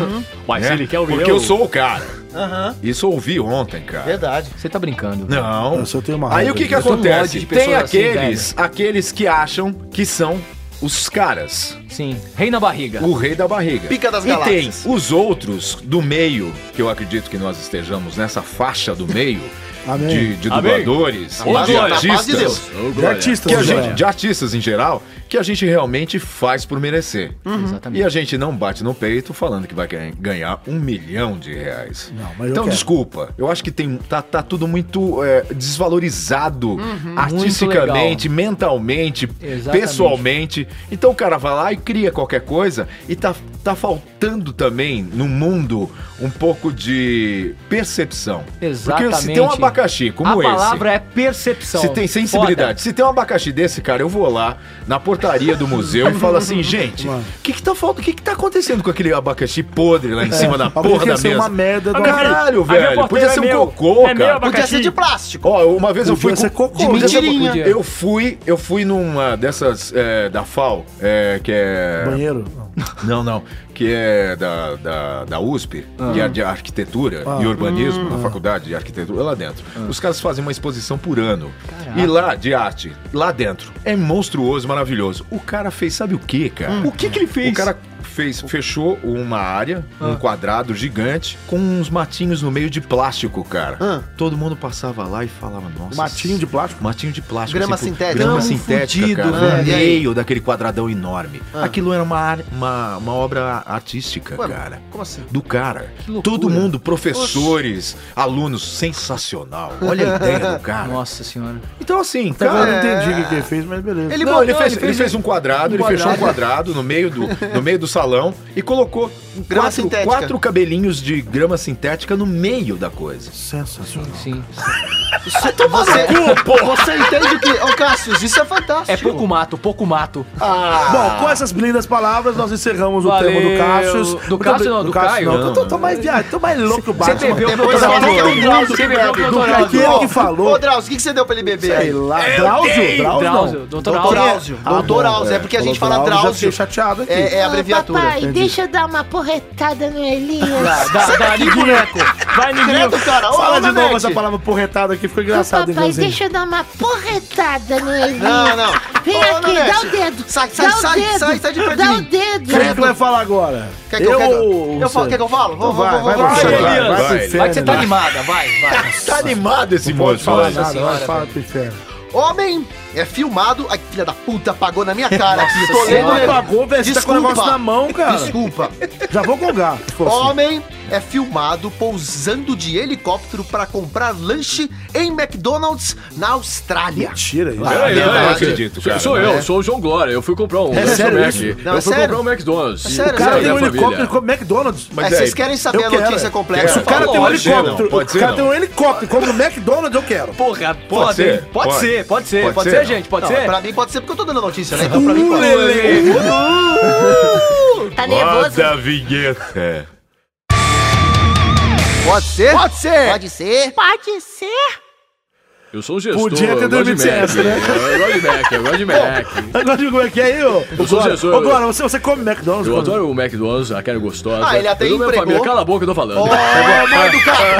[SPEAKER 4] Mas
[SPEAKER 7] né?
[SPEAKER 4] se ele quer o
[SPEAKER 7] Porque
[SPEAKER 4] meu-
[SPEAKER 7] eu sou o cara.
[SPEAKER 1] Aham,
[SPEAKER 7] Isso eu ouvi ontem, cara.
[SPEAKER 1] É verdade.
[SPEAKER 2] Você tá brincando. velho.
[SPEAKER 7] Não.
[SPEAKER 3] Eu só tenho uma
[SPEAKER 7] Aí
[SPEAKER 3] raiva
[SPEAKER 7] o que
[SPEAKER 3] disso.
[SPEAKER 7] que
[SPEAKER 2] Eu tenho um ódio
[SPEAKER 7] acontece?
[SPEAKER 2] de
[SPEAKER 7] Tem
[SPEAKER 2] pessoas assim,
[SPEAKER 7] aqueles, aqueles que acham que são os caras,
[SPEAKER 2] Sim. Rei na barriga.
[SPEAKER 7] o rei da barriga.
[SPEAKER 1] Pica das
[SPEAKER 7] e tem
[SPEAKER 1] galáxias.
[SPEAKER 7] os outros do meio, que eu acredito que nós estejamos nessa faixa do meio,
[SPEAKER 3] Amém.
[SPEAKER 7] de, de
[SPEAKER 4] Amém.
[SPEAKER 7] dubladores,
[SPEAKER 1] Amém. Glória.
[SPEAKER 7] de
[SPEAKER 1] Na paz de
[SPEAKER 7] artistas,
[SPEAKER 1] Deus.
[SPEAKER 3] De artistas,
[SPEAKER 7] que a
[SPEAKER 3] né?
[SPEAKER 7] gente- de artistas em geral, que a gente realmente faz por merecer.
[SPEAKER 2] Exatamente.
[SPEAKER 7] E a gente não bate no peito falando que vai ganha- ganhar um milhão de reais.
[SPEAKER 3] Não, mas eu
[SPEAKER 7] então,
[SPEAKER 3] quero.
[SPEAKER 7] desculpa. Eu acho que tem, tá, tá tudo muito é,
[SPEAKER 2] Uhum.
[SPEAKER 7] desvalorizado artisticamente, mentalmente,
[SPEAKER 2] Exatamente.
[SPEAKER 7] pessoalmente. Então o cara vai lá e cria qualquer coisa e tá, tá faltando também no mundo um pouco de percepção. Porque se tem um
[SPEAKER 2] Exatamente.
[SPEAKER 7] abacaxi como
[SPEAKER 2] a
[SPEAKER 7] esse...
[SPEAKER 2] palavra é percepção.
[SPEAKER 3] Então,
[SPEAKER 7] Se tem sensibilidade. Se tem um abacaxi desse, cara, eu vou lá na portaria do museu e falo assim, gente, o
[SPEAKER 3] Mano.
[SPEAKER 7] que que tá faltando? O que que tá acontecendo com aquele abacaxi podre
[SPEAKER 3] É,
[SPEAKER 7] lá em cima da
[SPEAKER 3] Alguém
[SPEAKER 7] porra
[SPEAKER 3] quer
[SPEAKER 7] da
[SPEAKER 3] ser
[SPEAKER 7] mesa? Ah,
[SPEAKER 3] uma merda do
[SPEAKER 7] Caralho,
[SPEAKER 4] Aí vem o
[SPEAKER 7] velho,
[SPEAKER 4] porteiro,
[SPEAKER 7] podia ser
[SPEAKER 4] é
[SPEAKER 7] um
[SPEAKER 4] meu.
[SPEAKER 7] cocô,
[SPEAKER 4] É meu
[SPEAKER 7] cara.
[SPEAKER 4] abacaxi.
[SPEAKER 1] Podia ser de plástico.
[SPEAKER 7] Ó, uma vez eu
[SPEAKER 3] Podia
[SPEAKER 7] fui
[SPEAKER 3] ser
[SPEAKER 7] com...
[SPEAKER 3] cocô,
[SPEAKER 7] de
[SPEAKER 3] mas
[SPEAKER 1] eu
[SPEAKER 7] mentirinha.
[SPEAKER 2] podia.
[SPEAKER 7] Eu fui, eu fui numa dessas é, da FAO, é, que é...
[SPEAKER 3] Banheiro.
[SPEAKER 7] Não, não. Que é da, da, da USP, que é de arquitetura e urbanismo, na faculdade de arquitetura, lá dentro. Os caras fazem uma exposição por ano. E lá, de arte, lá dentro. É monstruoso, maravilhoso. O cara fez, sabe o que, cara? O que, que ele fez? O cara fez, fechou uma área, um quadrado gigante, com uns matinhos no meio de plástico, cara.
[SPEAKER 1] Ah.
[SPEAKER 7] Todo mundo passava lá e falava, nossa.
[SPEAKER 3] um Matinho de plástico.
[SPEAKER 7] Um Matinho de plástico. assim,
[SPEAKER 1] Grama
[SPEAKER 7] pô,
[SPEAKER 1] sintética.
[SPEAKER 7] Grama
[SPEAKER 1] Não,
[SPEAKER 7] sintética,
[SPEAKER 2] fudido,
[SPEAKER 7] cara.
[SPEAKER 1] velho.
[SPEAKER 7] No
[SPEAKER 1] E aí?
[SPEAKER 7] meio daquele quadradão enorme.
[SPEAKER 1] Ah.
[SPEAKER 7] Aquilo era uma, área- uma, uma obra artística,
[SPEAKER 1] Ué,
[SPEAKER 7] cara.
[SPEAKER 1] Como assim?
[SPEAKER 7] Do cara.
[SPEAKER 2] loucura.
[SPEAKER 7] Todo mundo, professores, alunos, sensacional. Olha a ideia do cara.
[SPEAKER 2] Nossa senhora.
[SPEAKER 7] Então, assim,
[SPEAKER 3] Até agora
[SPEAKER 7] cara.
[SPEAKER 3] eu não entendi o que que ele fez, mas beleza.
[SPEAKER 1] Tá Ele
[SPEAKER 7] Não,
[SPEAKER 1] botou-
[SPEAKER 7] ele fez,
[SPEAKER 1] ele
[SPEAKER 7] ele fez um quadrado, ele fechou um quadrado no meio do, no meio do salão e colocou
[SPEAKER 1] Grama
[SPEAKER 7] quatro,
[SPEAKER 1] sintética.
[SPEAKER 7] quatro cabelinhos de grama sintética no meio da coisa.
[SPEAKER 3] Sensacional.
[SPEAKER 2] Sim.
[SPEAKER 1] Você, você entende o que. Ô, Cassius, isso é
[SPEAKER 2] É
[SPEAKER 1] fantástico.
[SPEAKER 2] pouco mato, pouco mato.
[SPEAKER 3] Bom, com essas lindas palavras, nós encerramos o tema do
[SPEAKER 2] Valeu.
[SPEAKER 3] Cássio.
[SPEAKER 2] Do Cássio não, do Caio.
[SPEAKER 3] Não, tô, tô mais viado, tô mais louco que o
[SPEAKER 2] Você
[SPEAKER 3] Batman.
[SPEAKER 2] bebeu o
[SPEAKER 1] Depois
[SPEAKER 2] doutorado.
[SPEAKER 1] fala que é um Drauzio
[SPEAKER 2] Você bebeu o
[SPEAKER 1] que bebe.
[SPEAKER 2] doutorado.
[SPEAKER 3] Aquele que falou.
[SPEAKER 1] Ô, Drauzio, o que, que você deu pra ele beber?
[SPEAKER 3] Sei
[SPEAKER 1] aí?
[SPEAKER 3] lá, Drauzio?
[SPEAKER 2] Drauzio,
[SPEAKER 3] Drauzio, não.
[SPEAKER 2] doutor
[SPEAKER 1] Doutor
[SPEAKER 2] Drauzio.
[SPEAKER 1] Áuzio.
[SPEAKER 3] Ah,
[SPEAKER 1] Doutor
[SPEAKER 3] bom,
[SPEAKER 1] Áuzio, é
[SPEAKER 3] é.
[SPEAKER 1] porque a
[SPEAKER 3] Falou
[SPEAKER 1] gente fala
[SPEAKER 3] Drauzio, já
[SPEAKER 1] Drauzio.
[SPEAKER 3] fiquei chateado aqui.
[SPEAKER 1] É, é a abreviatura.
[SPEAKER 8] Papai, deixa eu dar uma porretada no Elias.
[SPEAKER 2] Dá, dá, Niguinho. Vai, Niguinho.
[SPEAKER 1] Credo, cara. Ô,
[SPEAKER 3] Fala de novo
[SPEAKER 1] Nanete.
[SPEAKER 3] essa palavra porretada aqui, ficou
[SPEAKER 8] Ô,
[SPEAKER 3] engraçado,
[SPEAKER 8] papai,
[SPEAKER 3] inclusive.
[SPEAKER 8] deixa eu dar uma porretada no Elias.
[SPEAKER 1] Não, não.
[SPEAKER 8] Vem
[SPEAKER 1] Ô,
[SPEAKER 8] aqui,
[SPEAKER 1] Nanete.
[SPEAKER 8] dá o dedo.
[SPEAKER 1] Sai, sai,
[SPEAKER 8] Dá o
[SPEAKER 1] sai,
[SPEAKER 8] dedo.
[SPEAKER 1] sai, sai de perto de
[SPEAKER 8] Dá
[SPEAKER 1] mim.
[SPEAKER 8] o dedo.
[SPEAKER 3] Quem é que vai falar agora?
[SPEAKER 1] Quer que eu, quer que eu, eu
[SPEAKER 3] não
[SPEAKER 1] falo?
[SPEAKER 3] sei.
[SPEAKER 1] Quer que eu falo?
[SPEAKER 3] Então vai, vai,
[SPEAKER 1] vai,
[SPEAKER 3] você,
[SPEAKER 1] vai.
[SPEAKER 7] Elias.
[SPEAKER 3] vai, vai pro
[SPEAKER 7] Vai
[SPEAKER 3] inferno,
[SPEAKER 2] Vai que você tá
[SPEAKER 3] né?
[SPEAKER 2] animada, vai, vai.
[SPEAKER 7] Tá animado esse
[SPEAKER 3] Não pode
[SPEAKER 7] moço,
[SPEAKER 3] falar
[SPEAKER 7] olha.
[SPEAKER 3] nada,
[SPEAKER 2] senhora,
[SPEAKER 3] vai, fala pro inferno.
[SPEAKER 1] Homem é filmado. Ai, filha da puta, apagou na minha cara aqui. Tô
[SPEAKER 3] Você
[SPEAKER 1] lendo.
[SPEAKER 3] não
[SPEAKER 1] né?
[SPEAKER 3] apagou, velho, você tá com o
[SPEAKER 1] Desculpa.
[SPEAKER 3] negócio na mão, cara.
[SPEAKER 1] Desculpa.
[SPEAKER 3] Já vou gongar. se for assim.
[SPEAKER 1] Homem é filmado pousando de helicóptero para comprar lanche em McDonald's na Austrália.
[SPEAKER 3] Mentira isso.
[SPEAKER 7] Tá
[SPEAKER 4] Peraí,
[SPEAKER 1] é
[SPEAKER 4] peraí,
[SPEAKER 1] verdade.
[SPEAKER 7] acredito, cara.
[SPEAKER 4] né? Sou eu, sou o João Glória. Eu fui comprar um. lanche
[SPEAKER 3] sério
[SPEAKER 4] Mac.
[SPEAKER 3] isso?
[SPEAKER 1] Não, é
[SPEAKER 4] eu fui
[SPEAKER 1] sério.
[SPEAKER 4] comprar um McDonald's.
[SPEAKER 1] É sério,
[SPEAKER 3] O cara
[SPEAKER 1] Sabe
[SPEAKER 3] tem um
[SPEAKER 4] da minha
[SPEAKER 3] helicóptero
[SPEAKER 4] família.
[SPEAKER 3] como McDonald's.
[SPEAKER 1] É,
[SPEAKER 7] Mas
[SPEAKER 1] vocês
[SPEAKER 7] aí,
[SPEAKER 1] querem
[SPEAKER 3] Eu
[SPEAKER 1] saber a
[SPEAKER 3] quero,
[SPEAKER 1] notícia
[SPEAKER 3] é.
[SPEAKER 1] complexa?
[SPEAKER 3] Se o cara
[SPEAKER 4] Pode
[SPEAKER 3] tem um
[SPEAKER 4] ser,
[SPEAKER 3] helicóptero,
[SPEAKER 7] não, pode
[SPEAKER 3] o
[SPEAKER 7] ser,
[SPEAKER 3] cara
[SPEAKER 7] não.
[SPEAKER 3] tem um helicóptero, como o McDonald's, eu quero.
[SPEAKER 2] Porra, pode,
[SPEAKER 7] ser,
[SPEAKER 2] hein? Pode,
[SPEAKER 7] pode.
[SPEAKER 2] ser, pode ser,
[SPEAKER 7] Pode
[SPEAKER 2] pode,
[SPEAKER 7] ser,
[SPEAKER 2] ser,
[SPEAKER 7] não.
[SPEAKER 2] gente, pode
[SPEAKER 1] Não, é
[SPEAKER 2] ser.
[SPEAKER 1] pra mim pode ser porque eu tô dando notícia,
[SPEAKER 3] Hum,
[SPEAKER 1] né? Então pra mim pode.
[SPEAKER 9] Tá nervoso?
[SPEAKER 7] a vinheta.
[SPEAKER 1] Pode ser? Pode ser!
[SPEAKER 9] Pode ser?
[SPEAKER 8] Pode ser?
[SPEAKER 4] Eu sou o gestor.
[SPEAKER 3] Podia ter
[SPEAKER 4] eu gosto de
[SPEAKER 3] dormido
[SPEAKER 4] Mac.
[SPEAKER 3] essa, né?
[SPEAKER 4] Eu gosto de Mac, eu gosto de Mac.
[SPEAKER 3] Agora digo como é que é aí, ô.
[SPEAKER 4] Eu sou o gestor.
[SPEAKER 3] Ô, Glória, você, você come McDonald's?
[SPEAKER 4] Eu
[SPEAKER 3] quando-
[SPEAKER 4] adoro o McDonald's, a carne gostosa.
[SPEAKER 1] Ah, ele até
[SPEAKER 4] Eu dou minha
[SPEAKER 1] empregou.
[SPEAKER 4] família, Cala a boca, eu tô falando.
[SPEAKER 1] Ô, mãe
[SPEAKER 4] Ah,
[SPEAKER 1] do cara!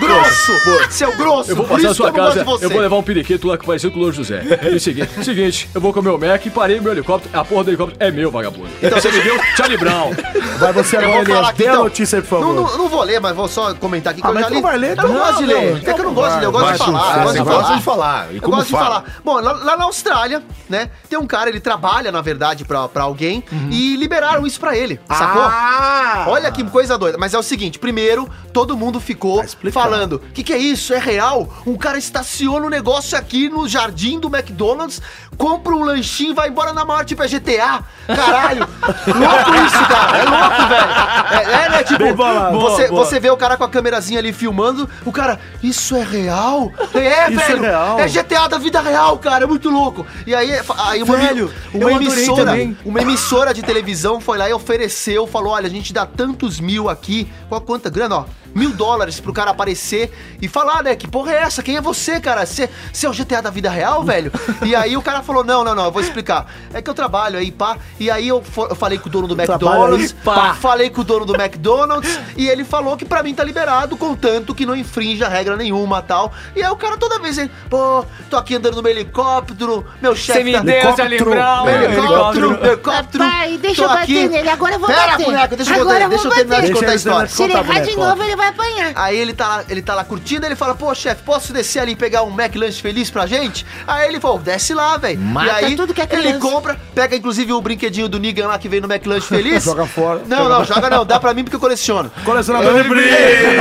[SPEAKER 1] Grosso! Seu grosso!
[SPEAKER 4] Eu vou
[SPEAKER 1] por
[SPEAKER 4] passar
[SPEAKER 1] isso
[SPEAKER 4] na
[SPEAKER 1] que
[SPEAKER 4] sua
[SPEAKER 1] eu não gosto
[SPEAKER 4] casa,
[SPEAKER 1] de você.
[SPEAKER 4] eu vou levar um periquito lá que parecido com o Louro José. E o seguinte, seguinte, eu vou comer o Mac, parei meu helicóptero, a porra do helicóptero é meu, vagabundo. Então você me deu Charlie Brown.
[SPEAKER 3] Vai você
[SPEAKER 1] Eu
[SPEAKER 3] agora,
[SPEAKER 1] vou falar
[SPEAKER 3] Elias.
[SPEAKER 1] aqui,
[SPEAKER 3] Dê a
[SPEAKER 1] então.
[SPEAKER 3] notícia aí, por favor.
[SPEAKER 1] Não, não, não vou ler, mas vou só comentar aqui que
[SPEAKER 3] Ah,
[SPEAKER 1] eu
[SPEAKER 3] mas
[SPEAKER 1] já
[SPEAKER 3] tu
[SPEAKER 1] li.
[SPEAKER 3] não vai ler,
[SPEAKER 1] eu não,
[SPEAKER 3] não,
[SPEAKER 1] gosto de
[SPEAKER 3] não,
[SPEAKER 1] ler.
[SPEAKER 3] não.
[SPEAKER 1] É que eu não gosto de ler, eu gosto de
[SPEAKER 7] Vai,
[SPEAKER 1] falar.
[SPEAKER 7] Xuxa,
[SPEAKER 1] eu
[SPEAKER 7] você
[SPEAKER 1] gosto de
[SPEAKER 7] gosta
[SPEAKER 1] falar.
[SPEAKER 7] de falar. E
[SPEAKER 1] eu
[SPEAKER 7] como
[SPEAKER 1] gosto
[SPEAKER 7] fala?
[SPEAKER 1] de falar. Bom, lá, lá na Austrália, né, tem um cara, ele trabalha, na verdade, pra, pra alguém e liberaram isso pra ele, sacou?
[SPEAKER 3] Uhum. Ah!
[SPEAKER 1] Olha que coisa doida. Mas é o seguinte, primeiro, todo mundo ficou
[SPEAKER 3] explicar.
[SPEAKER 1] falando: o que, que é isso? É real? Um cara estaciona o negócio aqui no jardim do McDonald's, compra um lanchinho e vai embora na maior, tipo, é GTA. Caralho! louco isso, cara! É louco, velho! É, é, né? Tipo,
[SPEAKER 3] Bem bolado.
[SPEAKER 1] você,
[SPEAKER 3] Boa, boa.
[SPEAKER 1] você vê o cara com a câmerazinha ali filmando, o cara, isso é real? É,
[SPEAKER 3] Isso é
[SPEAKER 1] velho!
[SPEAKER 3] real.
[SPEAKER 1] É GTA da vida real, cara! É muito louco! E aí, aí uma,
[SPEAKER 3] Velho,
[SPEAKER 1] uma
[SPEAKER 3] eu adorei
[SPEAKER 1] emissora.
[SPEAKER 3] também.
[SPEAKER 1] Uma emissora de televisão foi lá e ofereceu, falou: olha, a gente dá tantos mil aqui, com a quanta grana, ó, mil dólares pro cara aparecer e falar, né? Que porra é essa? Quem é você, cara? Você você é o GTA da vida real, velho? e aí o cara falou: não, não, não, eu vou explicar. É que eu trabalho aí, pá. E aí eu, fo- eu falei com o dono do
[SPEAKER 3] trabalho aí,
[SPEAKER 1] McDonald's,
[SPEAKER 3] pá.
[SPEAKER 1] falei com o dono do McDonald's e ele falou que pra mim tá liberado, contanto que não infrinja regra nenhuma tal. E aí o cara toda vez, ele, pô, tô aqui andando no meu helicóptero, meu
[SPEAKER 2] Você
[SPEAKER 1] chefe
[SPEAKER 2] me
[SPEAKER 1] tá
[SPEAKER 2] deu um é, Charlie Brown.
[SPEAKER 1] Helicóptero, helicóptero.
[SPEAKER 8] Pai, deixa eu
[SPEAKER 1] Tô
[SPEAKER 8] bater
[SPEAKER 1] aqui.
[SPEAKER 8] nele. Agora eu vou
[SPEAKER 1] Pera,
[SPEAKER 8] bater.
[SPEAKER 1] boneco, deixa eu,
[SPEAKER 8] Agora
[SPEAKER 1] contar,
[SPEAKER 8] eu
[SPEAKER 1] deixa eu
[SPEAKER 8] vou
[SPEAKER 1] terminar de
[SPEAKER 8] bater.
[SPEAKER 3] Deixa
[SPEAKER 1] contar a
[SPEAKER 3] ele terminar
[SPEAKER 1] história.
[SPEAKER 3] de
[SPEAKER 8] Se ele
[SPEAKER 3] contar,
[SPEAKER 8] errar de
[SPEAKER 3] boneco,
[SPEAKER 8] novo, ele vai apanhar.
[SPEAKER 1] Aí ele tá lá, ele tá lá curtindo, ele fala, pô, chefe, posso descer ali e pegar um McLanche feliz pra gente? Aí ele falou, desce lá, velho. E
[SPEAKER 8] Mata
[SPEAKER 1] aí
[SPEAKER 8] tudo que é
[SPEAKER 1] ele
[SPEAKER 8] criança.
[SPEAKER 1] compra, pega inclusive o brinquedinho do Negan lá que veio no McLanche feliz.
[SPEAKER 3] Joga fora.
[SPEAKER 1] Não, não, joga não, dá pra mim porque eu coleciono.
[SPEAKER 3] Colecionador de brinquedo.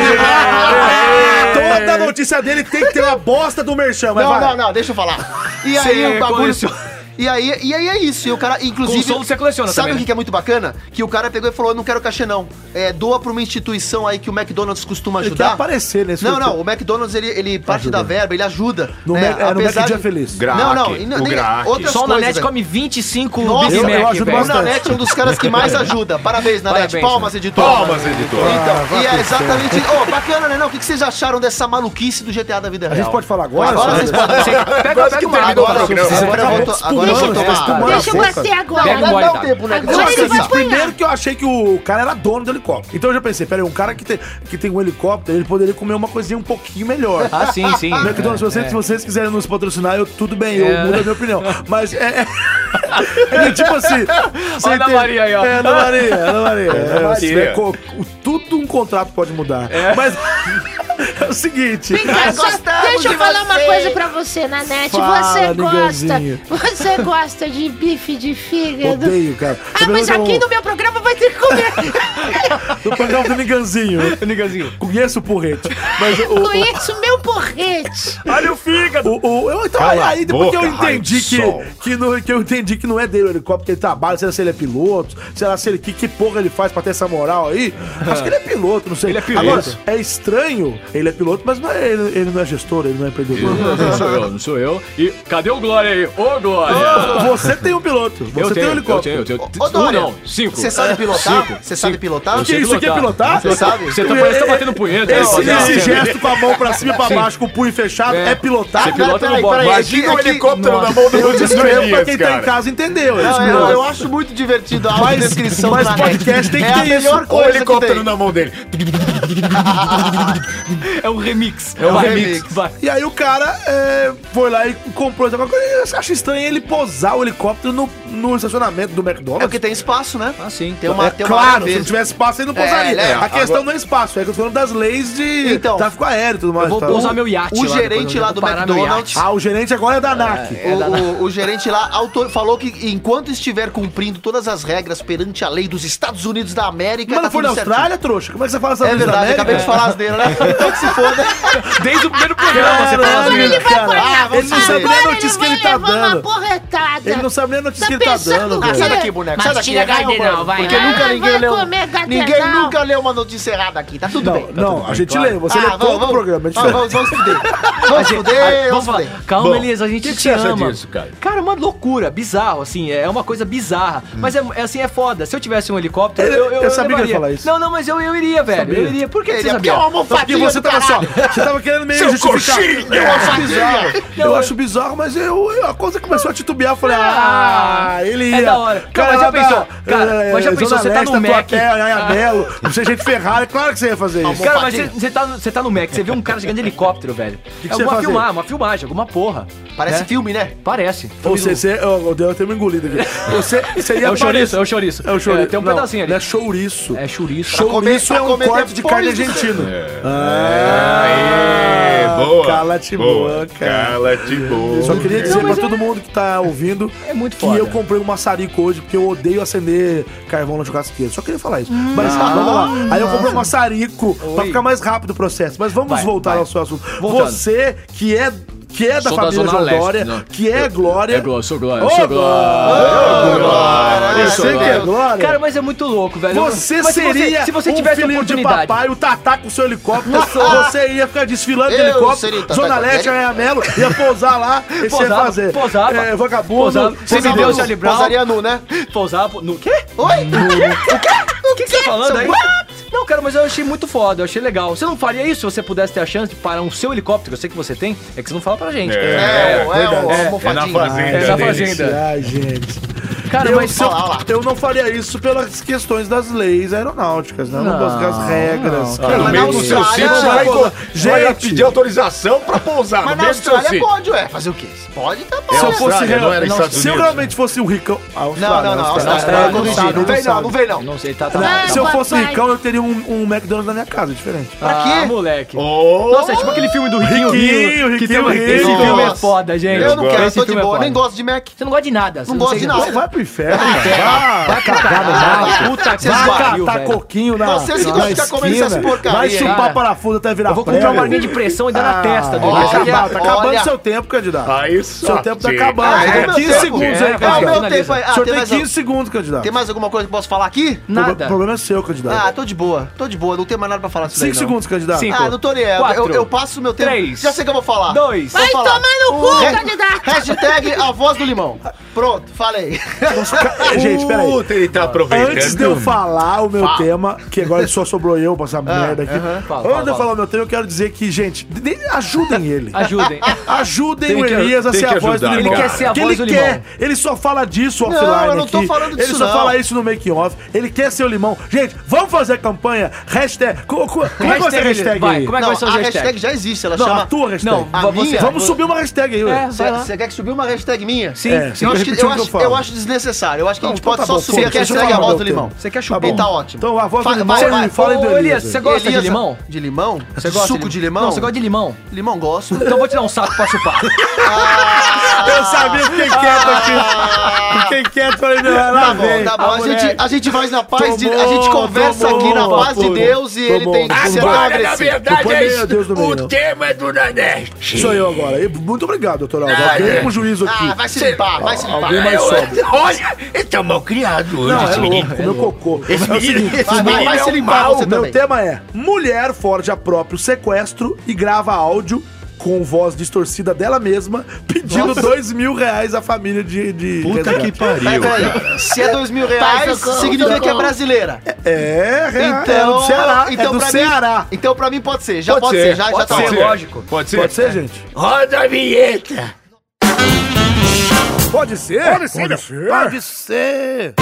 [SPEAKER 3] Toda notícia dele tem que ter uma bosta do merchan, mas
[SPEAKER 1] Não,
[SPEAKER 3] vai.
[SPEAKER 1] não, não, deixa eu falar. E aí
[SPEAKER 2] Você
[SPEAKER 1] o bagulho.
[SPEAKER 2] coleciona.
[SPEAKER 1] E aí, e aí é isso, e o cara, inclusive.
[SPEAKER 2] Consolo você coleciona
[SPEAKER 1] Sabe
[SPEAKER 2] também,
[SPEAKER 1] o que,
[SPEAKER 2] né?
[SPEAKER 1] que é muito bacana? Que o cara pegou e falou: Eu não quero cachê, não. É, doa pra uma instituição aí que o McDonald's
[SPEAKER 2] É
[SPEAKER 1] costuma
[SPEAKER 3] Ele
[SPEAKER 1] ajudar.
[SPEAKER 3] quer aparecer né, nesse
[SPEAKER 1] Não,
[SPEAKER 3] filme.
[SPEAKER 1] não, o McDonald's, ele, ele parte da verba, ele ajuda.
[SPEAKER 3] No
[SPEAKER 1] né?
[SPEAKER 3] Mac- é, no
[SPEAKER 1] Apesar
[SPEAKER 3] Mac Dia
[SPEAKER 1] de-
[SPEAKER 3] Feliz.
[SPEAKER 7] Graque,
[SPEAKER 1] não, não, e não-
[SPEAKER 7] o
[SPEAKER 1] nem-
[SPEAKER 7] Graque.
[SPEAKER 1] outras
[SPEAKER 2] Só o
[SPEAKER 1] coisas,
[SPEAKER 2] Nanete
[SPEAKER 1] velho.
[SPEAKER 2] come 25
[SPEAKER 1] Nossa,
[SPEAKER 2] Big
[SPEAKER 3] eu
[SPEAKER 2] Mac,
[SPEAKER 3] ajudo
[SPEAKER 1] O
[SPEAKER 2] velho.
[SPEAKER 3] bastante.
[SPEAKER 1] Nanete é um dos caras que mais ajuda. Parabéns, Nanete.
[SPEAKER 2] Parabéns, né?
[SPEAKER 1] Palmas, editor.
[SPEAKER 7] Palmas, editor.
[SPEAKER 1] Então,
[SPEAKER 3] Ah, vai
[SPEAKER 1] e é
[SPEAKER 3] pro
[SPEAKER 1] exatamente. Ô, bacana, né? Não, o que, que vocês acharam dessa maluquice do GTA da vida real?
[SPEAKER 3] A gente pode falar agora?
[SPEAKER 1] Agora
[SPEAKER 3] Sandra?
[SPEAKER 1] vocês podem.
[SPEAKER 2] Pega, pega,
[SPEAKER 1] que
[SPEAKER 2] uma
[SPEAKER 1] terminou
[SPEAKER 2] água,
[SPEAKER 1] o programa.
[SPEAKER 2] Suzy.
[SPEAKER 1] Agora eu vou to- agora eu vou
[SPEAKER 3] Espumando,
[SPEAKER 1] tomar.
[SPEAKER 3] espumando a
[SPEAKER 8] Deixa eu
[SPEAKER 3] boca.
[SPEAKER 8] bater agora.
[SPEAKER 2] Pega
[SPEAKER 1] Dá um
[SPEAKER 2] Agora
[SPEAKER 1] tempo, né?
[SPEAKER 8] Agora ele vai apanhar.
[SPEAKER 3] Primeiro que eu achei que o cara era dono do helicóptero. Então eu já pensei, peraí, um cara que tem, que tem um helicóptero, ele poderia comer uma coisinha um pouquinho melhor.
[SPEAKER 2] Ah, sim, sim.
[SPEAKER 3] McDonald's, se, vocês, se vocês quiserem nos patrocinar, eu tudo bem, eu
[SPEAKER 2] É.
[SPEAKER 3] mudo a minha opinião. Mas é. é- é tipo assim. você
[SPEAKER 2] Olha a
[SPEAKER 3] entende?
[SPEAKER 2] Maria aí, ó.
[SPEAKER 3] É, Ana Maria, Ana Maria. É,
[SPEAKER 7] Maria.
[SPEAKER 3] se tiver co- o- tudo um contrato pode mudar. Mas é o seguinte.
[SPEAKER 8] Vem cá, só-
[SPEAKER 1] gostamos
[SPEAKER 8] deixa
[SPEAKER 1] Tá de
[SPEAKER 8] eu falar uma
[SPEAKER 1] você.
[SPEAKER 8] coisa pra você, Nanete.
[SPEAKER 3] Fala,
[SPEAKER 8] Você gosta.
[SPEAKER 3] amigãozinho.
[SPEAKER 8] Você gosta de bife de fígado.
[SPEAKER 3] Odeio, cara.
[SPEAKER 8] Ah, mas aqui
[SPEAKER 3] um
[SPEAKER 8] no meu programa vai ter que comer.
[SPEAKER 3] no programa do Niganzinho.
[SPEAKER 2] Niganzinho.
[SPEAKER 3] um Conheço o porrete. Mas o, o-
[SPEAKER 8] Conheço meu porrete.
[SPEAKER 3] Olha o fígado! O, o- eu, então,
[SPEAKER 7] Cala
[SPEAKER 3] aí
[SPEAKER 7] a
[SPEAKER 3] depois
[SPEAKER 7] boca,
[SPEAKER 3] que eu
[SPEAKER 7] raio
[SPEAKER 3] entendi
[SPEAKER 7] de sol.
[SPEAKER 3] que, que, não, que eu entendi que não é dele o helicóptero que ele trabalha, será se ele é piloto, será se ele. Que, que porra ele faz pra ter essa moral aí? Acho que ele é piloto, não sei.
[SPEAKER 2] Ele é piloto.
[SPEAKER 3] Agora, é estranho, ele é piloto, mas não é, ele, ele não é gestor, ele não é empreendedor.
[SPEAKER 4] Não sou eu, não sou eu. E cadê o Glória aí? Ô, Glória!
[SPEAKER 3] Você tem um piloto, você
[SPEAKER 4] eu
[SPEAKER 3] tem um
[SPEAKER 4] tenho, eu
[SPEAKER 3] helicóptero.
[SPEAKER 4] tenho, eu tenho.
[SPEAKER 1] Ô, Dória,
[SPEAKER 4] Um não, cinco.
[SPEAKER 1] Você
[SPEAKER 3] É.
[SPEAKER 1] sabe pilotar?
[SPEAKER 4] Cinco.
[SPEAKER 1] Você sabe pilotar?
[SPEAKER 4] Eu sei
[SPEAKER 3] isso aqui é pilotar?
[SPEAKER 1] Você sabe?
[SPEAKER 4] Você tá parecendo que tá batendo punheta.
[SPEAKER 3] Esse,
[SPEAKER 4] Não, não,
[SPEAKER 3] esse
[SPEAKER 4] não.
[SPEAKER 3] gesto com a mão pra cima e pra baixo, com o punho fechado, é,
[SPEAKER 4] É.
[SPEAKER 3] pilotar?
[SPEAKER 4] Você pilota
[SPEAKER 1] peraí,
[SPEAKER 4] no box.
[SPEAKER 1] peraí, É
[SPEAKER 4] Imagina
[SPEAKER 1] aqui-
[SPEAKER 7] um
[SPEAKER 1] aqui-
[SPEAKER 7] helicóptero na mão do
[SPEAKER 3] Eu
[SPEAKER 7] Rodrigo
[SPEAKER 3] descrevo pra
[SPEAKER 7] Elias,
[SPEAKER 3] quem tá em
[SPEAKER 7] cara.
[SPEAKER 3] casa entendeu.
[SPEAKER 1] Não,
[SPEAKER 3] eu
[SPEAKER 1] eu,
[SPEAKER 3] descrevo.
[SPEAKER 1] eu acho muito divertido a
[SPEAKER 3] Mas-
[SPEAKER 1] audiodescrição
[SPEAKER 3] mas
[SPEAKER 1] do Nanete.
[SPEAKER 3] é podcast tem que
[SPEAKER 1] é a
[SPEAKER 3] ter isso.
[SPEAKER 1] melhor
[SPEAKER 7] Olha o
[SPEAKER 1] coisa que
[SPEAKER 7] helicóptero
[SPEAKER 1] tem.
[SPEAKER 7] na mão dele.
[SPEAKER 2] É um remix.
[SPEAKER 7] É um
[SPEAKER 2] Vai,
[SPEAKER 7] remix.
[SPEAKER 2] Vai.
[SPEAKER 3] E aí o cara é, foi lá e comprou essa coisa. Eu acho estranho ele pousar o helicóptero no, no estacionamento do
[SPEAKER 1] É
[SPEAKER 3] McDonald's.
[SPEAKER 1] porque tem espaço, né?
[SPEAKER 2] Ah, sim.
[SPEAKER 1] Tem uma,
[SPEAKER 3] É
[SPEAKER 1] tem uma
[SPEAKER 3] claro, se
[SPEAKER 1] leveza.
[SPEAKER 3] não tivesse espaço, ele não
[SPEAKER 1] É,
[SPEAKER 3] pousaria.
[SPEAKER 1] é,
[SPEAKER 3] a questão não é espaço, é que eu tô falando das leis de
[SPEAKER 1] Então,
[SPEAKER 3] tráfico aéreo e tudo mais.
[SPEAKER 2] Eu vou
[SPEAKER 3] tá?
[SPEAKER 2] pousar meu iate
[SPEAKER 1] o
[SPEAKER 2] lá depois,
[SPEAKER 1] gerente
[SPEAKER 2] eu
[SPEAKER 1] lá
[SPEAKER 2] vou
[SPEAKER 1] do
[SPEAKER 2] parar no
[SPEAKER 1] McDonald's-
[SPEAKER 2] iate.
[SPEAKER 3] Ah, o gerente agora é da ANAC.
[SPEAKER 1] O, o- o gerente lá autor- falou que enquanto estiver cumprindo todas as regras perante a lei dos Estados Unidos da América.
[SPEAKER 3] Mas não
[SPEAKER 1] tá
[SPEAKER 3] foi na
[SPEAKER 1] tudo certinho.
[SPEAKER 3] Austrália, trouxa? Como é que você fala essa
[SPEAKER 1] É verdade, acabei de falar as dele, né? Então que se foda.
[SPEAKER 2] Desde o primeiro programa você fala
[SPEAKER 3] Caralho,
[SPEAKER 2] assim.
[SPEAKER 8] ele vai
[SPEAKER 3] cara.
[SPEAKER 8] apanhar.
[SPEAKER 3] Ah, vamos Ele não sabe nem a
[SPEAKER 8] Agora
[SPEAKER 3] notícia que
[SPEAKER 8] vai
[SPEAKER 3] ele tá
[SPEAKER 8] levar uma
[SPEAKER 3] dando.
[SPEAKER 8] porretada.
[SPEAKER 3] Ele não sabe nem a notícia
[SPEAKER 8] Tá
[SPEAKER 3] que ele tá
[SPEAKER 8] pensando
[SPEAKER 3] dando,
[SPEAKER 8] o quê?
[SPEAKER 1] Ah,
[SPEAKER 3] velho.
[SPEAKER 1] sai daqui, boneco. Sai
[SPEAKER 9] Mas
[SPEAKER 1] daqui.
[SPEAKER 9] tira
[SPEAKER 1] é gaio,
[SPEAKER 9] Gardenal,
[SPEAKER 1] mano,
[SPEAKER 9] vai.
[SPEAKER 1] Porque
[SPEAKER 9] Ah,
[SPEAKER 1] nunca
[SPEAKER 8] vai
[SPEAKER 1] ninguém leu.
[SPEAKER 8] comer Gardenal.
[SPEAKER 1] Ninguém nunca leu uma notícia errada aqui. Tá tudo
[SPEAKER 3] Não,
[SPEAKER 1] bem. Tá
[SPEAKER 3] não,
[SPEAKER 1] tudo
[SPEAKER 3] a
[SPEAKER 1] bem,
[SPEAKER 3] gente
[SPEAKER 1] claro.
[SPEAKER 3] lê, você
[SPEAKER 1] Ah,
[SPEAKER 3] lê
[SPEAKER 1] vamos-
[SPEAKER 3] todo o
[SPEAKER 1] vamos-
[SPEAKER 3] programa, é
[SPEAKER 1] Vamos, vamos, vamos fuder. Vamos fuder, vamos
[SPEAKER 2] Vamos falar.
[SPEAKER 1] fuder.
[SPEAKER 2] Calma,
[SPEAKER 7] Bom,
[SPEAKER 2] Elias, a gente
[SPEAKER 7] que que
[SPEAKER 2] te
[SPEAKER 7] você acha
[SPEAKER 2] ama.
[SPEAKER 7] disso, cara?
[SPEAKER 2] uma loucura, bizarro, assim, é uma coisa bizarra. Mas é, é assim, é foda. Se eu tivesse um helicóptero,
[SPEAKER 3] Eu-
[SPEAKER 2] eu, eu,
[SPEAKER 3] eu sabia que ele
[SPEAKER 2] levaria.
[SPEAKER 3] ia falar isso.
[SPEAKER 2] Não, não, mas eu, eu iria, velho. Eu iria. Por que, que você
[SPEAKER 1] Ele é
[SPEAKER 2] sabia?
[SPEAKER 1] uma
[SPEAKER 3] Porque
[SPEAKER 1] almofadinha
[SPEAKER 3] você
[SPEAKER 1] do
[SPEAKER 3] tava só,
[SPEAKER 1] caralho.
[SPEAKER 3] você tava querendo meio justificar. Eu acho bizarro. Eu acho bizarro, mas eu, eu- a coisa começou a titubear. Eu falei, ah, ele ia.
[SPEAKER 2] É da hora.
[SPEAKER 3] Cara,
[SPEAKER 2] Não, mas já
[SPEAKER 3] lá da-
[SPEAKER 2] pensou? Cara,
[SPEAKER 3] eh,
[SPEAKER 2] mas já
[SPEAKER 3] Zona
[SPEAKER 2] pensou, você tá
[SPEAKER 3] Leste,
[SPEAKER 2] no Mac.
[SPEAKER 3] Tatuapé, Anhangabaú, você é gente Ferrari, claro que você ia fazer isso.
[SPEAKER 2] Cara, mas você tá, no- cê tá no Mac, você vê um cara chegando de helicóptero, velho.
[SPEAKER 3] que
[SPEAKER 2] é
[SPEAKER 3] cê ia
[SPEAKER 2] uma
[SPEAKER 3] fazer?
[SPEAKER 2] filmar, uma filmagem, alguma porra.
[SPEAKER 1] Parece
[SPEAKER 2] né?
[SPEAKER 1] filme, né?
[SPEAKER 2] Parece.
[SPEAKER 3] Ou você, você, eu, eu tenho uma engolida aqui. Você, você ia
[SPEAKER 2] É o chouriço, é
[SPEAKER 3] aparecer-
[SPEAKER 2] o chouriço.
[SPEAKER 3] É o chouriço.
[SPEAKER 2] tem um
[SPEAKER 3] Não,
[SPEAKER 2] pedacinho ali.
[SPEAKER 3] não É chouriço.
[SPEAKER 2] É chouriço.
[SPEAKER 3] Chouriço é
[SPEAKER 1] pra
[SPEAKER 3] um
[SPEAKER 1] comer
[SPEAKER 3] corte de
[SPEAKER 1] depois
[SPEAKER 3] carne
[SPEAKER 1] do- É.
[SPEAKER 3] argentina. Ah,
[SPEAKER 7] Aê, É, boa.
[SPEAKER 3] É, cala-te boca.
[SPEAKER 7] Cala-te boca.
[SPEAKER 3] Só queria dizer pra todo mundo que tá ouvindo
[SPEAKER 2] É muito
[SPEAKER 3] que
[SPEAKER 2] foda.
[SPEAKER 3] eu comprei um maçarico hoje porque eu odeio acender carvão na churrasqueira. Só queria falar isso. Mas vamos lá. Aí eu comprei um maçarico pra
[SPEAKER 2] Ah. Oi.
[SPEAKER 3] ficar mais rápido o processo. Mas vamos
[SPEAKER 2] Vai,
[SPEAKER 3] voltar
[SPEAKER 2] vai.
[SPEAKER 3] ao seu assunto.
[SPEAKER 2] Voltando.
[SPEAKER 3] Você que é que é da
[SPEAKER 4] Sou da
[SPEAKER 3] família
[SPEAKER 4] Zona
[SPEAKER 3] João
[SPEAKER 4] Leste,
[SPEAKER 3] Dória,
[SPEAKER 4] não.
[SPEAKER 3] que é Glória.
[SPEAKER 4] É glória, sou glória,
[SPEAKER 3] Ô,
[SPEAKER 4] sou glória.
[SPEAKER 1] Caralho,
[SPEAKER 3] Você que é Glória.
[SPEAKER 2] Cara, mas é muito louco, velho.
[SPEAKER 3] Você
[SPEAKER 2] Mas se
[SPEAKER 3] seria
[SPEAKER 2] Se você,
[SPEAKER 3] um
[SPEAKER 2] tivesse a
[SPEAKER 3] filhinho de
[SPEAKER 2] oportunidade.
[SPEAKER 3] papai, o Tatá com seu helicóptero, você ia ficar desfilando de
[SPEAKER 1] Eu
[SPEAKER 3] helicóptero,
[SPEAKER 1] seria o Tatá
[SPEAKER 3] Zona
[SPEAKER 1] com
[SPEAKER 3] Leste,
[SPEAKER 1] ele.
[SPEAKER 3] Anhangabaú, Melo, ia pousar lá, e você ia
[SPEAKER 2] Pousava,
[SPEAKER 3] fazer
[SPEAKER 2] pousava.
[SPEAKER 3] é, vagabundo,
[SPEAKER 2] Pousava. Você me
[SPEAKER 3] pousava
[SPEAKER 2] deu o
[SPEAKER 3] no-
[SPEAKER 2] Charlie Brown.
[SPEAKER 1] Pousaria nu, né?
[SPEAKER 2] Pousar no quê?
[SPEAKER 1] Oi?
[SPEAKER 2] O que, que você tá falando aí? Não, cara, mas eu achei muito foda, eu achei legal. Você não faria isso se você pudesse ter a chance de parar um seu helicóptero, que eu sei que você tem, é que você não fala pra gente.
[SPEAKER 1] É, é, o- é, o-
[SPEAKER 3] verdade.
[SPEAKER 1] a
[SPEAKER 7] É na
[SPEAKER 1] almofadinha.
[SPEAKER 7] fazenda.
[SPEAKER 2] É na
[SPEAKER 7] deles.
[SPEAKER 2] fazenda.
[SPEAKER 3] Ai, gente.
[SPEAKER 2] Cara,
[SPEAKER 3] eu,
[SPEAKER 2] mas
[SPEAKER 3] se eu-
[SPEAKER 1] Olha lá.
[SPEAKER 3] eu não faria isso pelas questões das leis aeronáuticas, né? Eu não
[SPEAKER 2] Não,
[SPEAKER 3] gosto das
[SPEAKER 2] não,
[SPEAKER 3] regras. cara.
[SPEAKER 7] No
[SPEAKER 1] Mas
[SPEAKER 7] meio
[SPEAKER 1] na
[SPEAKER 7] do seu
[SPEAKER 1] Austrália-
[SPEAKER 7] sítio, você vai,
[SPEAKER 3] Vai-
[SPEAKER 7] vai
[SPEAKER 3] Gente.
[SPEAKER 7] pedir autorização pra pousar
[SPEAKER 1] Mas
[SPEAKER 7] no
[SPEAKER 1] na
[SPEAKER 7] meio do seu
[SPEAKER 1] Austrália é
[SPEAKER 7] sítio.
[SPEAKER 1] pode, ué. Fazer o quê? Pode, tá bom.
[SPEAKER 7] É
[SPEAKER 1] né?
[SPEAKER 7] Austrália, não era Estados
[SPEAKER 3] se eu
[SPEAKER 7] Unidos.
[SPEAKER 3] realmente fosse o ricão. Ah,
[SPEAKER 1] Não,
[SPEAKER 3] Austrália,
[SPEAKER 1] não, não.
[SPEAKER 3] Austrália.
[SPEAKER 1] Austrália,
[SPEAKER 3] É,
[SPEAKER 1] não,
[SPEAKER 3] não
[SPEAKER 1] não,
[SPEAKER 3] sabe,
[SPEAKER 1] não vem não,
[SPEAKER 3] sabe.
[SPEAKER 1] não vem não.
[SPEAKER 2] Não sei, tá, tá.
[SPEAKER 8] Não.
[SPEAKER 2] tá.
[SPEAKER 3] Se eu fosse
[SPEAKER 8] Papai.
[SPEAKER 3] ricão, eu teria um, um McDonald's na minha casa, é diferente.
[SPEAKER 1] Pra
[SPEAKER 2] Ah,
[SPEAKER 1] quê?
[SPEAKER 2] moleque.
[SPEAKER 7] Ô,
[SPEAKER 2] Nossa, é tipo aquele filme do Riquinho
[SPEAKER 3] Riquinho,
[SPEAKER 2] Rio. que tem
[SPEAKER 3] Riquinho
[SPEAKER 2] uma-
[SPEAKER 3] Rio.
[SPEAKER 2] Esse filme é
[SPEAKER 1] Nossa.
[SPEAKER 2] foda, gente.
[SPEAKER 1] Eu não quero, eu
[SPEAKER 2] Esse
[SPEAKER 1] tô de
[SPEAKER 2] filme é
[SPEAKER 1] boa.
[SPEAKER 2] foda.
[SPEAKER 1] Nem gosto de Mac.
[SPEAKER 2] Você não gosta de nada. você
[SPEAKER 1] Não gosto
[SPEAKER 2] sei-
[SPEAKER 1] de nada.
[SPEAKER 3] é- Vai pro inferno, cara.
[SPEAKER 2] Vai cagar no mato. Puta que
[SPEAKER 1] Vocês vão
[SPEAKER 2] pariu,
[SPEAKER 3] catar
[SPEAKER 2] velho.
[SPEAKER 3] coquinho na
[SPEAKER 1] Vocês que gostam de
[SPEAKER 3] na
[SPEAKER 1] ficar comendo
[SPEAKER 3] esquina,
[SPEAKER 1] essas porcaria,
[SPEAKER 3] Vai chupar
[SPEAKER 2] cara.
[SPEAKER 3] parafuso até virar Ah,
[SPEAKER 2] Eu vou comprar uma linha de pressão e dar
[SPEAKER 1] Ah.
[SPEAKER 2] na testa é
[SPEAKER 3] testa.
[SPEAKER 2] do
[SPEAKER 1] olha,
[SPEAKER 3] Vai
[SPEAKER 2] Riquinho.
[SPEAKER 3] acabar, tá
[SPEAKER 1] olha.
[SPEAKER 3] acabando seu tempo, candidadato.
[SPEAKER 7] aí
[SPEAKER 3] Seu
[SPEAKER 7] só
[SPEAKER 3] tempo tá
[SPEAKER 7] chega.
[SPEAKER 3] acabando.
[SPEAKER 1] Ah,
[SPEAKER 3] Você
[SPEAKER 1] é
[SPEAKER 3] tem
[SPEAKER 1] meu
[SPEAKER 3] 15
[SPEAKER 1] tempo.
[SPEAKER 3] segundos aí,
[SPEAKER 2] É,
[SPEAKER 1] É o
[SPEAKER 3] candidato.
[SPEAKER 1] meu
[SPEAKER 2] Finaliza.
[SPEAKER 1] tempo aí.
[SPEAKER 3] O
[SPEAKER 1] Ah,
[SPEAKER 3] senhor
[SPEAKER 1] tem
[SPEAKER 3] tem
[SPEAKER 1] mais, al-
[SPEAKER 3] 15 segundos, candidato.
[SPEAKER 1] tem mais alguma coisa que eu posso falar aqui?
[SPEAKER 3] O
[SPEAKER 2] Nada.
[SPEAKER 3] problema é seu,
[SPEAKER 1] Ah,
[SPEAKER 3] candidato.
[SPEAKER 1] tô de boa. Tô de boa. Não tenho mais nada pra falar disso
[SPEAKER 3] 5
[SPEAKER 1] daí, não.
[SPEAKER 3] segundos, candidato.
[SPEAKER 2] Sim.
[SPEAKER 1] Ah, doutor, eu,
[SPEAKER 2] Quatro.
[SPEAKER 1] eu, eu passo meu tempo.
[SPEAKER 2] Três.
[SPEAKER 1] Já sei o que eu vou falar.
[SPEAKER 2] Dois.
[SPEAKER 1] Vou
[SPEAKER 8] Vai
[SPEAKER 1] falar.
[SPEAKER 8] tomar no cu,
[SPEAKER 1] Re-
[SPEAKER 8] candidato.
[SPEAKER 1] Hashtag a voz do limão. Pronto, falei.
[SPEAKER 3] É, Gente, peraí.
[SPEAKER 7] Puta, ele tá aproveitando.
[SPEAKER 3] Antes de eu falar o meu
[SPEAKER 7] Fala.
[SPEAKER 3] tema, que agora só sobrou eu
[SPEAKER 1] Ah,
[SPEAKER 3] pra essa merda aqui.
[SPEAKER 2] Fala, fala,
[SPEAKER 3] Antes de eu
[SPEAKER 2] fala.
[SPEAKER 3] falar o meu tema, eu quero dizer que, gente, de- de- ajudem ele.
[SPEAKER 2] Ajudem.
[SPEAKER 3] Ajudem
[SPEAKER 7] Tem
[SPEAKER 3] o
[SPEAKER 7] que-
[SPEAKER 3] Elias a
[SPEAKER 7] tem
[SPEAKER 3] ser
[SPEAKER 7] que
[SPEAKER 3] a voz do
[SPEAKER 7] ajudar,
[SPEAKER 3] limão.
[SPEAKER 7] Ele quer
[SPEAKER 2] ser a
[SPEAKER 3] Que
[SPEAKER 2] voz
[SPEAKER 3] ele
[SPEAKER 2] do
[SPEAKER 3] quer,
[SPEAKER 2] limão.
[SPEAKER 3] Ele só fala disso offline
[SPEAKER 1] eu não tô
[SPEAKER 3] aqui.
[SPEAKER 1] falando disso,
[SPEAKER 3] Ele só
[SPEAKER 1] não.
[SPEAKER 3] fala isso no making off. Ele quer ser o limão. Gente, vamos fazer a campanha hashtag... co- co- Como é que vai ser a hashtag
[SPEAKER 2] Vai,
[SPEAKER 3] aí?
[SPEAKER 2] como é que
[SPEAKER 1] não,
[SPEAKER 2] vai ser o
[SPEAKER 1] a hashtag?
[SPEAKER 2] hashtag?
[SPEAKER 1] já existe, ela
[SPEAKER 3] Não,
[SPEAKER 1] chama.
[SPEAKER 3] a tua hashtag.
[SPEAKER 2] Não,
[SPEAKER 1] A
[SPEAKER 2] va-
[SPEAKER 1] minha?
[SPEAKER 2] você...
[SPEAKER 3] Vamos subir uma hashtag aí,
[SPEAKER 2] É,
[SPEAKER 3] ué.
[SPEAKER 2] vai lá.
[SPEAKER 1] Você quer que subir uma hashtag minha?
[SPEAKER 2] Sim,
[SPEAKER 3] É,
[SPEAKER 2] sim.
[SPEAKER 1] Eu acho, que-
[SPEAKER 3] repetir
[SPEAKER 1] eu
[SPEAKER 3] o que eu
[SPEAKER 1] acho-
[SPEAKER 3] falo.
[SPEAKER 1] eu acho desnecessário. Eu acho que a gente
[SPEAKER 3] Então
[SPEAKER 1] pode
[SPEAKER 3] tá
[SPEAKER 1] só
[SPEAKER 3] bom,
[SPEAKER 1] subir a
[SPEAKER 3] foda-se, deixa eu
[SPEAKER 1] hashtag a
[SPEAKER 3] falar
[SPEAKER 1] voz
[SPEAKER 3] meu
[SPEAKER 1] do
[SPEAKER 3] tema.
[SPEAKER 1] limão.
[SPEAKER 2] Você quer chupar?
[SPEAKER 1] Bem,
[SPEAKER 2] bom.
[SPEAKER 1] tá ótimo.
[SPEAKER 3] Então, a voz do
[SPEAKER 1] Fa-
[SPEAKER 3] limão,
[SPEAKER 1] vai,
[SPEAKER 3] você
[SPEAKER 1] vai.
[SPEAKER 3] fala em
[SPEAKER 2] Ô,
[SPEAKER 3] dois,
[SPEAKER 2] Elias,
[SPEAKER 3] dois.
[SPEAKER 2] você gosta de
[SPEAKER 1] Elias,
[SPEAKER 2] limão?
[SPEAKER 1] De limão?
[SPEAKER 2] Você gosta
[SPEAKER 1] Suco de limão?
[SPEAKER 2] Não, você gosta de limão.
[SPEAKER 1] Limão gosto.
[SPEAKER 2] Então eu vou tirar um saco pra chupar.
[SPEAKER 1] tá-
[SPEAKER 3] Eu sabia, fiquei quieto aqui. Fiquei quieto, falei, meu, lá
[SPEAKER 1] Tá bom,
[SPEAKER 3] vem.
[SPEAKER 1] tá bom. A
[SPEAKER 3] moleque.
[SPEAKER 1] gente, a gente vai na paz, de- a gente
[SPEAKER 3] Tomou,
[SPEAKER 1] conversa aqui na
[SPEAKER 3] tomou,
[SPEAKER 1] paz de
[SPEAKER 3] tomou,
[SPEAKER 1] Deus e ele
[SPEAKER 3] tomou.
[SPEAKER 1] tem que ser
[SPEAKER 3] Agora,
[SPEAKER 7] na
[SPEAKER 1] agradecido.
[SPEAKER 7] verdade,
[SPEAKER 3] Põe
[SPEAKER 7] é
[SPEAKER 3] meio,
[SPEAKER 7] isso.
[SPEAKER 3] Deus do meio, não.
[SPEAKER 7] O tema é do Nanete.
[SPEAKER 3] Sou eu agora. E muito obrigado, doutor Aldo. Alguém com juízo aqui.
[SPEAKER 1] Ah, vai se limpar, vai se limpar.
[SPEAKER 3] Alguém mais sobe.
[SPEAKER 7] é Olha, ele tá mal criado hoje,
[SPEAKER 3] Não, é
[SPEAKER 7] esse
[SPEAKER 3] louco,
[SPEAKER 7] menino.
[SPEAKER 3] comeu cocô.
[SPEAKER 7] Esse
[SPEAKER 3] É o
[SPEAKER 7] menino-
[SPEAKER 3] seguinte,
[SPEAKER 7] esse
[SPEAKER 1] Vai, vai,
[SPEAKER 7] menino
[SPEAKER 1] vai
[SPEAKER 7] é
[SPEAKER 1] se
[SPEAKER 7] um
[SPEAKER 1] limpar
[SPEAKER 7] mal.
[SPEAKER 1] você
[SPEAKER 3] Meu
[SPEAKER 1] também.
[SPEAKER 3] tema é: mulher forja próprio sequestro e grava áudio com voz distorcida dela mesma, pedindo dois mil reais à família de. de
[SPEAKER 7] Puta
[SPEAKER 3] resgate.
[SPEAKER 7] que pariu.
[SPEAKER 1] Peraí, peraí. Se é dois mil reais,
[SPEAKER 8] socorro,
[SPEAKER 1] significa que é
[SPEAKER 8] socorro.
[SPEAKER 1] brasileira.
[SPEAKER 3] É, é, é
[SPEAKER 1] Então,
[SPEAKER 3] do Ceará. é
[SPEAKER 1] então
[SPEAKER 3] do
[SPEAKER 1] pra
[SPEAKER 3] Ceará.
[SPEAKER 1] Mim, então pra mim pode ser. Já pode, ser, já, já tá
[SPEAKER 7] pode
[SPEAKER 1] bom.
[SPEAKER 7] ser.
[SPEAKER 2] lógico.
[SPEAKER 7] Pode ser?
[SPEAKER 3] Pode ser, gente?
[SPEAKER 7] Roda a vinheta.
[SPEAKER 3] Pode ser? Pode ser. Pode ser.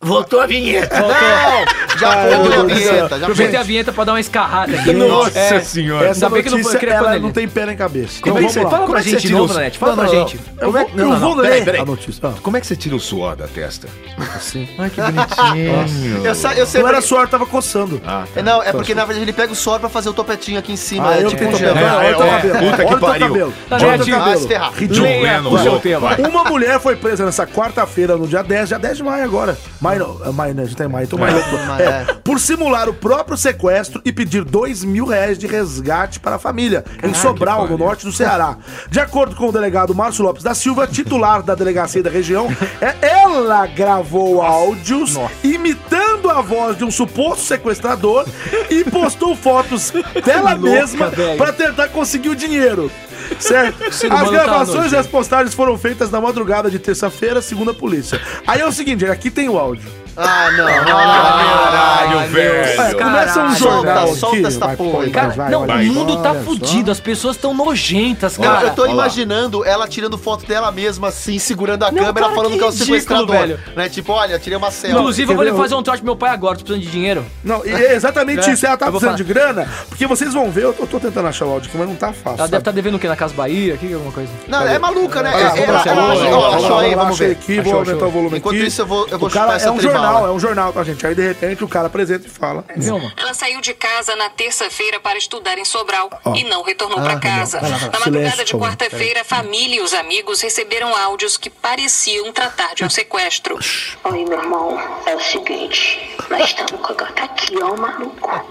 [SPEAKER 10] Voltou a vinheta.
[SPEAKER 1] Não! Já
[SPEAKER 3] Ai,
[SPEAKER 1] foi a
[SPEAKER 3] meu Deus do
[SPEAKER 1] vinheta,
[SPEAKER 3] céu.
[SPEAKER 1] já foi.
[SPEAKER 2] Aproveitei a vinheta pra dar uma escarrada aqui.
[SPEAKER 7] Nossa
[SPEAKER 2] É,
[SPEAKER 7] senhora.
[SPEAKER 3] Essa
[SPEAKER 2] Ainda bem que não foi-
[SPEAKER 3] notícia,
[SPEAKER 2] queria pôr
[SPEAKER 3] ela
[SPEAKER 2] nele.
[SPEAKER 3] não tem pé nem cabeça.
[SPEAKER 2] Como é que você- fala pra gente de novo, Nanete, fala pra gente.
[SPEAKER 3] Eu vou,
[SPEAKER 2] não,
[SPEAKER 3] eu
[SPEAKER 2] não,
[SPEAKER 3] vou
[SPEAKER 7] não,
[SPEAKER 3] ler
[SPEAKER 7] peraí, peraí.
[SPEAKER 3] a notícia. Ah,
[SPEAKER 7] Como é que você tira o suor da testa?
[SPEAKER 3] assim.
[SPEAKER 7] Ai, que bonitinho.
[SPEAKER 1] Eu, sa- eu sei.
[SPEAKER 3] Não era
[SPEAKER 1] porque-
[SPEAKER 3] suor, tava coçando.
[SPEAKER 7] Ah,
[SPEAKER 1] É, Não, é porque na verdade ele pega o suor pra fazer o topetinho aqui em cima.
[SPEAKER 3] Ah,
[SPEAKER 1] né,
[SPEAKER 3] eu
[SPEAKER 1] tipo
[SPEAKER 3] que
[SPEAKER 1] um
[SPEAKER 3] tô
[SPEAKER 1] gel.
[SPEAKER 3] pegando. Olha o teu
[SPEAKER 7] é,
[SPEAKER 3] cabelo.
[SPEAKER 7] puta que
[SPEAKER 3] Olha o teu
[SPEAKER 7] pariu.
[SPEAKER 3] cabelo.
[SPEAKER 2] Tá
[SPEAKER 3] Olha o teu
[SPEAKER 2] negativo.
[SPEAKER 1] Ah, se
[SPEAKER 3] cabelo.
[SPEAKER 1] ferrar.
[SPEAKER 7] John
[SPEAKER 2] Leia
[SPEAKER 7] Lennon,
[SPEAKER 2] o seu
[SPEAKER 7] vai.
[SPEAKER 2] tema.
[SPEAKER 3] Uma mulher foi presa nessa quarta-feira, no dia 10, dia 10 de maio agora. Maio, não, é maio, né? Já tem maio, tô maio.
[SPEAKER 1] maio,
[SPEAKER 3] É,
[SPEAKER 1] é.
[SPEAKER 3] por simular o próprio sequestro e pedir 2 mil reais de resgate para a família, em Sobral, no norte do Ceará. De acordo com o delegado Márcio Lopes da Silva, titular da delegacia da região, é- ela gravou áudios imitando a voz de um suposto sequestrador e postou fotos dela mesma
[SPEAKER 2] velho.
[SPEAKER 3] para tentar conseguir o dinheiro. Certo?
[SPEAKER 2] ser humano
[SPEAKER 3] As
[SPEAKER 2] tá
[SPEAKER 3] gravações
[SPEAKER 2] nojento.
[SPEAKER 3] e as postagens foram feitas na madrugada de terça-feira, segundo a polícia. Aí é o seguinte, aqui tem o áudio.
[SPEAKER 1] Ah, não, não, não, não.
[SPEAKER 7] Caralho, velho.
[SPEAKER 3] É, começa um
[SPEAKER 2] Caralho.
[SPEAKER 3] jornal
[SPEAKER 1] Solta, solta
[SPEAKER 3] aqui,
[SPEAKER 1] esta
[SPEAKER 3] vai,
[SPEAKER 1] porra aí.
[SPEAKER 3] vai,
[SPEAKER 2] Cara,
[SPEAKER 3] vai,
[SPEAKER 2] não,
[SPEAKER 3] olha
[SPEAKER 2] o
[SPEAKER 3] só,
[SPEAKER 2] mundo tá
[SPEAKER 3] olha só.
[SPEAKER 2] fudido, as pessoas tão nojentas,
[SPEAKER 1] Cara,
[SPEAKER 2] cara.
[SPEAKER 1] eu tô
[SPEAKER 7] olha lá.
[SPEAKER 1] imaginando ela tirando foto dela mesma, assim, segurando a
[SPEAKER 2] Não,
[SPEAKER 1] câmera,
[SPEAKER 2] cara,
[SPEAKER 1] falando
[SPEAKER 2] que
[SPEAKER 1] que é o
[SPEAKER 2] ridículo,
[SPEAKER 1] sequestrador.
[SPEAKER 2] velho.
[SPEAKER 1] Né? Tipo, olha, tirei uma selfie.
[SPEAKER 2] Inclusive, eu vou
[SPEAKER 3] Quer ver
[SPEAKER 2] fazer um trote pro meu pai agora, tô precisando de dinheiro.
[SPEAKER 3] Não, e é exatamente
[SPEAKER 2] É,
[SPEAKER 3] isso. Ela tá
[SPEAKER 2] eu vou
[SPEAKER 3] precisando de grana, porque vocês vão ver, eu tô, eu tô tentando achar o áudio aqui, mas não tá fácil.
[SPEAKER 2] Ela deve
[SPEAKER 3] sabe?
[SPEAKER 2] estar devendo o quê? Na Casa Bahia? Aqui, alguma coisa?
[SPEAKER 1] Não, é maluca, né?
[SPEAKER 3] Olha lá,
[SPEAKER 1] É-
[SPEAKER 3] vamos lá,
[SPEAKER 1] ela-
[SPEAKER 3] vamos lá,
[SPEAKER 1] ela-
[SPEAKER 3] vamos
[SPEAKER 1] ó,
[SPEAKER 3] lá,
[SPEAKER 1] Achou
[SPEAKER 3] vamos
[SPEAKER 1] aí,
[SPEAKER 3] lá,
[SPEAKER 1] vamos
[SPEAKER 3] achei
[SPEAKER 1] ver.
[SPEAKER 3] aqui, vou aumentar o volume
[SPEAKER 1] Enquanto
[SPEAKER 3] aqui.
[SPEAKER 1] isso, eu vou- eu vou
[SPEAKER 3] o cara
[SPEAKER 1] chupar essa
[SPEAKER 3] É um
[SPEAKER 1] tribala.
[SPEAKER 3] jornal, é um jornal, tá, gente? Aí, de repente, o cara apresenta e fala.
[SPEAKER 2] Vilma.
[SPEAKER 11] Ela saiu de casa na terça-feira para estudar em Sobral e não retornou para casa.
[SPEAKER 3] Ah, Vai lá, vai lá.
[SPEAKER 11] Na madrugada
[SPEAKER 3] Silêncio,
[SPEAKER 11] de
[SPEAKER 3] por favor.
[SPEAKER 11] quarta-feira, a família e os amigos receberam áudios que pareciam tratar
[SPEAKER 3] Ah.
[SPEAKER 11] de um sequestro.
[SPEAKER 8] Oi, meu irmão. É o seguinte. Nós estamos com a gata aqui, ó, maluco.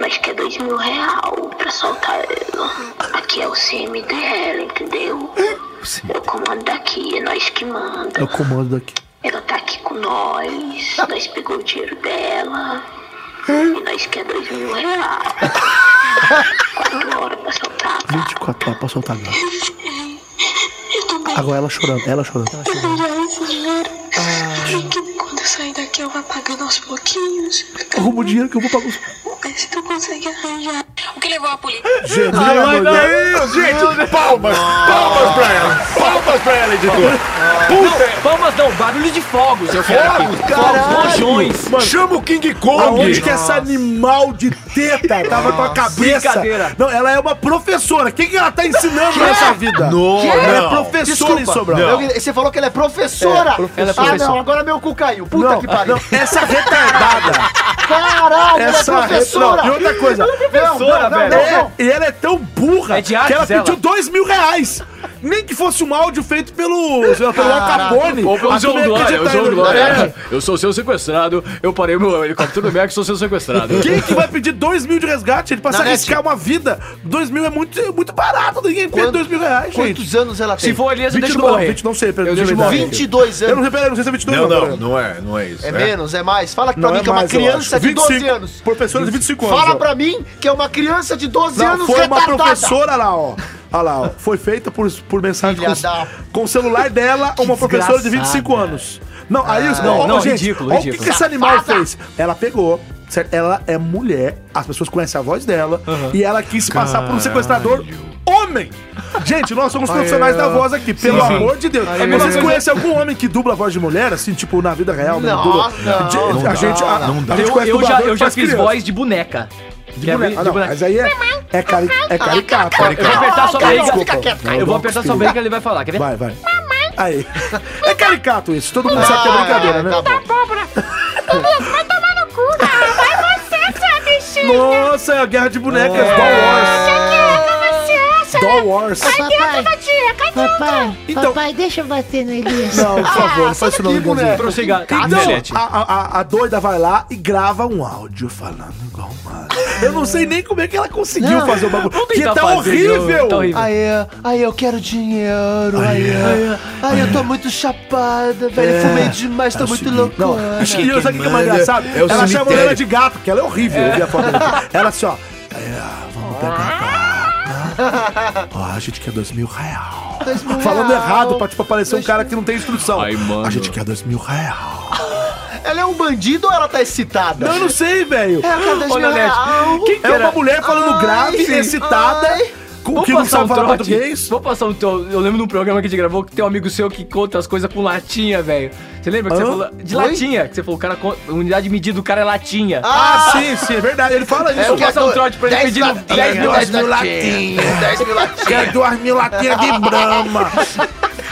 [SPEAKER 8] Nós quer é dois mil real pra soltar ela. Aqui é o CMDL, entendeu? Eu comando daqui, é nós que manda.
[SPEAKER 3] Eu comando daqui. Ah.
[SPEAKER 8] Ela tá aqui com nós, nós pegou o dinheiro dela e nós quer dois mil reais. Quatro horas pra soltar.
[SPEAKER 3] 24 horas pra soltar agora.
[SPEAKER 8] Eu também
[SPEAKER 3] Agora ela chorando, ela chorando. Ah.
[SPEAKER 8] vou dar esse dinheiro. Que quando eu sair daqui eu vou pagando aos pouquinhos.
[SPEAKER 3] Arruma o dinheiro que eu vou pagar os.
[SPEAKER 8] Mas se tu consegue arranjar.
[SPEAKER 11] O que levou a polícia
[SPEAKER 3] Gente,
[SPEAKER 7] Meu Deus, gente, palmas, palmas pra ela, palmas pra ela, editor.
[SPEAKER 2] Não, palmas não, barulho de fogos. Eu quero aqui.
[SPEAKER 7] Fogos,
[SPEAKER 2] Fogos, rojões.
[SPEAKER 7] Chama o King Kong.
[SPEAKER 3] Aonde que essa animal de teta tava com a cabeça?
[SPEAKER 2] Brincadeira.
[SPEAKER 3] Não, ela é uma professora. O que, que ela tá ensinando nessa vida?
[SPEAKER 7] Não,
[SPEAKER 3] Ela é
[SPEAKER 7] não.
[SPEAKER 3] professora em Sobral.
[SPEAKER 7] Não.
[SPEAKER 1] Eu- você falou que ela é professora.
[SPEAKER 2] Ela é
[SPEAKER 1] Ah, não,
[SPEAKER 2] professora.
[SPEAKER 1] agora meu cu caiu. Puta
[SPEAKER 3] Não,
[SPEAKER 1] que pariu.
[SPEAKER 3] não, essa retardada.
[SPEAKER 1] Caralho,
[SPEAKER 3] Essa
[SPEAKER 1] ela é professora. é
[SPEAKER 3] Não, e outra coisa.
[SPEAKER 1] professora,
[SPEAKER 3] Não, não,
[SPEAKER 1] velho.
[SPEAKER 3] é, e ela é tão burra
[SPEAKER 2] É de artes,
[SPEAKER 3] que ela pediu
[SPEAKER 2] ela.
[SPEAKER 3] dois mil reais. Nem que fosse um áudio feito pelo, pelo Al Capone.
[SPEAKER 4] Ou pelo
[SPEAKER 3] A
[SPEAKER 4] João
[SPEAKER 3] turma ia
[SPEAKER 4] Glória, o
[SPEAKER 3] acreditar É.
[SPEAKER 4] João
[SPEAKER 3] ainda.
[SPEAKER 4] Glória. Eu sou seu sequestrado, eu parei meu helicóptero no Mac, sou seu sequestrado.
[SPEAKER 3] É. Quem que vai pedir dois mil de resgate? Ele passa a
[SPEAKER 1] Nanete.
[SPEAKER 3] arriscar uma vida. Dois mil é muito, é muito barato. Ninguém perde
[SPEAKER 1] Quanto-
[SPEAKER 3] dois mil reais, gente.
[SPEAKER 1] Quantos anos ela tem?
[SPEAKER 2] Se for Elias, eu deixo
[SPEAKER 3] 29,
[SPEAKER 2] morrer.
[SPEAKER 3] 20, não sei, peraí.
[SPEAKER 2] Eu deixo
[SPEAKER 3] verdade.
[SPEAKER 2] morrer.
[SPEAKER 1] 22
[SPEAKER 3] é Eu não
[SPEAKER 1] anos.
[SPEAKER 3] sei, peraí, não sei se é 22
[SPEAKER 7] Não, não,
[SPEAKER 3] peraí.
[SPEAKER 7] não é, não é isso.
[SPEAKER 1] É
[SPEAKER 7] né?
[SPEAKER 1] menos, é mais. Fala pra
[SPEAKER 3] Não
[SPEAKER 1] mim
[SPEAKER 3] é
[SPEAKER 1] que é uma
[SPEAKER 3] mais, eu
[SPEAKER 1] criança
[SPEAKER 3] acho.
[SPEAKER 1] de 12
[SPEAKER 3] 25,
[SPEAKER 1] anos.
[SPEAKER 3] Professora de 25 anos.
[SPEAKER 1] Fala
[SPEAKER 3] ó.
[SPEAKER 1] pra mim que é uma criança de 12
[SPEAKER 3] Não,
[SPEAKER 1] anos
[SPEAKER 3] foi uma
[SPEAKER 1] retardada.
[SPEAKER 3] professora lá, ó. Olha lá, ó. Foi feita por, por mensagem
[SPEAKER 1] Filha
[SPEAKER 3] com,
[SPEAKER 1] da-
[SPEAKER 3] com o celular dela, uma professora de 25 anos. Não, aí os.
[SPEAKER 2] não,
[SPEAKER 3] ó,
[SPEAKER 2] não,
[SPEAKER 3] gente,
[SPEAKER 2] ridículo,
[SPEAKER 3] ó, O que,
[SPEAKER 2] ridículo.
[SPEAKER 3] que esse animal fez? Ela pegou. certo? Ela é mulher, as pessoas conhecem a voz dela e ela quis passar por um sequestrador homem. Gente, nós somos profissionais da voz aqui, pelo amor de Deus.
[SPEAKER 2] é
[SPEAKER 3] Vocês
[SPEAKER 2] mesmo.
[SPEAKER 3] conhecem algum homem que dubla a voz de mulher, assim, tipo, na vida real? mesmo,
[SPEAKER 1] Não,
[SPEAKER 3] dubla?
[SPEAKER 1] não,
[SPEAKER 3] Gente,
[SPEAKER 1] não
[SPEAKER 3] a
[SPEAKER 1] dá,
[SPEAKER 3] gente, a,
[SPEAKER 7] não dá.
[SPEAKER 3] a gente
[SPEAKER 2] Eu,
[SPEAKER 3] conhece
[SPEAKER 2] eu já,
[SPEAKER 3] dublador
[SPEAKER 2] eu já
[SPEAKER 3] faz
[SPEAKER 2] fiz
[SPEAKER 3] criança.
[SPEAKER 2] voz de boneca.
[SPEAKER 3] De
[SPEAKER 2] Quer ver?
[SPEAKER 3] boneca. Ah, não, mas aí é, é, cari, é caricata.
[SPEAKER 2] Eu vou apertar sua
[SPEAKER 1] Cara,
[SPEAKER 2] barriga.
[SPEAKER 1] fica quieto, cara.
[SPEAKER 2] Eu vou apertar sua barriga e ele vai falar. Quer ver?
[SPEAKER 3] Vai, vai. Aí. É caricato isso. Todo mundo sabe que é
[SPEAKER 1] Ah,
[SPEAKER 3] brincadeira, né?
[SPEAKER 1] tá bom.
[SPEAKER 6] Abóbora. Elias, vai tomar no cu. Ah, vai você, sua bichinha.
[SPEAKER 3] Nossa, é a guerra de bonecas. Doll
[SPEAKER 6] Que ela vai ser essa?
[SPEAKER 3] Wars. Doll Wars.
[SPEAKER 8] Papai,
[SPEAKER 6] Tia, cadê?
[SPEAKER 8] papai,
[SPEAKER 3] Então-
[SPEAKER 8] papai, deixa eu bater no Elias.
[SPEAKER 3] Não, por favor, não faz isso não,
[SPEAKER 2] É.
[SPEAKER 3] Miguelzinho.
[SPEAKER 2] Prossiga.
[SPEAKER 3] Então, a, a- a- a doida vai lá e grava um áudio falando igual mano. Eu não sei nem como é que ela conseguiu fazer o bagulho. Que
[SPEAKER 2] tentar
[SPEAKER 3] tá
[SPEAKER 2] fazer,
[SPEAKER 3] horrível.
[SPEAKER 2] não, tá horrível.
[SPEAKER 1] Aí, aí eu quero dinheiro. Aí, aí, aí eu tô muito chapada, velho.
[SPEAKER 3] É.
[SPEAKER 1] Fumei demais, tô
[SPEAKER 3] É o
[SPEAKER 1] muito
[SPEAKER 3] seguinte-
[SPEAKER 1] louco.
[SPEAKER 3] Não, acho que e eu- sabe o que é mais
[SPEAKER 7] manda
[SPEAKER 3] engraçado?
[SPEAKER 7] é o
[SPEAKER 3] ela chama
[SPEAKER 7] cemitério.
[SPEAKER 3] ela de gato, porque ela é horrível. Eu vi a foto dela. Ela assim, ó. "É, vamos pegar a gata. Ó, a gente quer dois mil real. tá Falando errado pra tipo, aparecer um cara que não tem instrução.
[SPEAKER 4] Ai, mano.
[SPEAKER 3] A gente quer dois mil real.
[SPEAKER 1] Ela é um bandido ou ela tá excitada?
[SPEAKER 3] Não, eu não sei, velho.
[SPEAKER 1] Ela é um quer dois
[SPEAKER 2] Ô,
[SPEAKER 1] mil
[SPEAKER 2] Nanete,
[SPEAKER 1] real.
[SPEAKER 3] É uma mulher falando
[SPEAKER 1] Ai,
[SPEAKER 3] grave,
[SPEAKER 1] sim.
[SPEAKER 3] excitada.
[SPEAKER 1] Ai.
[SPEAKER 3] com que não
[SPEAKER 2] um
[SPEAKER 3] sabe falar português.
[SPEAKER 2] Vou passar um trote. Eu lembro de um programa que a gente gravou que tem um amigo seu que conta as coisas com latinha, velho. Você lembra que
[SPEAKER 3] Hã?
[SPEAKER 2] você falou. De
[SPEAKER 1] Oi?
[SPEAKER 2] latinha. Que você falou, o cara, con- a unidade de medida do cara é latinha.
[SPEAKER 3] Ah, sim, sim, é verdade. Ele fala
[SPEAKER 2] É,
[SPEAKER 3] isso.
[SPEAKER 2] eu vou passar um trote pra ele
[SPEAKER 1] Dez
[SPEAKER 2] pedindo
[SPEAKER 1] latinhas,
[SPEAKER 2] 10 mil reais.
[SPEAKER 1] dez latinhas, 10 mil latinhas.
[SPEAKER 3] Quero duas mil latinhas de brama.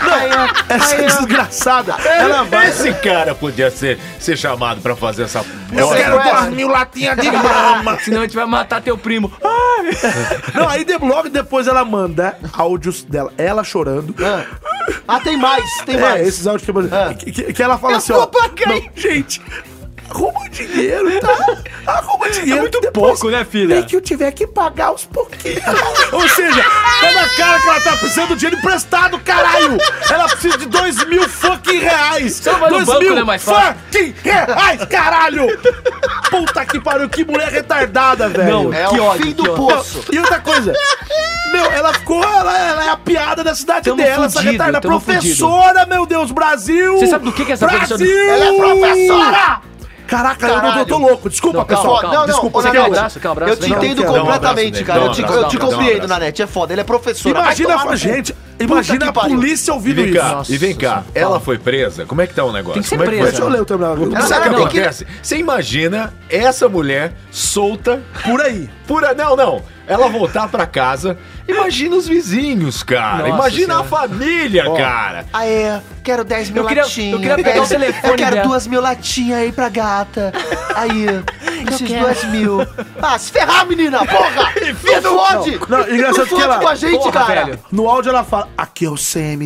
[SPEAKER 3] Não, essa desgraçada. Ela vai.
[SPEAKER 7] Esse cara podia ser, ser chamado pra fazer essa.
[SPEAKER 3] Eu
[SPEAKER 1] Você
[SPEAKER 3] quero
[SPEAKER 1] conhece?
[SPEAKER 3] duas mil latinhas de brama.
[SPEAKER 2] Senão a gente vai matar teu primo.
[SPEAKER 3] Não, aí de- logo depois ela manda áudios dela, ela chorando.
[SPEAKER 1] Ah, tem mais, tem
[SPEAKER 3] É,
[SPEAKER 1] mais.
[SPEAKER 3] esses áudios que,
[SPEAKER 1] Ah.
[SPEAKER 3] que, que- que ela fala
[SPEAKER 1] Eu
[SPEAKER 3] assim, ó.
[SPEAKER 1] vou pagar.
[SPEAKER 3] "Não, gente, arruma o dinheiro, tá? Arruma o dinheiro.
[SPEAKER 2] muito
[SPEAKER 3] depois
[SPEAKER 2] pouco, né, filha?
[SPEAKER 3] Nem que eu tiver que pagar aos pouquinhos. Ou seja, tá na cara que ela tá precisando de dinheiro emprestado, caralho. Ela precisa de dois mil fucking reais.
[SPEAKER 2] Só vai no
[SPEAKER 3] dois
[SPEAKER 2] banco,
[SPEAKER 3] mil
[SPEAKER 2] né, mais fácil.
[SPEAKER 3] fucking reais, caralho. Puta que pariu, que mulher retardada, velho.
[SPEAKER 2] Não,
[SPEAKER 1] É
[SPEAKER 2] que
[SPEAKER 1] o
[SPEAKER 2] ódio,
[SPEAKER 1] fim
[SPEAKER 2] que
[SPEAKER 1] do
[SPEAKER 2] ódio.
[SPEAKER 1] poço.
[SPEAKER 3] E outra coisa. Meu, ela ficou, ela, ela é a piada da cidade
[SPEAKER 2] Tamo
[SPEAKER 3] dela, essa
[SPEAKER 2] fudido,
[SPEAKER 3] retarda
[SPEAKER 2] tamo
[SPEAKER 3] professora, meu Deus, Brasil!
[SPEAKER 2] Você sabe do que que essa
[SPEAKER 3] Brasil!
[SPEAKER 2] professora-
[SPEAKER 1] Ela é professora!
[SPEAKER 3] Caraca, eu não tô-
[SPEAKER 1] Caralho.
[SPEAKER 3] tô louco, desculpa,
[SPEAKER 2] Não,
[SPEAKER 3] pessoal.
[SPEAKER 2] calma, calma.
[SPEAKER 3] Desculpa,
[SPEAKER 1] ô,
[SPEAKER 3] você
[SPEAKER 2] quer
[SPEAKER 1] Nanete,
[SPEAKER 2] um abraço? Quer um abraço?
[SPEAKER 1] Eu te
[SPEAKER 2] Não,
[SPEAKER 1] entendo
[SPEAKER 7] quero. Dá um
[SPEAKER 1] completamente,
[SPEAKER 7] abraço,
[SPEAKER 1] cara.
[SPEAKER 7] dá um
[SPEAKER 1] eu te,
[SPEAKER 7] abraço,
[SPEAKER 1] eu te
[SPEAKER 7] dá um
[SPEAKER 1] compreendo,
[SPEAKER 7] abraço.
[SPEAKER 1] Nanete. É foda. Ela é professora. Vai
[SPEAKER 3] Imagina,
[SPEAKER 1] tomar no cu.
[SPEAKER 3] gente,
[SPEAKER 1] Puta
[SPEAKER 3] imagina
[SPEAKER 1] que
[SPEAKER 3] a
[SPEAKER 1] pariu.
[SPEAKER 3] polícia
[SPEAKER 7] E
[SPEAKER 3] ouvindo
[SPEAKER 7] vem cá,
[SPEAKER 3] isso.
[SPEAKER 7] e vem cá. Ela foi presa? Como é que tá o negócio?
[SPEAKER 2] Tem que ser
[SPEAKER 7] Como é
[SPEAKER 2] presa.
[SPEAKER 7] foi?
[SPEAKER 3] Deixa eu ler o teu negócio.
[SPEAKER 1] Ela-
[SPEAKER 7] Sabe o que
[SPEAKER 1] Não, tem que-
[SPEAKER 7] acontece? Você imagina essa mulher solta
[SPEAKER 3] Por aí.
[SPEAKER 7] por. a- Não, não. Ela voltar pra casa. Imagina os vizinhos, cara.
[SPEAKER 2] Nossa
[SPEAKER 7] imagina a
[SPEAKER 2] Senhora.
[SPEAKER 7] família, cara.
[SPEAKER 1] Ah, é. Quero 10 mil
[SPEAKER 2] Eu queria- eu
[SPEAKER 1] latinhas.
[SPEAKER 2] queria pegar o
[SPEAKER 1] Dez-
[SPEAKER 2] telefone
[SPEAKER 1] Eu quero
[SPEAKER 2] dela.
[SPEAKER 1] 2 mil latinhas aí pra gata. Aí, preciso
[SPEAKER 9] quero.
[SPEAKER 1] 2 mil. Ah, se ferrar, menina, porra! Não fode!
[SPEAKER 3] Não, engraçado
[SPEAKER 1] Não
[SPEAKER 3] que
[SPEAKER 1] fode
[SPEAKER 3] ela-
[SPEAKER 1] com a gente,
[SPEAKER 2] Porra,
[SPEAKER 1] cara.
[SPEAKER 2] velho.
[SPEAKER 3] No áudio ela fala, aqui é o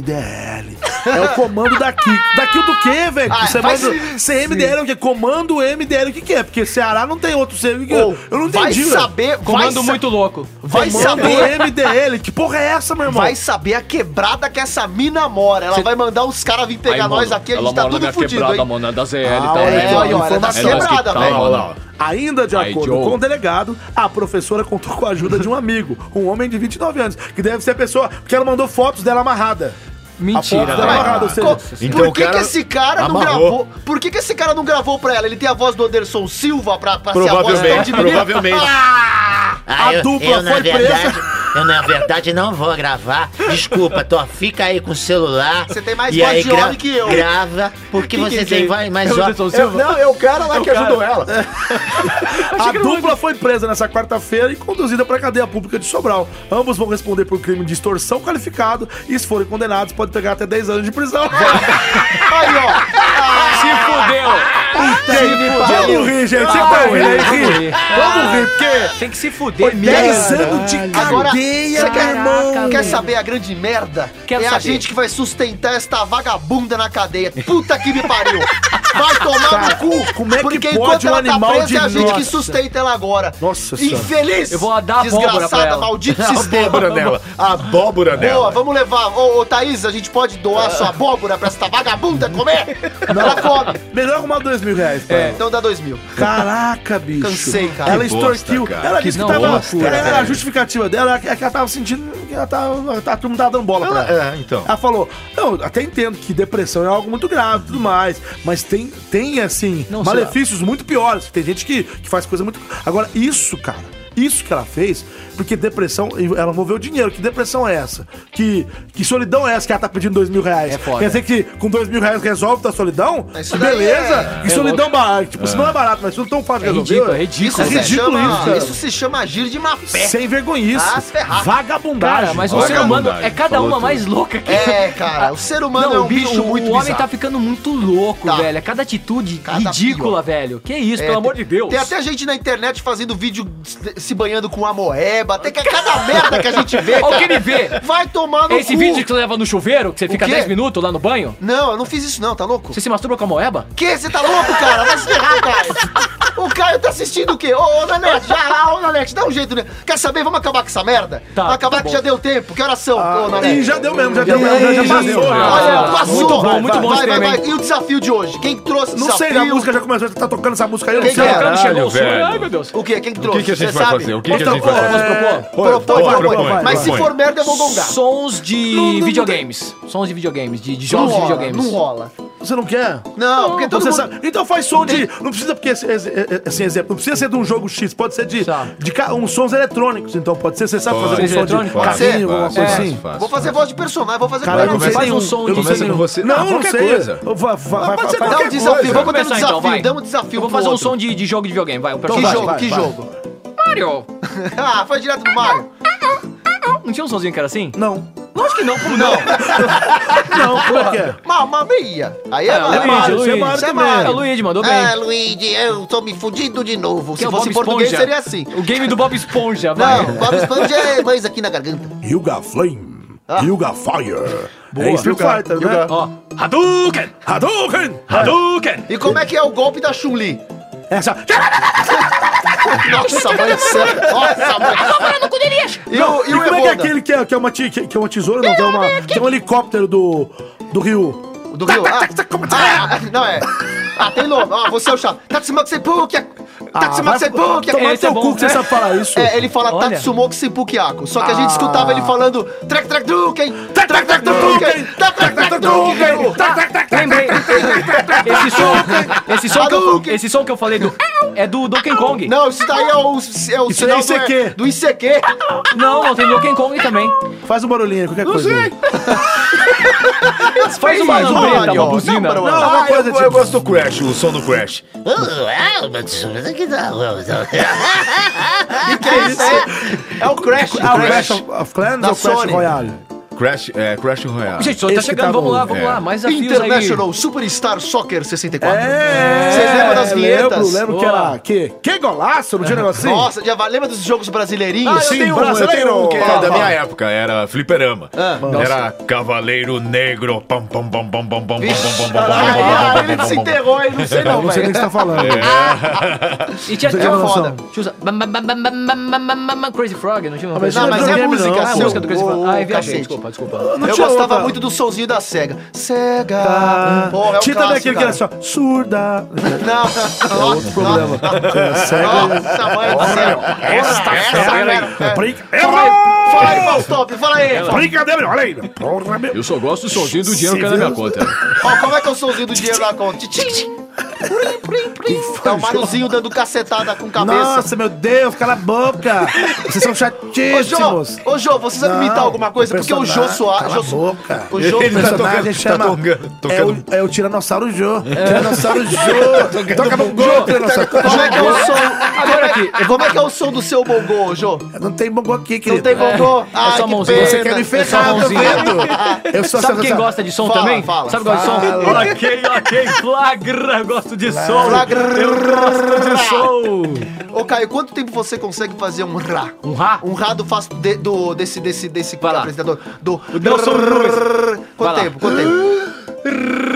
[SPEAKER 3] CMDL. É o comando daqui. Daqui do quê, velho?
[SPEAKER 1] Ah,
[SPEAKER 3] Você
[SPEAKER 1] vai
[SPEAKER 3] manda- CMDL é o quê? Comando MDL, o que que é? Porque Ceará não tem outro CM que
[SPEAKER 1] Ô,
[SPEAKER 3] eu, eu não
[SPEAKER 1] vai
[SPEAKER 3] entendi, velho.
[SPEAKER 1] saber, vai,
[SPEAKER 2] Comando
[SPEAKER 1] sa
[SPEAKER 2] muito louco.
[SPEAKER 1] vai
[SPEAKER 3] Comando
[SPEAKER 1] saber,
[SPEAKER 3] MDL, que porra é essa, meu irmão?
[SPEAKER 1] vai saber a quebrada que essa mina mora. Ela vai mandar os caras vir pegar
[SPEAKER 4] Aí,
[SPEAKER 1] nós
[SPEAKER 4] mano,
[SPEAKER 1] aqui, a
[SPEAKER 4] ela
[SPEAKER 1] gente tá
[SPEAKER 4] mora
[SPEAKER 1] tudo
[SPEAKER 4] na
[SPEAKER 1] fudido,
[SPEAKER 4] quebrada,
[SPEAKER 1] hein?
[SPEAKER 4] mano, é da ZL e
[SPEAKER 3] Ah,
[SPEAKER 4] tal,
[SPEAKER 3] é,
[SPEAKER 4] né, mano?
[SPEAKER 3] olha, olha,
[SPEAKER 4] É
[SPEAKER 3] tá
[SPEAKER 4] nós que
[SPEAKER 1] quebrada,
[SPEAKER 4] tá,
[SPEAKER 1] velho.
[SPEAKER 4] olha lá, ó.
[SPEAKER 3] Ainda de
[SPEAKER 4] Aí,
[SPEAKER 3] acordo
[SPEAKER 4] Joe.
[SPEAKER 3] com o delegado, a professora contou com a ajuda de um amigo, um homem de 29 anos, que deve ser a pessoa, porque ela mandou fotos dela amarrada.
[SPEAKER 2] Mentira.
[SPEAKER 3] A porta
[SPEAKER 2] velho.
[SPEAKER 3] da
[SPEAKER 1] Vai,
[SPEAKER 3] amarrado, ou seja,
[SPEAKER 1] co-
[SPEAKER 7] então
[SPEAKER 1] por
[SPEAKER 7] o
[SPEAKER 1] que,
[SPEAKER 7] cara
[SPEAKER 1] que esse cara não
[SPEAKER 7] amarrou.
[SPEAKER 1] gravou? Por que, que esse cara não gravou pra ela? Ele tem a voz do Anderson Silva pra, pra ser a voz tão Ah,
[SPEAKER 7] Provavelmente,
[SPEAKER 1] de menina?
[SPEAKER 7] provavelmente.
[SPEAKER 3] A dupla foi presa.
[SPEAKER 10] Eu, na verdade, não vou gravar. Desculpa, Tó, fica aí com o celular.
[SPEAKER 1] Você tem mais
[SPEAKER 10] e
[SPEAKER 1] voz
[SPEAKER 10] aí
[SPEAKER 1] de
[SPEAKER 10] gra-
[SPEAKER 1] homem que eu.
[SPEAKER 10] Grava, porque você
[SPEAKER 2] que é
[SPEAKER 10] tem
[SPEAKER 2] isso?
[SPEAKER 10] vai mais
[SPEAKER 2] É o
[SPEAKER 10] ó-
[SPEAKER 2] Anderson
[SPEAKER 7] Eu-
[SPEAKER 2] Silva?
[SPEAKER 7] não, é o cara lá que ajudou ela.
[SPEAKER 3] A dupla foi presa nessa quarta-feira e conduzida para a cadeia pública de Sobral. Ambos vão responder por crime de extorsão qualificado e, se forem condenados, pode pegar até 10 anos de prisão.
[SPEAKER 1] Aí, ó.
[SPEAKER 2] Se fudeu.
[SPEAKER 3] Vamos rir, gente. Você tá ouvindo aí, rir. Vamos rir, porque
[SPEAKER 2] Ah. Tem que se fuder
[SPEAKER 3] Dez
[SPEAKER 2] mesmo.
[SPEAKER 3] anos de
[SPEAKER 1] Agora,
[SPEAKER 3] cadeia,
[SPEAKER 1] você quer,
[SPEAKER 3] irmão.
[SPEAKER 1] quer saber a grande merda?
[SPEAKER 2] Quero
[SPEAKER 1] é a
[SPEAKER 2] saber.
[SPEAKER 1] gente que vai sustentar esta vagabunda na cadeia. Puta que me pariu! Vai tomar no cu!
[SPEAKER 3] como é que
[SPEAKER 1] Porque
[SPEAKER 3] pode
[SPEAKER 1] enquanto
[SPEAKER 3] um
[SPEAKER 1] ela tá
[SPEAKER 3] animal
[SPEAKER 1] presa,
[SPEAKER 3] de-
[SPEAKER 1] é a gente que
[SPEAKER 3] Nossa.
[SPEAKER 1] sustenta ela agora.
[SPEAKER 3] Nossa Senhora.
[SPEAKER 1] Infeliz!
[SPEAKER 2] Eu vou dar abóbora pra
[SPEAKER 1] Desgraçada,
[SPEAKER 2] ela. né?
[SPEAKER 1] maldito
[SPEAKER 7] A
[SPEAKER 1] sistema.
[SPEAKER 7] abóbora dela. A abóbora
[SPEAKER 1] Boa,
[SPEAKER 7] dela.
[SPEAKER 1] vamos levar. Ô, ô Thaís, a gente pode doar sua abóbora pra essa vagabunda comer? Ela come.
[SPEAKER 3] Melhor arrumar dois mil reais, cara.
[SPEAKER 1] Então dá dois mil.
[SPEAKER 3] Caraca, bicho.
[SPEAKER 1] Cansei, cara.
[SPEAKER 3] Ela
[SPEAKER 7] Que bosta,
[SPEAKER 3] extorquiu.
[SPEAKER 7] cara.
[SPEAKER 3] Ela
[SPEAKER 2] Que
[SPEAKER 3] disse que
[SPEAKER 2] não,
[SPEAKER 3] tava.
[SPEAKER 2] loucura,
[SPEAKER 3] ela- a
[SPEAKER 2] velho.
[SPEAKER 3] justificativa dela é que ela tava sentindo que ela tava. A turma tava dando bola pra ela.
[SPEAKER 7] Ela- é, então.
[SPEAKER 3] Ela falou, eu até entendo que depressão é algo muito grave e tudo mais, mas tem, tem assim,
[SPEAKER 2] Não,
[SPEAKER 3] malefícios muito piores. Tem gente que, que faz coisa muito... Agora, isso, cara, isso que ela fez, porque depressão, ela moveu dinheiro. Que depressão é essa? Que, que solidão é essa que ela tá pedindo dois mil reais?
[SPEAKER 2] É foda.
[SPEAKER 3] Quer dizer que com dois mil reais resolve da solidão?
[SPEAKER 1] É Isso daí
[SPEAKER 3] Beleza? E
[SPEAKER 2] é
[SPEAKER 3] solidão barato. Tipo, isso não é barato, mas tudo tão fácil
[SPEAKER 2] É
[SPEAKER 3] de
[SPEAKER 2] ridículo, é
[SPEAKER 3] resolver.
[SPEAKER 2] ridículo.
[SPEAKER 1] Isso,
[SPEAKER 3] É
[SPEAKER 1] se,
[SPEAKER 2] velho.
[SPEAKER 3] ridículo
[SPEAKER 1] chama, né?
[SPEAKER 3] isso, cara.
[SPEAKER 1] isso se chama agir de má fé.
[SPEAKER 3] Sem vergonhice.
[SPEAKER 1] Ah, se ferrar.
[SPEAKER 3] Vagabundagem.
[SPEAKER 2] Cara, mas o
[SPEAKER 7] Olha
[SPEAKER 2] ser
[SPEAKER 7] a
[SPEAKER 2] humano
[SPEAKER 7] maldade,
[SPEAKER 2] é cada
[SPEAKER 7] falou
[SPEAKER 2] uma
[SPEAKER 7] tudo.
[SPEAKER 2] mais louca que
[SPEAKER 1] É, cara, o ser humano é um
[SPEAKER 2] o
[SPEAKER 1] bicho,
[SPEAKER 2] o
[SPEAKER 1] muito
[SPEAKER 2] homem
[SPEAKER 1] bizarro.
[SPEAKER 2] tá ficando muito louco,
[SPEAKER 1] Tá.
[SPEAKER 2] velho. É cada atitude
[SPEAKER 1] Cada pior.
[SPEAKER 2] ridícula, velho. Que isso,
[SPEAKER 1] É,
[SPEAKER 2] pelo
[SPEAKER 1] tem-
[SPEAKER 2] amor de Deus.
[SPEAKER 1] Tem até gente na internet fazendo vídeo se- se banhando com amoeba. Tem que cada merda que a gente vê.
[SPEAKER 2] Olha o
[SPEAKER 1] cara.
[SPEAKER 2] que ele vê.
[SPEAKER 1] Vai tomar no
[SPEAKER 2] Esse
[SPEAKER 1] cu.
[SPEAKER 2] vídeo que você leva Tá no chuveiro, que você fica
[SPEAKER 1] quê?
[SPEAKER 2] 10 minutos lá no banho,
[SPEAKER 1] Não, eu não fiz isso não, tá louco?
[SPEAKER 2] você se masturba com a moeba?
[SPEAKER 1] Que? Você tá louco, cara? Vai se ferrar, cara. O Caio tá assistindo o quê? Ô, ô, Nanete, já, ô, Nanete, dá um jeito, né? Quer saber? Vamos acabar com essa merda?
[SPEAKER 2] Tá,
[SPEAKER 1] Vamos acabar
[SPEAKER 2] tá
[SPEAKER 1] que
[SPEAKER 2] bom.
[SPEAKER 1] já deu tempo. Que horas são, ô, Nanete?
[SPEAKER 3] E já deu mesmo, já deu mesmo, já, já passou.
[SPEAKER 1] Olha, passou.
[SPEAKER 2] Muito bom, muito bom
[SPEAKER 1] Vai,
[SPEAKER 2] esse
[SPEAKER 1] vai,
[SPEAKER 2] tema,
[SPEAKER 1] vai.
[SPEAKER 2] hein?
[SPEAKER 1] E o desafio de hoje? Quem trouxe o
[SPEAKER 3] Não
[SPEAKER 1] desafio?
[SPEAKER 3] sei, né? a música já começou, tá tocando essa música aí, eu não
[SPEAKER 1] um. Quem
[SPEAKER 3] sei.
[SPEAKER 1] que é?
[SPEAKER 2] Cara, não chegou o som.
[SPEAKER 7] velho.
[SPEAKER 2] Ai, meu Deus.
[SPEAKER 1] O que? Quem que
[SPEAKER 7] O
[SPEAKER 1] trouxe?
[SPEAKER 7] que, que a gente
[SPEAKER 1] Você
[SPEAKER 7] vai
[SPEAKER 1] sabe?
[SPEAKER 7] fazer? O que, que a
[SPEAKER 3] Então,
[SPEAKER 7] gente vai
[SPEAKER 3] é,
[SPEAKER 7] fazer?
[SPEAKER 1] Propõe,
[SPEAKER 7] Vai,
[SPEAKER 1] propõe.
[SPEAKER 7] propõe,
[SPEAKER 1] Mas se
[SPEAKER 7] propõe.
[SPEAKER 1] for
[SPEAKER 2] um
[SPEAKER 1] merda, eu vou gongar.
[SPEAKER 2] Sons de
[SPEAKER 1] Não, não, não
[SPEAKER 2] videogames. Sons de videogames, de, de
[SPEAKER 1] Não
[SPEAKER 2] jogos de
[SPEAKER 1] rola,
[SPEAKER 2] videogames.
[SPEAKER 1] não rola.
[SPEAKER 3] Você não quer?
[SPEAKER 1] Não, porque todo
[SPEAKER 3] você
[SPEAKER 1] mundo-
[SPEAKER 3] sabe. Então faz som de. Não precisa, porque esse- esse- assim, exemplo, não precisa ser de um jogo X, pode ser de, de ca- uns sons eletrônicos. Então pode ser, você sabe
[SPEAKER 7] Pode.
[SPEAKER 3] fazer um som de
[SPEAKER 7] Eletrônico? Pode ser?
[SPEAKER 3] carrinho, alguma
[SPEAKER 7] Fácil,
[SPEAKER 3] coisa
[SPEAKER 7] fácil,
[SPEAKER 3] assim.
[SPEAKER 7] fácil.
[SPEAKER 1] Vou fazer voz de personagem, vou fazer
[SPEAKER 3] Cara,
[SPEAKER 1] personagem.
[SPEAKER 3] eu não sei
[SPEAKER 1] Faz
[SPEAKER 3] nenhum.
[SPEAKER 1] um som
[SPEAKER 3] Eu não
[SPEAKER 1] de-
[SPEAKER 3] sei
[SPEAKER 7] Começa
[SPEAKER 3] nenhum.
[SPEAKER 7] com você.
[SPEAKER 3] Não,
[SPEAKER 7] Ah,
[SPEAKER 3] não
[SPEAKER 7] qualquer
[SPEAKER 3] sei.
[SPEAKER 7] coisa.
[SPEAKER 3] Eu vou- vai- vai-
[SPEAKER 1] pode ser
[SPEAKER 3] vai-
[SPEAKER 1] dá um
[SPEAKER 3] qualquer
[SPEAKER 1] desafio,
[SPEAKER 3] coisa.
[SPEAKER 1] vamos dar um
[SPEAKER 2] Começar, então,
[SPEAKER 1] desafio,
[SPEAKER 2] vai.
[SPEAKER 1] dá um desafio
[SPEAKER 2] Eu vou
[SPEAKER 1] pro
[SPEAKER 2] fazer um
[SPEAKER 1] outro.
[SPEAKER 2] som de, de jogo de videogame, Então vai.
[SPEAKER 1] Que
[SPEAKER 3] vai,
[SPEAKER 1] jogo,
[SPEAKER 3] vai,
[SPEAKER 1] que
[SPEAKER 3] vai.
[SPEAKER 1] jogo?
[SPEAKER 2] Mario!
[SPEAKER 1] Ah, foi direto pro Mario.
[SPEAKER 2] Não tinha um sonzinho que era assim?
[SPEAKER 3] Não.
[SPEAKER 2] Lógico que não, como não?
[SPEAKER 3] Não, como é que é?
[SPEAKER 1] Mamma mia. Aí é,
[SPEAKER 2] É,
[SPEAKER 1] Mario.
[SPEAKER 2] Luigi,
[SPEAKER 3] você é
[SPEAKER 2] Luigi.
[SPEAKER 3] Mario
[SPEAKER 1] Você é
[SPEAKER 3] também.
[SPEAKER 1] Mario.
[SPEAKER 2] É, Luigi, mandou bem.
[SPEAKER 1] Ah, Luigi, eu tô me fudindo de novo.
[SPEAKER 2] Que
[SPEAKER 1] Se
[SPEAKER 2] é o
[SPEAKER 1] fosse
[SPEAKER 2] Bob
[SPEAKER 1] em português,
[SPEAKER 2] Esponja.
[SPEAKER 1] seria assim.
[SPEAKER 2] O game do Bob Esponja, vai.
[SPEAKER 1] Não, Bob Esponja é mais aqui na garganta.
[SPEAKER 3] Yuga Flame.
[SPEAKER 1] Ah.
[SPEAKER 3] Yuga Fire.
[SPEAKER 2] Boa.
[SPEAKER 3] É Street
[SPEAKER 2] Yuga,
[SPEAKER 3] Fighter, né?
[SPEAKER 2] Ó, Hadouken!
[SPEAKER 3] Hadouken!
[SPEAKER 2] Hadouken!
[SPEAKER 1] E como é que é o golpe da Chun-Li?
[SPEAKER 3] Essa.
[SPEAKER 1] Nossa, mãe do céu. Nossa, mãe.
[SPEAKER 9] Agora no cu de lixo.
[SPEAKER 1] E o, e
[SPEAKER 3] E
[SPEAKER 1] o
[SPEAKER 3] como é que é
[SPEAKER 1] Eboda?
[SPEAKER 3] aquele que é, que é uma, ti- que, que é uma tesoura? Não, que é, uma, que é um helicóptero do, do Rio.
[SPEAKER 1] Do Rio. Ah, ah, não é. Ah, tem nome. Ah, você é o chato. Tatsumakusepukia. Tatsumakusepukia.
[SPEAKER 3] Tomar no
[SPEAKER 2] Esse é
[SPEAKER 3] teu
[SPEAKER 2] bom.
[SPEAKER 3] cu que você
[SPEAKER 2] É.
[SPEAKER 3] sabe falar isso.
[SPEAKER 1] É, ele fala
[SPEAKER 2] Olha.
[SPEAKER 1] Tatsumokusepukiaku. Só que a gente
[SPEAKER 3] Ah.
[SPEAKER 1] escutava ele falando Track Track Duken. Track Track Track Duken. Track Track Track Duken.
[SPEAKER 2] Lembrei. Esse som, esse som, que eu,
[SPEAKER 1] Hadouken.
[SPEAKER 2] esse som que eu falei do... É do Donkey Kong.
[SPEAKER 1] Não, isso daí é o, é o
[SPEAKER 3] Isso
[SPEAKER 1] sinal
[SPEAKER 3] é ICQ.
[SPEAKER 1] do, do ICQ.
[SPEAKER 2] Não, não, tem Donkey Kong também.
[SPEAKER 3] Faz um barulhinho, aí, qualquer coisa.
[SPEAKER 2] Faz uma
[SPEAKER 1] um
[SPEAKER 2] tá
[SPEAKER 1] Mario.
[SPEAKER 2] lambreta, uma
[SPEAKER 1] Não,
[SPEAKER 2] buzina.
[SPEAKER 1] Mario.
[SPEAKER 3] Não,
[SPEAKER 7] Ah,
[SPEAKER 3] alguma coisa
[SPEAKER 7] eu,
[SPEAKER 3] tipo.
[SPEAKER 7] eu gosto do Crash, o som do Crash.
[SPEAKER 1] que é isso? É, é o Crash.
[SPEAKER 3] Ah, o
[SPEAKER 1] Crash.
[SPEAKER 3] Clash of- of Clans
[SPEAKER 1] Da
[SPEAKER 3] ou Clash
[SPEAKER 1] Sony.
[SPEAKER 3] Royale?
[SPEAKER 7] Crash, é, Crash Royale.
[SPEAKER 2] Gente, só
[SPEAKER 3] Esse
[SPEAKER 2] tá
[SPEAKER 3] que
[SPEAKER 2] chegando,
[SPEAKER 3] tá
[SPEAKER 2] vamos
[SPEAKER 3] bom.
[SPEAKER 2] lá, vamos
[SPEAKER 7] É.
[SPEAKER 2] lá. Mais desafios aí.
[SPEAKER 1] International Superstar Soccer 64.
[SPEAKER 3] É,
[SPEAKER 1] Vocês lembram das vinhetas?
[SPEAKER 3] Lembro, lembro que
[SPEAKER 2] Boa.
[SPEAKER 3] era. Que, que golaço, não tinha um negocinho?
[SPEAKER 1] Nossa, já va- lembra dos jogos brasileirinhos?
[SPEAKER 3] eu tenho um,
[SPEAKER 7] brasileiro,
[SPEAKER 3] eu tenho um.
[SPEAKER 7] que é
[SPEAKER 3] Fala,
[SPEAKER 7] da minha
[SPEAKER 3] fala.
[SPEAKER 7] época, era fliperama.
[SPEAKER 1] Ah,
[SPEAKER 7] era Cavaleiro Negro. Pam, pam, pam, pam, pam, pam, pam, pam,
[SPEAKER 1] Vixe,
[SPEAKER 7] pam, pam,
[SPEAKER 1] caralho,
[SPEAKER 7] pam,
[SPEAKER 1] ah,
[SPEAKER 7] pam,
[SPEAKER 1] ele
[SPEAKER 7] pam,
[SPEAKER 1] se
[SPEAKER 7] pam, pam.
[SPEAKER 1] enterrou, ele não é sei
[SPEAKER 3] Eu
[SPEAKER 1] não,
[SPEAKER 3] não sei nem
[SPEAKER 1] velho.
[SPEAKER 3] o que você tá falando.
[SPEAKER 2] E tinha,
[SPEAKER 3] Você
[SPEAKER 2] tinha
[SPEAKER 3] tem
[SPEAKER 2] uma
[SPEAKER 3] noção?
[SPEAKER 2] foda. Tinha os- bam, bam, bam, bam, bam, bam, bam, bam, bam, bam, Crazy Frog, não tinha uma
[SPEAKER 3] mas
[SPEAKER 2] coisa
[SPEAKER 1] Não, mas
[SPEAKER 2] assim?
[SPEAKER 1] é a
[SPEAKER 3] Não,
[SPEAKER 1] música,
[SPEAKER 3] não,
[SPEAKER 2] Ah, a
[SPEAKER 1] seu-
[SPEAKER 2] música do Crazy
[SPEAKER 1] ô,
[SPEAKER 2] Frog. Ah, eu viajei,
[SPEAKER 1] cacete.
[SPEAKER 2] desculpa, desculpa.
[SPEAKER 3] Não
[SPEAKER 1] Eu
[SPEAKER 3] tinha
[SPEAKER 1] gostava
[SPEAKER 3] outra.
[SPEAKER 1] muito do solzinho da SEGA. SEGA. Porra, é
[SPEAKER 3] Ah,
[SPEAKER 1] um
[SPEAKER 3] Tinha também
[SPEAKER 1] clássico,
[SPEAKER 3] aquele que era
[SPEAKER 1] cara.
[SPEAKER 3] assim, ó, surda.
[SPEAKER 1] Não, não. Outro
[SPEAKER 3] Problema. é
[SPEAKER 1] Nossa, mãe é do céu. Essa, essa, velho.
[SPEAKER 3] Errou!
[SPEAKER 1] Fala aí, Faustop, fala aí.
[SPEAKER 3] Brincadeira, olha aí. Porra, meu.
[SPEAKER 4] Eu só gosto do solzinho do dinheiro que é na minha conta.
[SPEAKER 1] Ó, como é que é o solzinho do dinheiro na conta? Tchim, tchim, tchim. Prim, prim, prim. É o Mariozinho dando cacetada com cabeça.
[SPEAKER 3] Nossa, meu Deus, cala a boca. Vocês são
[SPEAKER 1] Ô, Jô,
[SPEAKER 3] chatíssimos.
[SPEAKER 1] ô, Jô, você sabe
[SPEAKER 3] Não,
[SPEAKER 1] imitar alguma coisa? Porque o Jô
[SPEAKER 3] personagem,
[SPEAKER 1] Soares...
[SPEAKER 3] cala
[SPEAKER 1] Jô
[SPEAKER 3] a
[SPEAKER 1] Soa-
[SPEAKER 3] boca.
[SPEAKER 1] O Jô...
[SPEAKER 7] Ele
[SPEAKER 3] O
[SPEAKER 7] tá
[SPEAKER 3] personagem
[SPEAKER 7] tocando-
[SPEAKER 3] chama.
[SPEAKER 7] tá tocando-
[SPEAKER 3] é,
[SPEAKER 7] tocando-
[SPEAKER 3] o, é o Tiranossauro Jô.
[SPEAKER 2] É.
[SPEAKER 3] Tiranossauro Jô. Toca bongô, Tiranossauro.
[SPEAKER 1] Como
[SPEAKER 2] Tá
[SPEAKER 1] é que é o som...
[SPEAKER 2] Agora aqui,
[SPEAKER 1] Como é que é o som do seu bongô, Jô?
[SPEAKER 3] Não tem bongô aqui,
[SPEAKER 1] Não
[SPEAKER 3] querido. é.
[SPEAKER 1] tem bongô? Ah,
[SPEAKER 2] só
[SPEAKER 1] que
[SPEAKER 2] mãozinha.
[SPEAKER 1] pena. é
[SPEAKER 3] Você quer me
[SPEAKER 2] É só
[SPEAKER 3] ferrar, tá
[SPEAKER 2] mãozinha.
[SPEAKER 3] vendo? Eu sou
[SPEAKER 2] Sabe quem
[SPEAKER 3] essa-
[SPEAKER 2] gosta de som
[SPEAKER 1] Fala,
[SPEAKER 2] também?
[SPEAKER 1] fala,
[SPEAKER 2] Sabe quem gosta de som? Ok, ok, flagra, gosto de som.
[SPEAKER 1] Flagra.
[SPEAKER 2] Eu gosto de som.
[SPEAKER 1] Ô, Caio, quanto tempo você consegue fazer um rá?
[SPEAKER 2] Um rá?
[SPEAKER 1] Um rá do, faz- de- do- desse, desse, desse
[SPEAKER 2] Vai lá.
[SPEAKER 1] apresentador. Do...
[SPEAKER 2] Nelson Rubens. Vai
[SPEAKER 1] Quanto
[SPEAKER 2] lá.
[SPEAKER 1] tempo? Quanto tempo?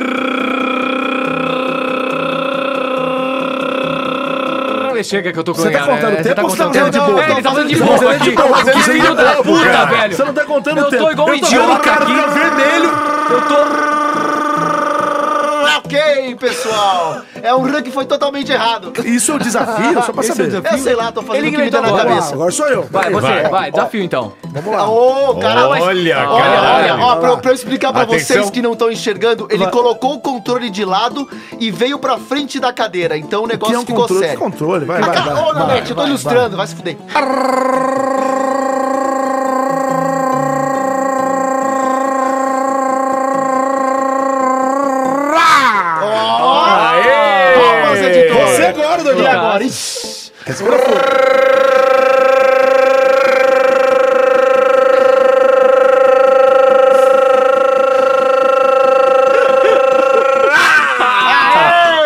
[SPEAKER 2] Não um Chega que eu tô com
[SPEAKER 3] Você tá
[SPEAKER 2] ganhar,
[SPEAKER 3] contando
[SPEAKER 2] né?
[SPEAKER 3] tempo ou você tá
[SPEAKER 2] contando
[SPEAKER 3] fazendo de
[SPEAKER 2] tempo?
[SPEAKER 3] boa?
[SPEAKER 2] É, ele tá fazendo de
[SPEAKER 3] Você
[SPEAKER 2] boa
[SPEAKER 3] tá
[SPEAKER 2] aqui.
[SPEAKER 3] de boa, você
[SPEAKER 2] Que
[SPEAKER 3] tá de
[SPEAKER 2] filho da
[SPEAKER 3] boa,
[SPEAKER 2] puta,
[SPEAKER 3] cara.
[SPEAKER 2] velho.
[SPEAKER 3] Você não tá contando
[SPEAKER 2] Eu
[SPEAKER 3] tempo.
[SPEAKER 2] tô igual um
[SPEAKER 3] Eu tô
[SPEAKER 2] idiota
[SPEAKER 3] vendo
[SPEAKER 2] aqui.
[SPEAKER 3] o cara
[SPEAKER 2] vermelho. Eu tô...
[SPEAKER 1] Ok, pessoal. É um rã que foi totalmente errado.
[SPEAKER 3] Isso é um desafio, só pra
[SPEAKER 2] Esse é um
[SPEAKER 3] saber.
[SPEAKER 2] desafio.
[SPEAKER 1] Eu sei lá, tô fazendo
[SPEAKER 2] Ele
[SPEAKER 1] o que me dá
[SPEAKER 2] inventou
[SPEAKER 1] na
[SPEAKER 2] agora.
[SPEAKER 1] cabeça.
[SPEAKER 3] Agora sou eu.
[SPEAKER 2] Vai, você,
[SPEAKER 7] Vai.
[SPEAKER 2] vai, desafio então.
[SPEAKER 3] Vamos lá.
[SPEAKER 1] Ô, cara, mas-
[SPEAKER 7] Olha,
[SPEAKER 1] Olha,
[SPEAKER 7] cara.
[SPEAKER 1] olha, ó,
[SPEAKER 3] Vai
[SPEAKER 1] pra,
[SPEAKER 3] lá.
[SPEAKER 1] pra eu explicar pra
[SPEAKER 7] Atenção.
[SPEAKER 1] vocês que não estão enxergando, ele colocou o controle de lado e veio pra frente da cadeira, então o negócio
[SPEAKER 3] Que é um
[SPEAKER 1] ficou
[SPEAKER 3] controle, que
[SPEAKER 1] sério.
[SPEAKER 3] controle, vai,
[SPEAKER 1] Ah,
[SPEAKER 3] vai,
[SPEAKER 1] cara,
[SPEAKER 3] vai,
[SPEAKER 1] ô, Nanete,
[SPEAKER 3] vai,
[SPEAKER 1] eu tô
[SPEAKER 3] vai,
[SPEAKER 1] ilustrando, vai. se fuder.
[SPEAKER 7] Aê!
[SPEAKER 1] Palmas, editor.
[SPEAKER 7] Você
[SPEAKER 3] agora,
[SPEAKER 1] E
[SPEAKER 3] Daniel.
[SPEAKER 1] agora?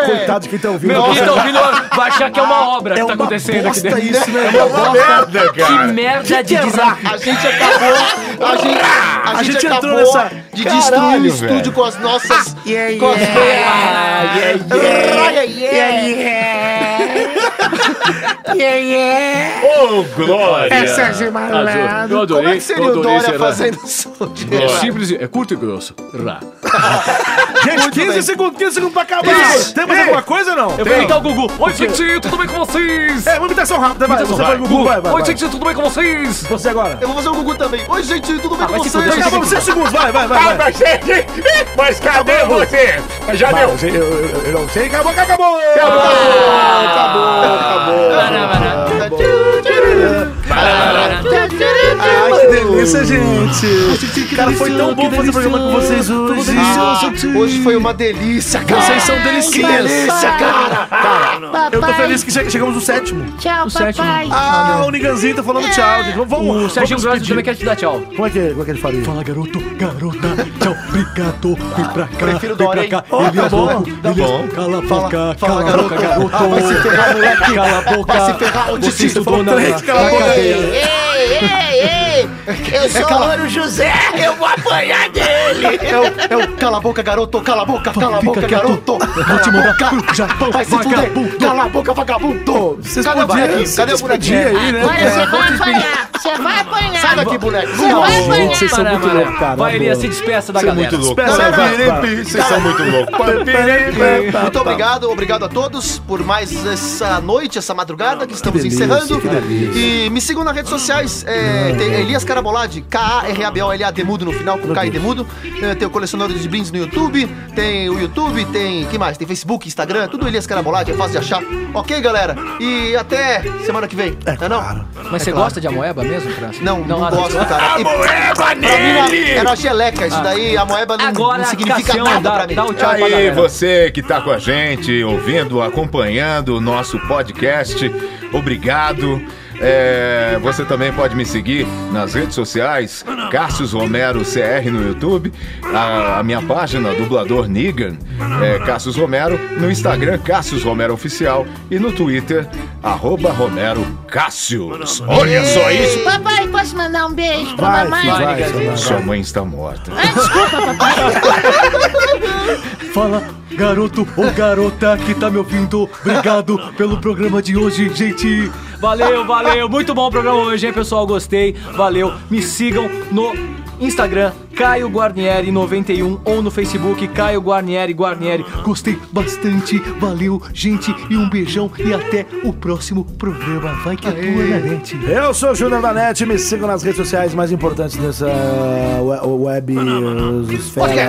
[SPEAKER 3] Coitado de quem tá ouvindo.
[SPEAKER 2] Meu,
[SPEAKER 3] Nossa,
[SPEAKER 2] quem tá ouvindo vai achar que é uma obra que tá acontecendo aqui
[SPEAKER 3] bosta
[SPEAKER 2] dentro.
[SPEAKER 3] isso, né?
[SPEAKER 7] É uma merda,
[SPEAKER 2] Que
[SPEAKER 7] cara.
[SPEAKER 2] merda de desafio.
[SPEAKER 1] A gente acabou. A gente, a
[SPEAKER 3] A
[SPEAKER 1] gente
[SPEAKER 3] gente entrou
[SPEAKER 1] acabou
[SPEAKER 3] nessa-
[SPEAKER 1] de
[SPEAKER 7] Caralho,
[SPEAKER 1] destruir o
[SPEAKER 7] velho.
[SPEAKER 1] estúdio com as nossas.
[SPEAKER 3] né?
[SPEAKER 1] com as-
[SPEAKER 3] É,
[SPEAKER 10] yeah, yeah, yeah.
[SPEAKER 7] Ô, Glória!
[SPEAKER 10] Sérgio
[SPEAKER 4] Azul. Eu adorei,
[SPEAKER 1] Como é que seria
[SPEAKER 4] eu
[SPEAKER 1] o
[SPEAKER 4] adorei
[SPEAKER 1] Dória
[SPEAKER 4] será.
[SPEAKER 1] fazendo som de
[SPEAKER 4] É simples, e- é curto e grosso. Rá.
[SPEAKER 3] Gente, 15 segundos, 15 segundos pra acabar. Tem mais alguma coisa ou não?
[SPEAKER 2] Eu vou imitar o Gugu. Oi, gente, tudo bem com vocês?
[SPEAKER 3] É, uma imitação rápida, vai. Você vai, Gugu, vai, vai.
[SPEAKER 2] Oi,
[SPEAKER 3] vai.
[SPEAKER 2] gente, tudo bem com vocês?
[SPEAKER 3] Você agora.
[SPEAKER 1] Eu vou fazer o Gugu também. Oi, gente, tudo bem com
[SPEAKER 2] vai se
[SPEAKER 1] vocês?
[SPEAKER 2] fuder,
[SPEAKER 3] Acabamos 100 segundos, vai, vai, vai. vai.
[SPEAKER 7] mas, gente, mas cadê você?
[SPEAKER 3] Mas já deu. Eu, eu- eu não sei. Acabou, acabou! Acabou! Acabou, acabou.
[SPEAKER 1] Tá
[SPEAKER 3] Ai, que delícia, gente. Cara, foi tão bom fazer o programa com vocês hoje.
[SPEAKER 1] Ah, hoje foi uma delícia, cara.
[SPEAKER 3] Ah, Vocês são deliciosos.
[SPEAKER 1] Que delícia, cara.
[SPEAKER 3] Cara, eu tô
[SPEAKER 1] Papai.
[SPEAKER 3] feliz que che- chegamos no sétimo.
[SPEAKER 6] Tchau, papai.
[SPEAKER 3] Ah, o Niganzinho tá falando tchau, gente. Vamos, vamos.
[SPEAKER 2] O Serginho
[SPEAKER 3] vamos
[SPEAKER 2] Grosso também quer te dar tchau.
[SPEAKER 3] Como é que, como é que ele faria? Fala, garoto, garota, tchau, obrigado, vem pra cá,
[SPEAKER 1] Prefiro Dora, hein?
[SPEAKER 3] Ó, tá bom,
[SPEAKER 1] Tá bom.
[SPEAKER 3] Cala a boca,
[SPEAKER 1] Fala, garoto. Ah, vai se ferrar, moleque. Vai se ferrar, ô Titi.
[SPEAKER 10] Ei, ei, ei, ei! Eu sou
[SPEAKER 1] É cala-
[SPEAKER 10] o Ouro José, eu vou apanhar dele!
[SPEAKER 1] É o, é o cala a boca, garoto, cala a boca, cala a
[SPEAKER 3] Fica
[SPEAKER 1] boca,
[SPEAKER 3] quieto.
[SPEAKER 1] garoto. Vou te mandar pro Japão, Vai se fuder. Cala a boca, vagabundo.
[SPEAKER 3] Vocês
[SPEAKER 1] Cadê o
[SPEAKER 3] podiam
[SPEAKER 1] bonequinho?
[SPEAKER 3] se
[SPEAKER 1] Cadê o
[SPEAKER 3] despedir
[SPEAKER 1] bonequinho?
[SPEAKER 3] aí, né?
[SPEAKER 6] Agora você
[SPEAKER 3] cara?
[SPEAKER 6] vai apanhar. Você vai apanhar.
[SPEAKER 1] Sai daqui, boneco.
[SPEAKER 6] Você
[SPEAKER 1] Não,
[SPEAKER 6] vai
[SPEAKER 1] gente,
[SPEAKER 6] apanhar.
[SPEAKER 3] Vocês são muito loucos, cara.
[SPEAKER 2] Vai, Elias, se
[SPEAKER 3] Vocês
[SPEAKER 2] despeça da
[SPEAKER 7] Você é
[SPEAKER 2] galera.
[SPEAKER 7] muito louco.
[SPEAKER 3] Despeça,
[SPEAKER 1] né?
[SPEAKER 3] vai, vai.
[SPEAKER 7] Papiripi, Vocês são muito loucos. Papiripi.
[SPEAKER 1] Muito obrigado, obrigado a todos por mais essa noite, essa madrugada que estamos
[SPEAKER 3] delícia,
[SPEAKER 1] encerrando.
[SPEAKER 3] que delícia.
[SPEAKER 1] E me sigam nas redes sociais, é, tem Elias Carabolade, K-A-R-A-B-O-L-A-D mudo no final, com K e D mudo. É, tem o colecionador de brindes no YouTube, tem o YouTube, tem. que mais? Tem Facebook, Instagram, tudo Elias Carabolade, é fácil de achar. Ok, galera? E até semana que vem. É, não?
[SPEAKER 2] Mas você
[SPEAKER 1] É claro.
[SPEAKER 2] gosta de amoeba mesmo, França?
[SPEAKER 1] Não, não,
[SPEAKER 2] ah,
[SPEAKER 1] gosto,
[SPEAKER 2] tá.
[SPEAKER 1] cara. E pra mim é era- era geleca, isso daí, a moeba não,
[SPEAKER 2] Ah. Agora,
[SPEAKER 1] não significa
[SPEAKER 2] Cassião,
[SPEAKER 1] nada
[SPEAKER 2] dá-
[SPEAKER 1] pra mim.
[SPEAKER 2] dá o tchau. pra
[SPEAKER 7] Aí,
[SPEAKER 2] galera.
[SPEAKER 7] você que tá com a gente, ouvindo, acompanhando o nosso podcast, obrigado. É, você também pode me seguir nas redes sociais, Cassius Romero CR no YouTube, a, a minha página, dublador Nigan, é, Cassius Romero, no Instagram, Cassius Romero Oficial, e no Twitter, arroba Romero Cassius. Olha só isso!
[SPEAKER 6] Papai, posso mandar um beijo pra
[SPEAKER 3] Vai,
[SPEAKER 6] mamãe?
[SPEAKER 3] filho, vai,
[SPEAKER 2] Vai,
[SPEAKER 3] vai,
[SPEAKER 7] Sua
[SPEAKER 3] vai.
[SPEAKER 7] mãe está morta.
[SPEAKER 3] Fala, garoto ou garota que tá me ouvindo, obrigado pelo programa de hoje, gente.
[SPEAKER 2] Valeu, valeu. Muito bom o programa hoje, hein, pessoal? Gostei. Valeu. Me sigam no Instagram, Caio Guarnieri91 ou no Facebook, Caio Guarnieri Guarnieri.
[SPEAKER 3] Gostei bastante, valeu, gente, e um beijão e até o próximo programa. Vai que é né, atua na net. Eu sou o Júnior da Net, me sigam nas redes sociais mais importantes dessa we- web uh, esfera,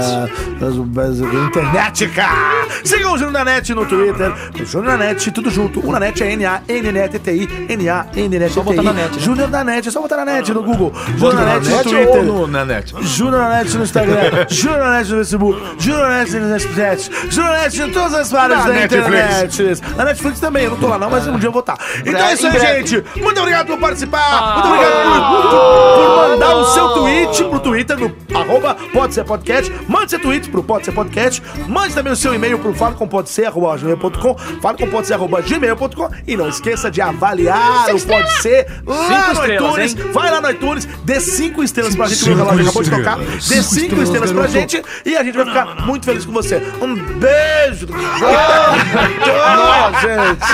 [SPEAKER 3] as- as- internet, cara. Sigam o Júnior da Net no Twitter, o Júnior da Net, tudo junto. O na net é N-A-N-N-E-T-T-I, N-A-N-N-E-T-T-I.
[SPEAKER 2] Só botar na net, né?
[SPEAKER 3] Júnior da Net, é só botar na net no Google. Júnior da
[SPEAKER 7] Na
[SPEAKER 2] é
[SPEAKER 3] Net no
[SPEAKER 7] net ou
[SPEAKER 3] Twitter.
[SPEAKER 7] no- na net?
[SPEAKER 3] Júnior Net no Instagram, Júnior Net no Facebook, Júnior Net no Netflix, Júnior Net em todas as áreas
[SPEAKER 7] Na
[SPEAKER 3] da
[SPEAKER 7] Netflix.
[SPEAKER 3] internet. Na Netflix também, eu não tô lá não, mas um dia eu vou estar. Então é isso
[SPEAKER 1] Em
[SPEAKER 3] aí,
[SPEAKER 1] breve.
[SPEAKER 3] gente. Muito obrigado por participar, muito obrigado por, por- por mandar o seu tweet pro Twitter, no arroba pode ser podcast, mande seu tweet pro pode ser podcast, mande também o seu e-mail pro falacompodser.gmail.com, falacompodser.gmail.com e não esqueça de avaliar o Pode Ser lá
[SPEAKER 2] Cinco
[SPEAKER 3] no
[SPEAKER 2] estrelas,
[SPEAKER 3] iTunes,
[SPEAKER 2] hein?
[SPEAKER 3] Ah, Vai lá no iTunes, dê cinco estrelas pra gente, que o meu relógio acabou de tocar. Dê cinco estrelas pra gente e a gente vai ficar muito feliz com você. Um beijo!
[SPEAKER 2] Que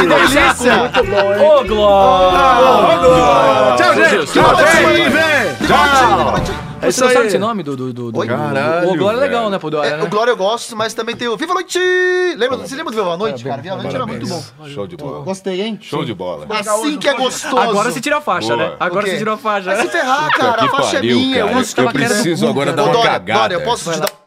[SPEAKER 2] delícia! Muito bom, hein? Ô, Glória!
[SPEAKER 3] Tchau, gente! Tchau, gente! Tchau! É
[SPEAKER 2] Você
[SPEAKER 3] isso
[SPEAKER 2] não sabe esse
[SPEAKER 3] aí.
[SPEAKER 2] nome do... do, do, do...
[SPEAKER 1] Oi?
[SPEAKER 7] Caralho,
[SPEAKER 2] Ô, Glória é legal,
[SPEAKER 7] velho.
[SPEAKER 2] né, Podora,
[SPEAKER 1] É, o
[SPEAKER 2] né?
[SPEAKER 1] Glória eu gosto, mas também tem o Viva a Noite! Lembra, você lembra do Viva a Noite, cara? Viva a Noite era muito bom.
[SPEAKER 7] Show de bola.
[SPEAKER 1] Gostei, hein?
[SPEAKER 7] Show de bola.
[SPEAKER 1] Assim que é gostoso.
[SPEAKER 2] Agora você tira a faixa,
[SPEAKER 7] Boa.
[SPEAKER 2] né? Agora
[SPEAKER 1] O quê?
[SPEAKER 2] você tirou a faixa.
[SPEAKER 1] Vai se ferrar,
[SPEAKER 7] Puta
[SPEAKER 1] cara.
[SPEAKER 7] que
[SPEAKER 1] A faixa é
[SPEAKER 7] pariu,
[SPEAKER 1] minha.
[SPEAKER 7] cara.
[SPEAKER 1] Eu uso
[SPEAKER 7] Eu preciso agora dar uma
[SPEAKER 1] Dória,
[SPEAKER 7] cagada.
[SPEAKER 1] Dória, eu posso te dar...